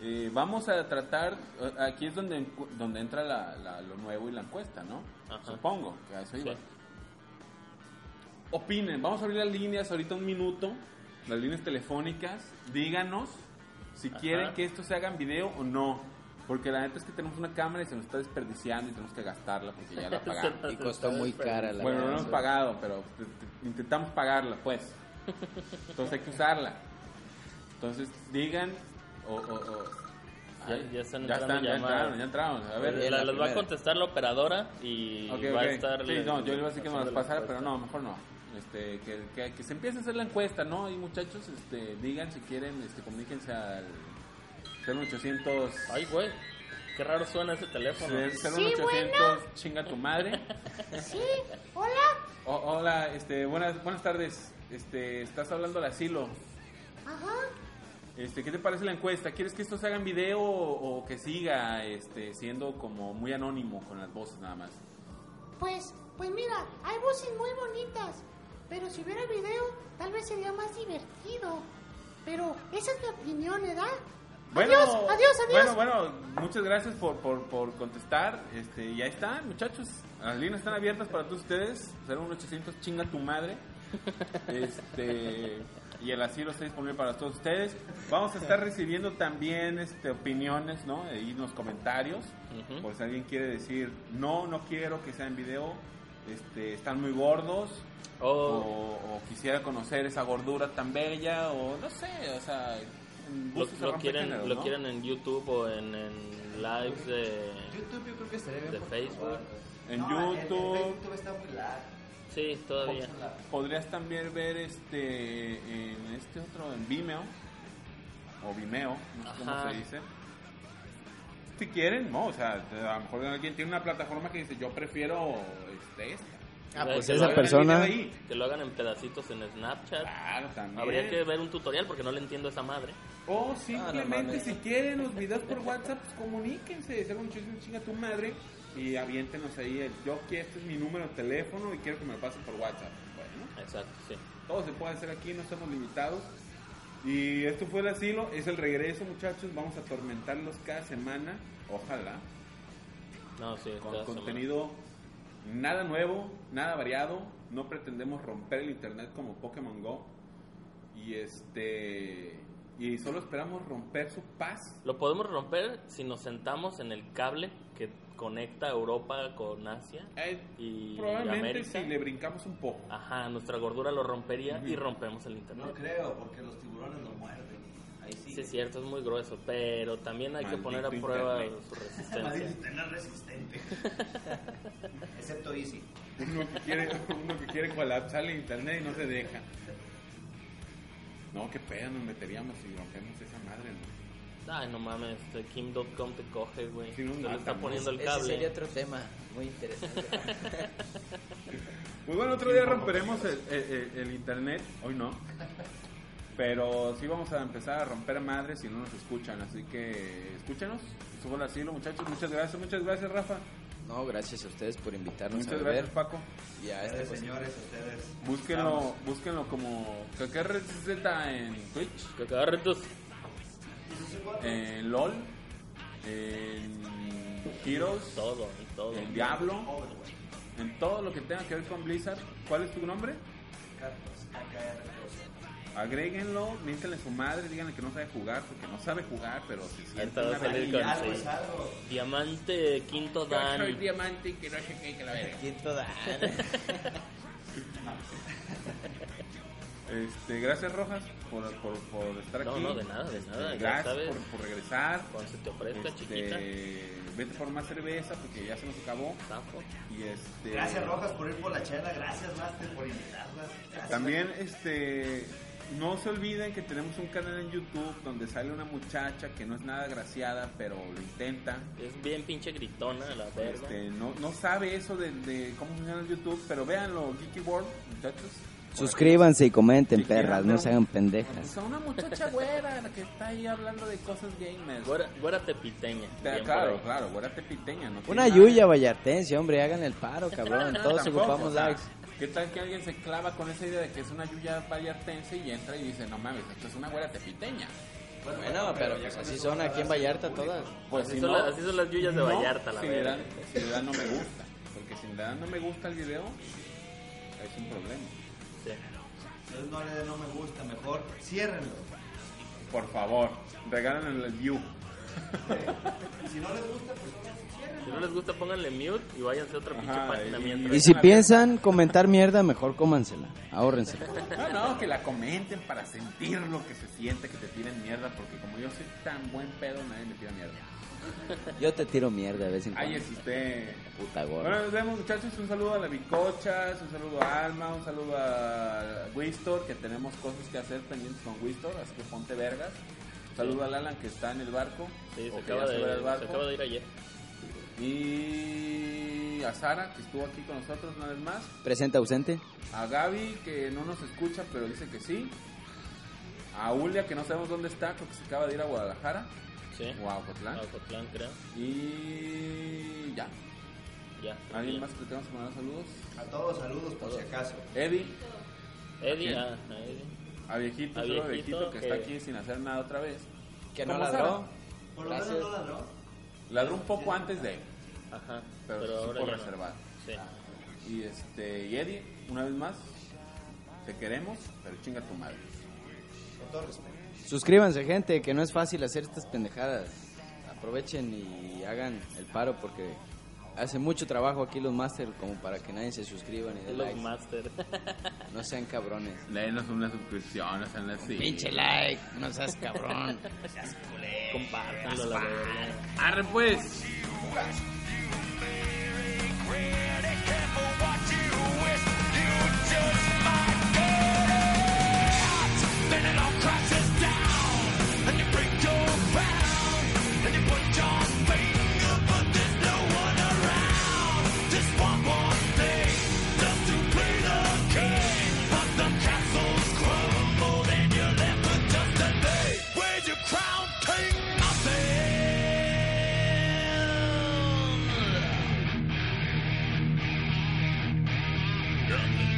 [SPEAKER 3] eh, vamos a tratar, eh, aquí es donde, encu- donde entra la- la- lo nuevo y la encuesta, ¿no?
[SPEAKER 5] Ajá.
[SPEAKER 3] Supongo que a eso iba.
[SPEAKER 5] Sí.
[SPEAKER 3] Opinen, vamos a abrir las líneas ahorita un minuto, las líneas telefónicas, díganos si
[SPEAKER 5] Ajá.
[SPEAKER 3] quieren que esto se haga en video o no. Porque la neta es que tenemos una cámara y se nos está desperdiciando y tenemos que gastarla porque ya la pagamos.
[SPEAKER 4] Y costó muy cara la
[SPEAKER 3] Bueno, no
[SPEAKER 4] verdad,
[SPEAKER 3] hemos
[SPEAKER 4] sí.
[SPEAKER 3] pagado, pero te- te- intentamos pagarla, pues. Entonces hay que usarla. Entonces digan o... o- o-
[SPEAKER 5] Ya-
[SPEAKER 3] Ay,
[SPEAKER 5] Ah, ya están entrando
[SPEAKER 3] ya
[SPEAKER 5] llamadas.
[SPEAKER 3] entraron, ya entraron. A ver,
[SPEAKER 5] Eh, La-
[SPEAKER 4] la
[SPEAKER 5] las va a
[SPEAKER 4] primera.
[SPEAKER 5] contestar la operadora y
[SPEAKER 3] ok,
[SPEAKER 5] va
[SPEAKER 3] ok.
[SPEAKER 5] a estar.
[SPEAKER 3] Sí,
[SPEAKER 5] la-
[SPEAKER 3] no, yo le iba a decir que me las
[SPEAKER 5] haciendo la
[SPEAKER 3] pasara, pero
[SPEAKER 5] encuesta.
[SPEAKER 3] no, mejor no. Este, que, que- que se empiece a hacer la encuesta, ¿no? Y muchachos, este, digan si quieren, este, comuníquense al 0800...
[SPEAKER 5] Ay, güey, qué raro suena ese teléfono.
[SPEAKER 3] 0800 chinga tu madre.
[SPEAKER 9] Sí, hola.
[SPEAKER 3] O- hola, este, buenas, buenas tardes. Este, estás hablando al asilo.
[SPEAKER 9] Ajá.
[SPEAKER 3] Este, ¿qué te parece la encuesta? ¿Quieres que esto se haga en video o, o que siga este, siendo como muy anónimo con las voces nada más?
[SPEAKER 9] Pues, pues mira, hay voces muy bonitas. Pero si hubiera video, tal vez sería más divertido. Pero esa es mi opinión, ¿verdad? adiós, adiós,
[SPEAKER 3] Bueno,
[SPEAKER 9] adiós.
[SPEAKER 3] bueno, muchas gracias por, por, por contestar. Este, y ahí está, muchachos. Las líneas están abiertas para todos ustedes. 01800 chinga tu madre. Este, y el asilo está disponible para todos ustedes. Vamos a estar recibiendo también este, opiniones, ¿no? Y los comentarios.
[SPEAKER 5] Ujú.
[SPEAKER 3] Por si alguien quiere decir, no, no quiero que sea en video. Este, están muy gordos.
[SPEAKER 5] Oh,
[SPEAKER 3] O, o quisiera conocer esa gordura tan bella. O no sé, o sea... en
[SPEAKER 5] lo,
[SPEAKER 3] gustos se
[SPEAKER 5] lo
[SPEAKER 3] rompen
[SPEAKER 5] quieren,
[SPEAKER 3] géneros,
[SPEAKER 5] lo
[SPEAKER 3] ¿no?
[SPEAKER 5] quieren en YouTube o en, en lives de.
[SPEAKER 6] YouTube yo creo que estaría bien.
[SPEAKER 5] De
[SPEAKER 6] por
[SPEAKER 5] Facebook.
[SPEAKER 6] favor.
[SPEAKER 3] En
[SPEAKER 6] No, el-
[SPEAKER 3] YouTube.
[SPEAKER 6] El, Facebook está popular.
[SPEAKER 5] Sí, todavía.
[SPEAKER 6] Popular.
[SPEAKER 3] Podrías también ver este en este otro en Vimeo o Vimeo, no sé cómo
[SPEAKER 5] Ajá.
[SPEAKER 3] se dice. Si quieren, no, o sea, a lo mejor alguien tiene una plataforma que dice yo prefiero este esta.
[SPEAKER 7] Ah,
[SPEAKER 5] Que
[SPEAKER 7] pues
[SPEAKER 5] lo
[SPEAKER 7] esa
[SPEAKER 5] hagan-
[SPEAKER 7] persona-
[SPEAKER 3] ahí.
[SPEAKER 5] Que lo hagan en pedacitos en Snapchat.
[SPEAKER 3] Claro, también.
[SPEAKER 5] Habría que ver un tutorial porque no le entiendo a esa madre.
[SPEAKER 3] O
[SPEAKER 7] Ah, no
[SPEAKER 3] simplemente
[SPEAKER 7] mames.
[SPEAKER 3] si quieren los videos por WhatsApp, pues comuníquense, ser un chisme chinga tu madre y aviéntenos ahí el yo que este es mi número de teléfono y quiero que me lo pasen por WhatsApp. Bueno.
[SPEAKER 5] Exacto, sí.
[SPEAKER 3] Todo se puede hacer aquí, no estamos limitados. Y esto fue el asilo, es el regreso muchachos, vamos a atormentarlos cada semana, ojalá,
[SPEAKER 5] No, sí,
[SPEAKER 3] con
[SPEAKER 5] cada semana.
[SPEAKER 3] contenido nada nuevo, nada variado, no pretendemos romper el internet como Pokémon Go. Y este y solo esperamos romper su paz.
[SPEAKER 5] Lo podemos romper si nos sentamos en el cable que conecta Europa con Asia.
[SPEAKER 3] Eh,
[SPEAKER 5] Y
[SPEAKER 3] probablemente
[SPEAKER 5] América.
[SPEAKER 3] si le brincamos un poco.
[SPEAKER 5] Ajá, nuestra gordura lo rompería y rompemos el
[SPEAKER 6] No
[SPEAKER 5] internet.
[SPEAKER 6] creo, porque los tiburones lo muerden. Ahí sí.
[SPEAKER 5] Sí, es cierto, es muy grueso, pero también hay que
[SPEAKER 3] Maldito
[SPEAKER 5] poner a prueba
[SPEAKER 3] internet.
[SPEAKER 5] su
[SPEAKER 6] Madrid
[SPEAKER 5] resistencia.
[SPEAKER 6] está en la resistente. Excepto Easy.
[SPEAKER 3] Uno que quiere, uno que quiere colapsar el internet y no se deja. No, qué pedo, nos meteríamos y rompemos esa madre, ¿no?
[SPEAKER 5] Ay, no mames, este Kim.com te coge, güey.
[SPEAKER 3] Sí,
[SPEAKER 5] Te
[SPEAKER 3] no
[SPEAKER 5] le está
[SPEAKER 3] mames.
[SPEAKER 5] poniendo el
[SPEAKER 4] Ese sería
[SPEAKER 5] cable.
[SPEAKER 4] otro tema muy interesante.
[SPEAKER 3] Muy Pues bueno, otro día romperemos el, el- el- el internet, hoy no. Pero sí vamos a empezar a romper madres si no nos escuchan, así que escúchanos. Eso fue el asilo, muchachos. Muchas gracias, muchas gracias, Rafa.
[SPEAKER 4] No, gracias a ustedes por invitarnos
[SPEAKER 3] Muchas
[SPEAKER 4] a beber.
[SPEAKER 3] gracias, Paco.
[SPEAKER 4] Y a este
[SPEAKER 6] Ustedes, señores, ustedes.
[SPEAKER 3] Búsquenlo, búsquenlo como cualquier red Z en Twitch.
[SPEAKER 5] Que agarren tus-
[SPEAKER 3] en LOL, en Heroes,
[SPEAKER 5] Todo, todo.
[SPEAKER 3] en Diablo, en todo lo que tenga que ver con Blizzard. ¿Cuál es tu nombre? Agréguenlo, miéntenle su madre, díganle que no sabe jugar, porque no sabe jugar, pero si siente
[SPEAKER 5] Ahorita va a
[SPEAKER 3] una
[SPEAKER 5] salir
[SPEAKER 3] varilla,
[SPEAKER 5] con
[SPEAKER 6] Algo
[SPEAKER 5] sí.
[SPEAKER 6] es algo.
[SPEAKER 5] Diamante Quinto
[SPEAKER 3] Yo soy
[SPEAKER 5] Dan.
[SPEAKER 3] diamante y que no sé qué, que la verga.
[SPEAKER 7] Quinto Dan.
[SPEAKER 3] Este, gracias Rojas por, por, por estar
[SPEAKER 5] No,
[SPEAKER 3] aquí.
[SPEAKER 5] no, de nada, de
[SPEAKER 3] Este,
[SPEAKER 5] nada, ya
[SPEAKER 3] Gracias
[SPEAKER 5] sabes.
[SPEAKER 3] por, por regresar.
[SPEAKER 5] Cuando se te ofrezca,
[SPEAKER 3] Este,
[SPEAKER 5] chiquita.
[SPEAKER 3] vete por más cerveza porque ya se nos acabó.
[SPEAKER 5] Tapo.
[SPEAKER 3] Y este,
[SPEAKER 6] Gracias, Rojas, por ir por la chela. Gracias, Master, por invitarlas. Gracias.
[SPEAKER 3] También, este, No se olviden que tenemos un canal en YouTube donde sale una muchacha que no es nada graciada, pero lo intenta.
[SPEAKER 5] Es bien pinche gritona, la verga.
[SPEAKER 3] Este, no, no sabe eso de, de cómo funciona el YouTube, pero véanlo, Geeky World, muchachos.
[SPEAKER 4] Suscríbanse y comenten,
[SPEAKER 3] Si quieren
[SPEAKER 4] perras,
[SPEAKER 3] ver
[SPEAKER 4] no
[SPEAKER 3] un-
[SPEAKER 4] se hagan
[SPEAKER 3] Pues
[SPEAKER 4] pendejas.
[SPEAKER 3] a una muchacha güera la que está ahí hablando de cosas gamers.
[SPEAKER 5] Güera, güera tepiteña.
[SPEAKER 3] Ya,
[SPEAKER 5] bien por
[SPEAKER 3] Ah, claro,
[SPEAKER 5] ahí.
[SPEAKER 3] claro, güera tepiteña. No tiene
[SPEAKER 4] Una
[SPEAKER 3] nada.
[SPEAKER 4] yuya vallatense, hombre, hagan el paro, cabrón. Todos
[SPEAKER 3] Tampoco,
[SPEAKER 4] ocupamos
[SPEAKER 3] o sea,
[SPEAKER 4] likes.
[SPEAKER 3] ¿Qué tal que alguien se clava con esa idea de que es una yuya vallartense y entra y dice, no mames, esto es una güera tepiteña?
[SPEAKER 4] Bueno, pero pues así son aquí en Vallarta todas.
[SPEAKER 3] Pues
[SPEAKER 5] así,
[SPEAKER 3] si
[SPEAKER 5] son
[SPEAKER 3] no-
[SPEAKER 5] las, así son las yuyas de
[SPEAKER 3] no,
[SPEAKER 5] Vallarta, la
[SPEAKER 3] si le,
[SPEAKER 5] verga.
[SPEAKER 3] dan, si le dan no me gusta, porque si le dan no me gusta el video, es un problema.
[SPEAKER 5] Sí.
[SPEAKER 6] Entonces no le den no me gusta, mejor ciérrenlo.
[SPEAKER 3] Por favor, regálenle el view.
[SPEAKER 6] Si no les gusta, pues ciérrenlo.
[SPEAKER 5] Si no les gusta, pónganle mute y váyanse a otra pinche
[SPEAKER 3] Ajá,
[SPEAKER 5] página
[SPEAKER 3] y-
[SPEAKER 5] mientras.
[SPEAKER 4] Y si piensan comentar mierda, mejor cómansela, ahórrensela.
[SPEAKER 3] No, no, que la comenten para sentir lo que se siente que te tiren mierda, porque como yo soy tan buen pedo, nadie me tira mierda.
[SPEAKER 4] Yo te tiro mierda de vez en
[SPEAKER 3] Ahí
[SPEAKER 4] cuando.
[SPEAKER 3] es usted.
[SPEAKER 4] Puta
[SPEAKER 3] Bueno,
[SPEAKER 4] gorda.
[SPEAKER 3] nos vemos muchachos, un saludo a la Bicochas, un saludo a Alma, un saludo a Wistor, que tenemos cosas que hacer pendientes con Wistor, así que ponte vergas. Un saludo al Alan que está en el barco.
[SPEAKER 5] Sí, se
[SPEAKER 3] o que
[SPEAKER 5] acaba,
[SPEAKER 3] ya se va
[SPEAKER 5] de,
[SPEAKER 3] del
[SPEAKER 5] se
[SPEAKER 3] barco.
[SPEAKER 5] acaba de ir ayer.
[SPEAKER 3] Y a Sara, que estuvo aquí con nosotros una vez más.
[SPEAKER 4] Presente ausente.
[SPEAKER 3] A Gaby, que no nos escucha, pero dice que sí. A Ulia, que no sabemos dónde está, creo que se acaba de ir a Guadalajara
[SPEAKER 5] Sí.
[SPEAKER 3] o a Ocotlán.
[SPEAKER 5] A Ocotlán, creo.
[SPEAKER 3] Y ya.
[SPEAKER 5] Ya.
[SPEAKER 3] ¿Alguien
[SPEAKER 5] ya.
[SPEAKER 3] más que le tengamos que mandar saludos?
[SPEAKER 6] A todos saludos por si acaso.
[SPEAKER 3] Eddie,
[SPEAKER 5] Eddie,
[SPEAKER 3] ¿A
[SPEAKER 5] ah, a Eddie.
[SPEAKER 3] a viejito,
[SPEAKER 5] A
[SPEAKER 3] solo a
[SPEAKER 5] Viejito,
[SPEAKER 3] viejito que está
[SPEAKER 5] que-
[SPEAKER 3] aquí sin hacer nada otra vez.
[SPEAKER 4] Que no
[SPEAKER 3] ¿Cómo
[SPEAKER 4] ladró.
[SPEAKER 3] sabe?
[SPEAKER 6] Por lo menos
[SPEAKER 4] Gracias.
[SPEAKER 6] no ladró.
[SPEAKER 3] Ladró un poco antes de,
[SPEAKER 5] Ajá.
[SPEAKER 3] pero,
[SPEAKER 5] Pero,
[SPEAKER 3] se
[SPEAKER 5] ahora
[SPEAKER 3] supo
[SPEAKER 5] ya no.
[SPEAKER 3] reservar.
[SPEAKER 5] Sí.
[SPEAKER 3] Ah, Y este, y Eddie, una vez más, te queremos, pero chinga tu madre.
[SPEAKER 6] Con todo respeto.
[SPEAKER 4] Suscríbanse, gente, que no es fácil hacer estas pendejadas. Aprovechen y hagan el paro porque hace mucho trabajo aquí los máster como para que nadie se suscriba ni dé
[SPEAKER 5] Es los
[SPEAKER 4] likes.
[SPEAKER 5] master.
[SPEAKER 4] No sean cabrones.
[SPEAKER 3] Denos una suscripción, o sea, no es así.
[SPEAKER 4] Pinche like, no seas cabrón.
[SPEAKER 5] Compártanlo, la verga.
[SPEAKER 3] Arre pues.
[SPEAKER 1] Nothing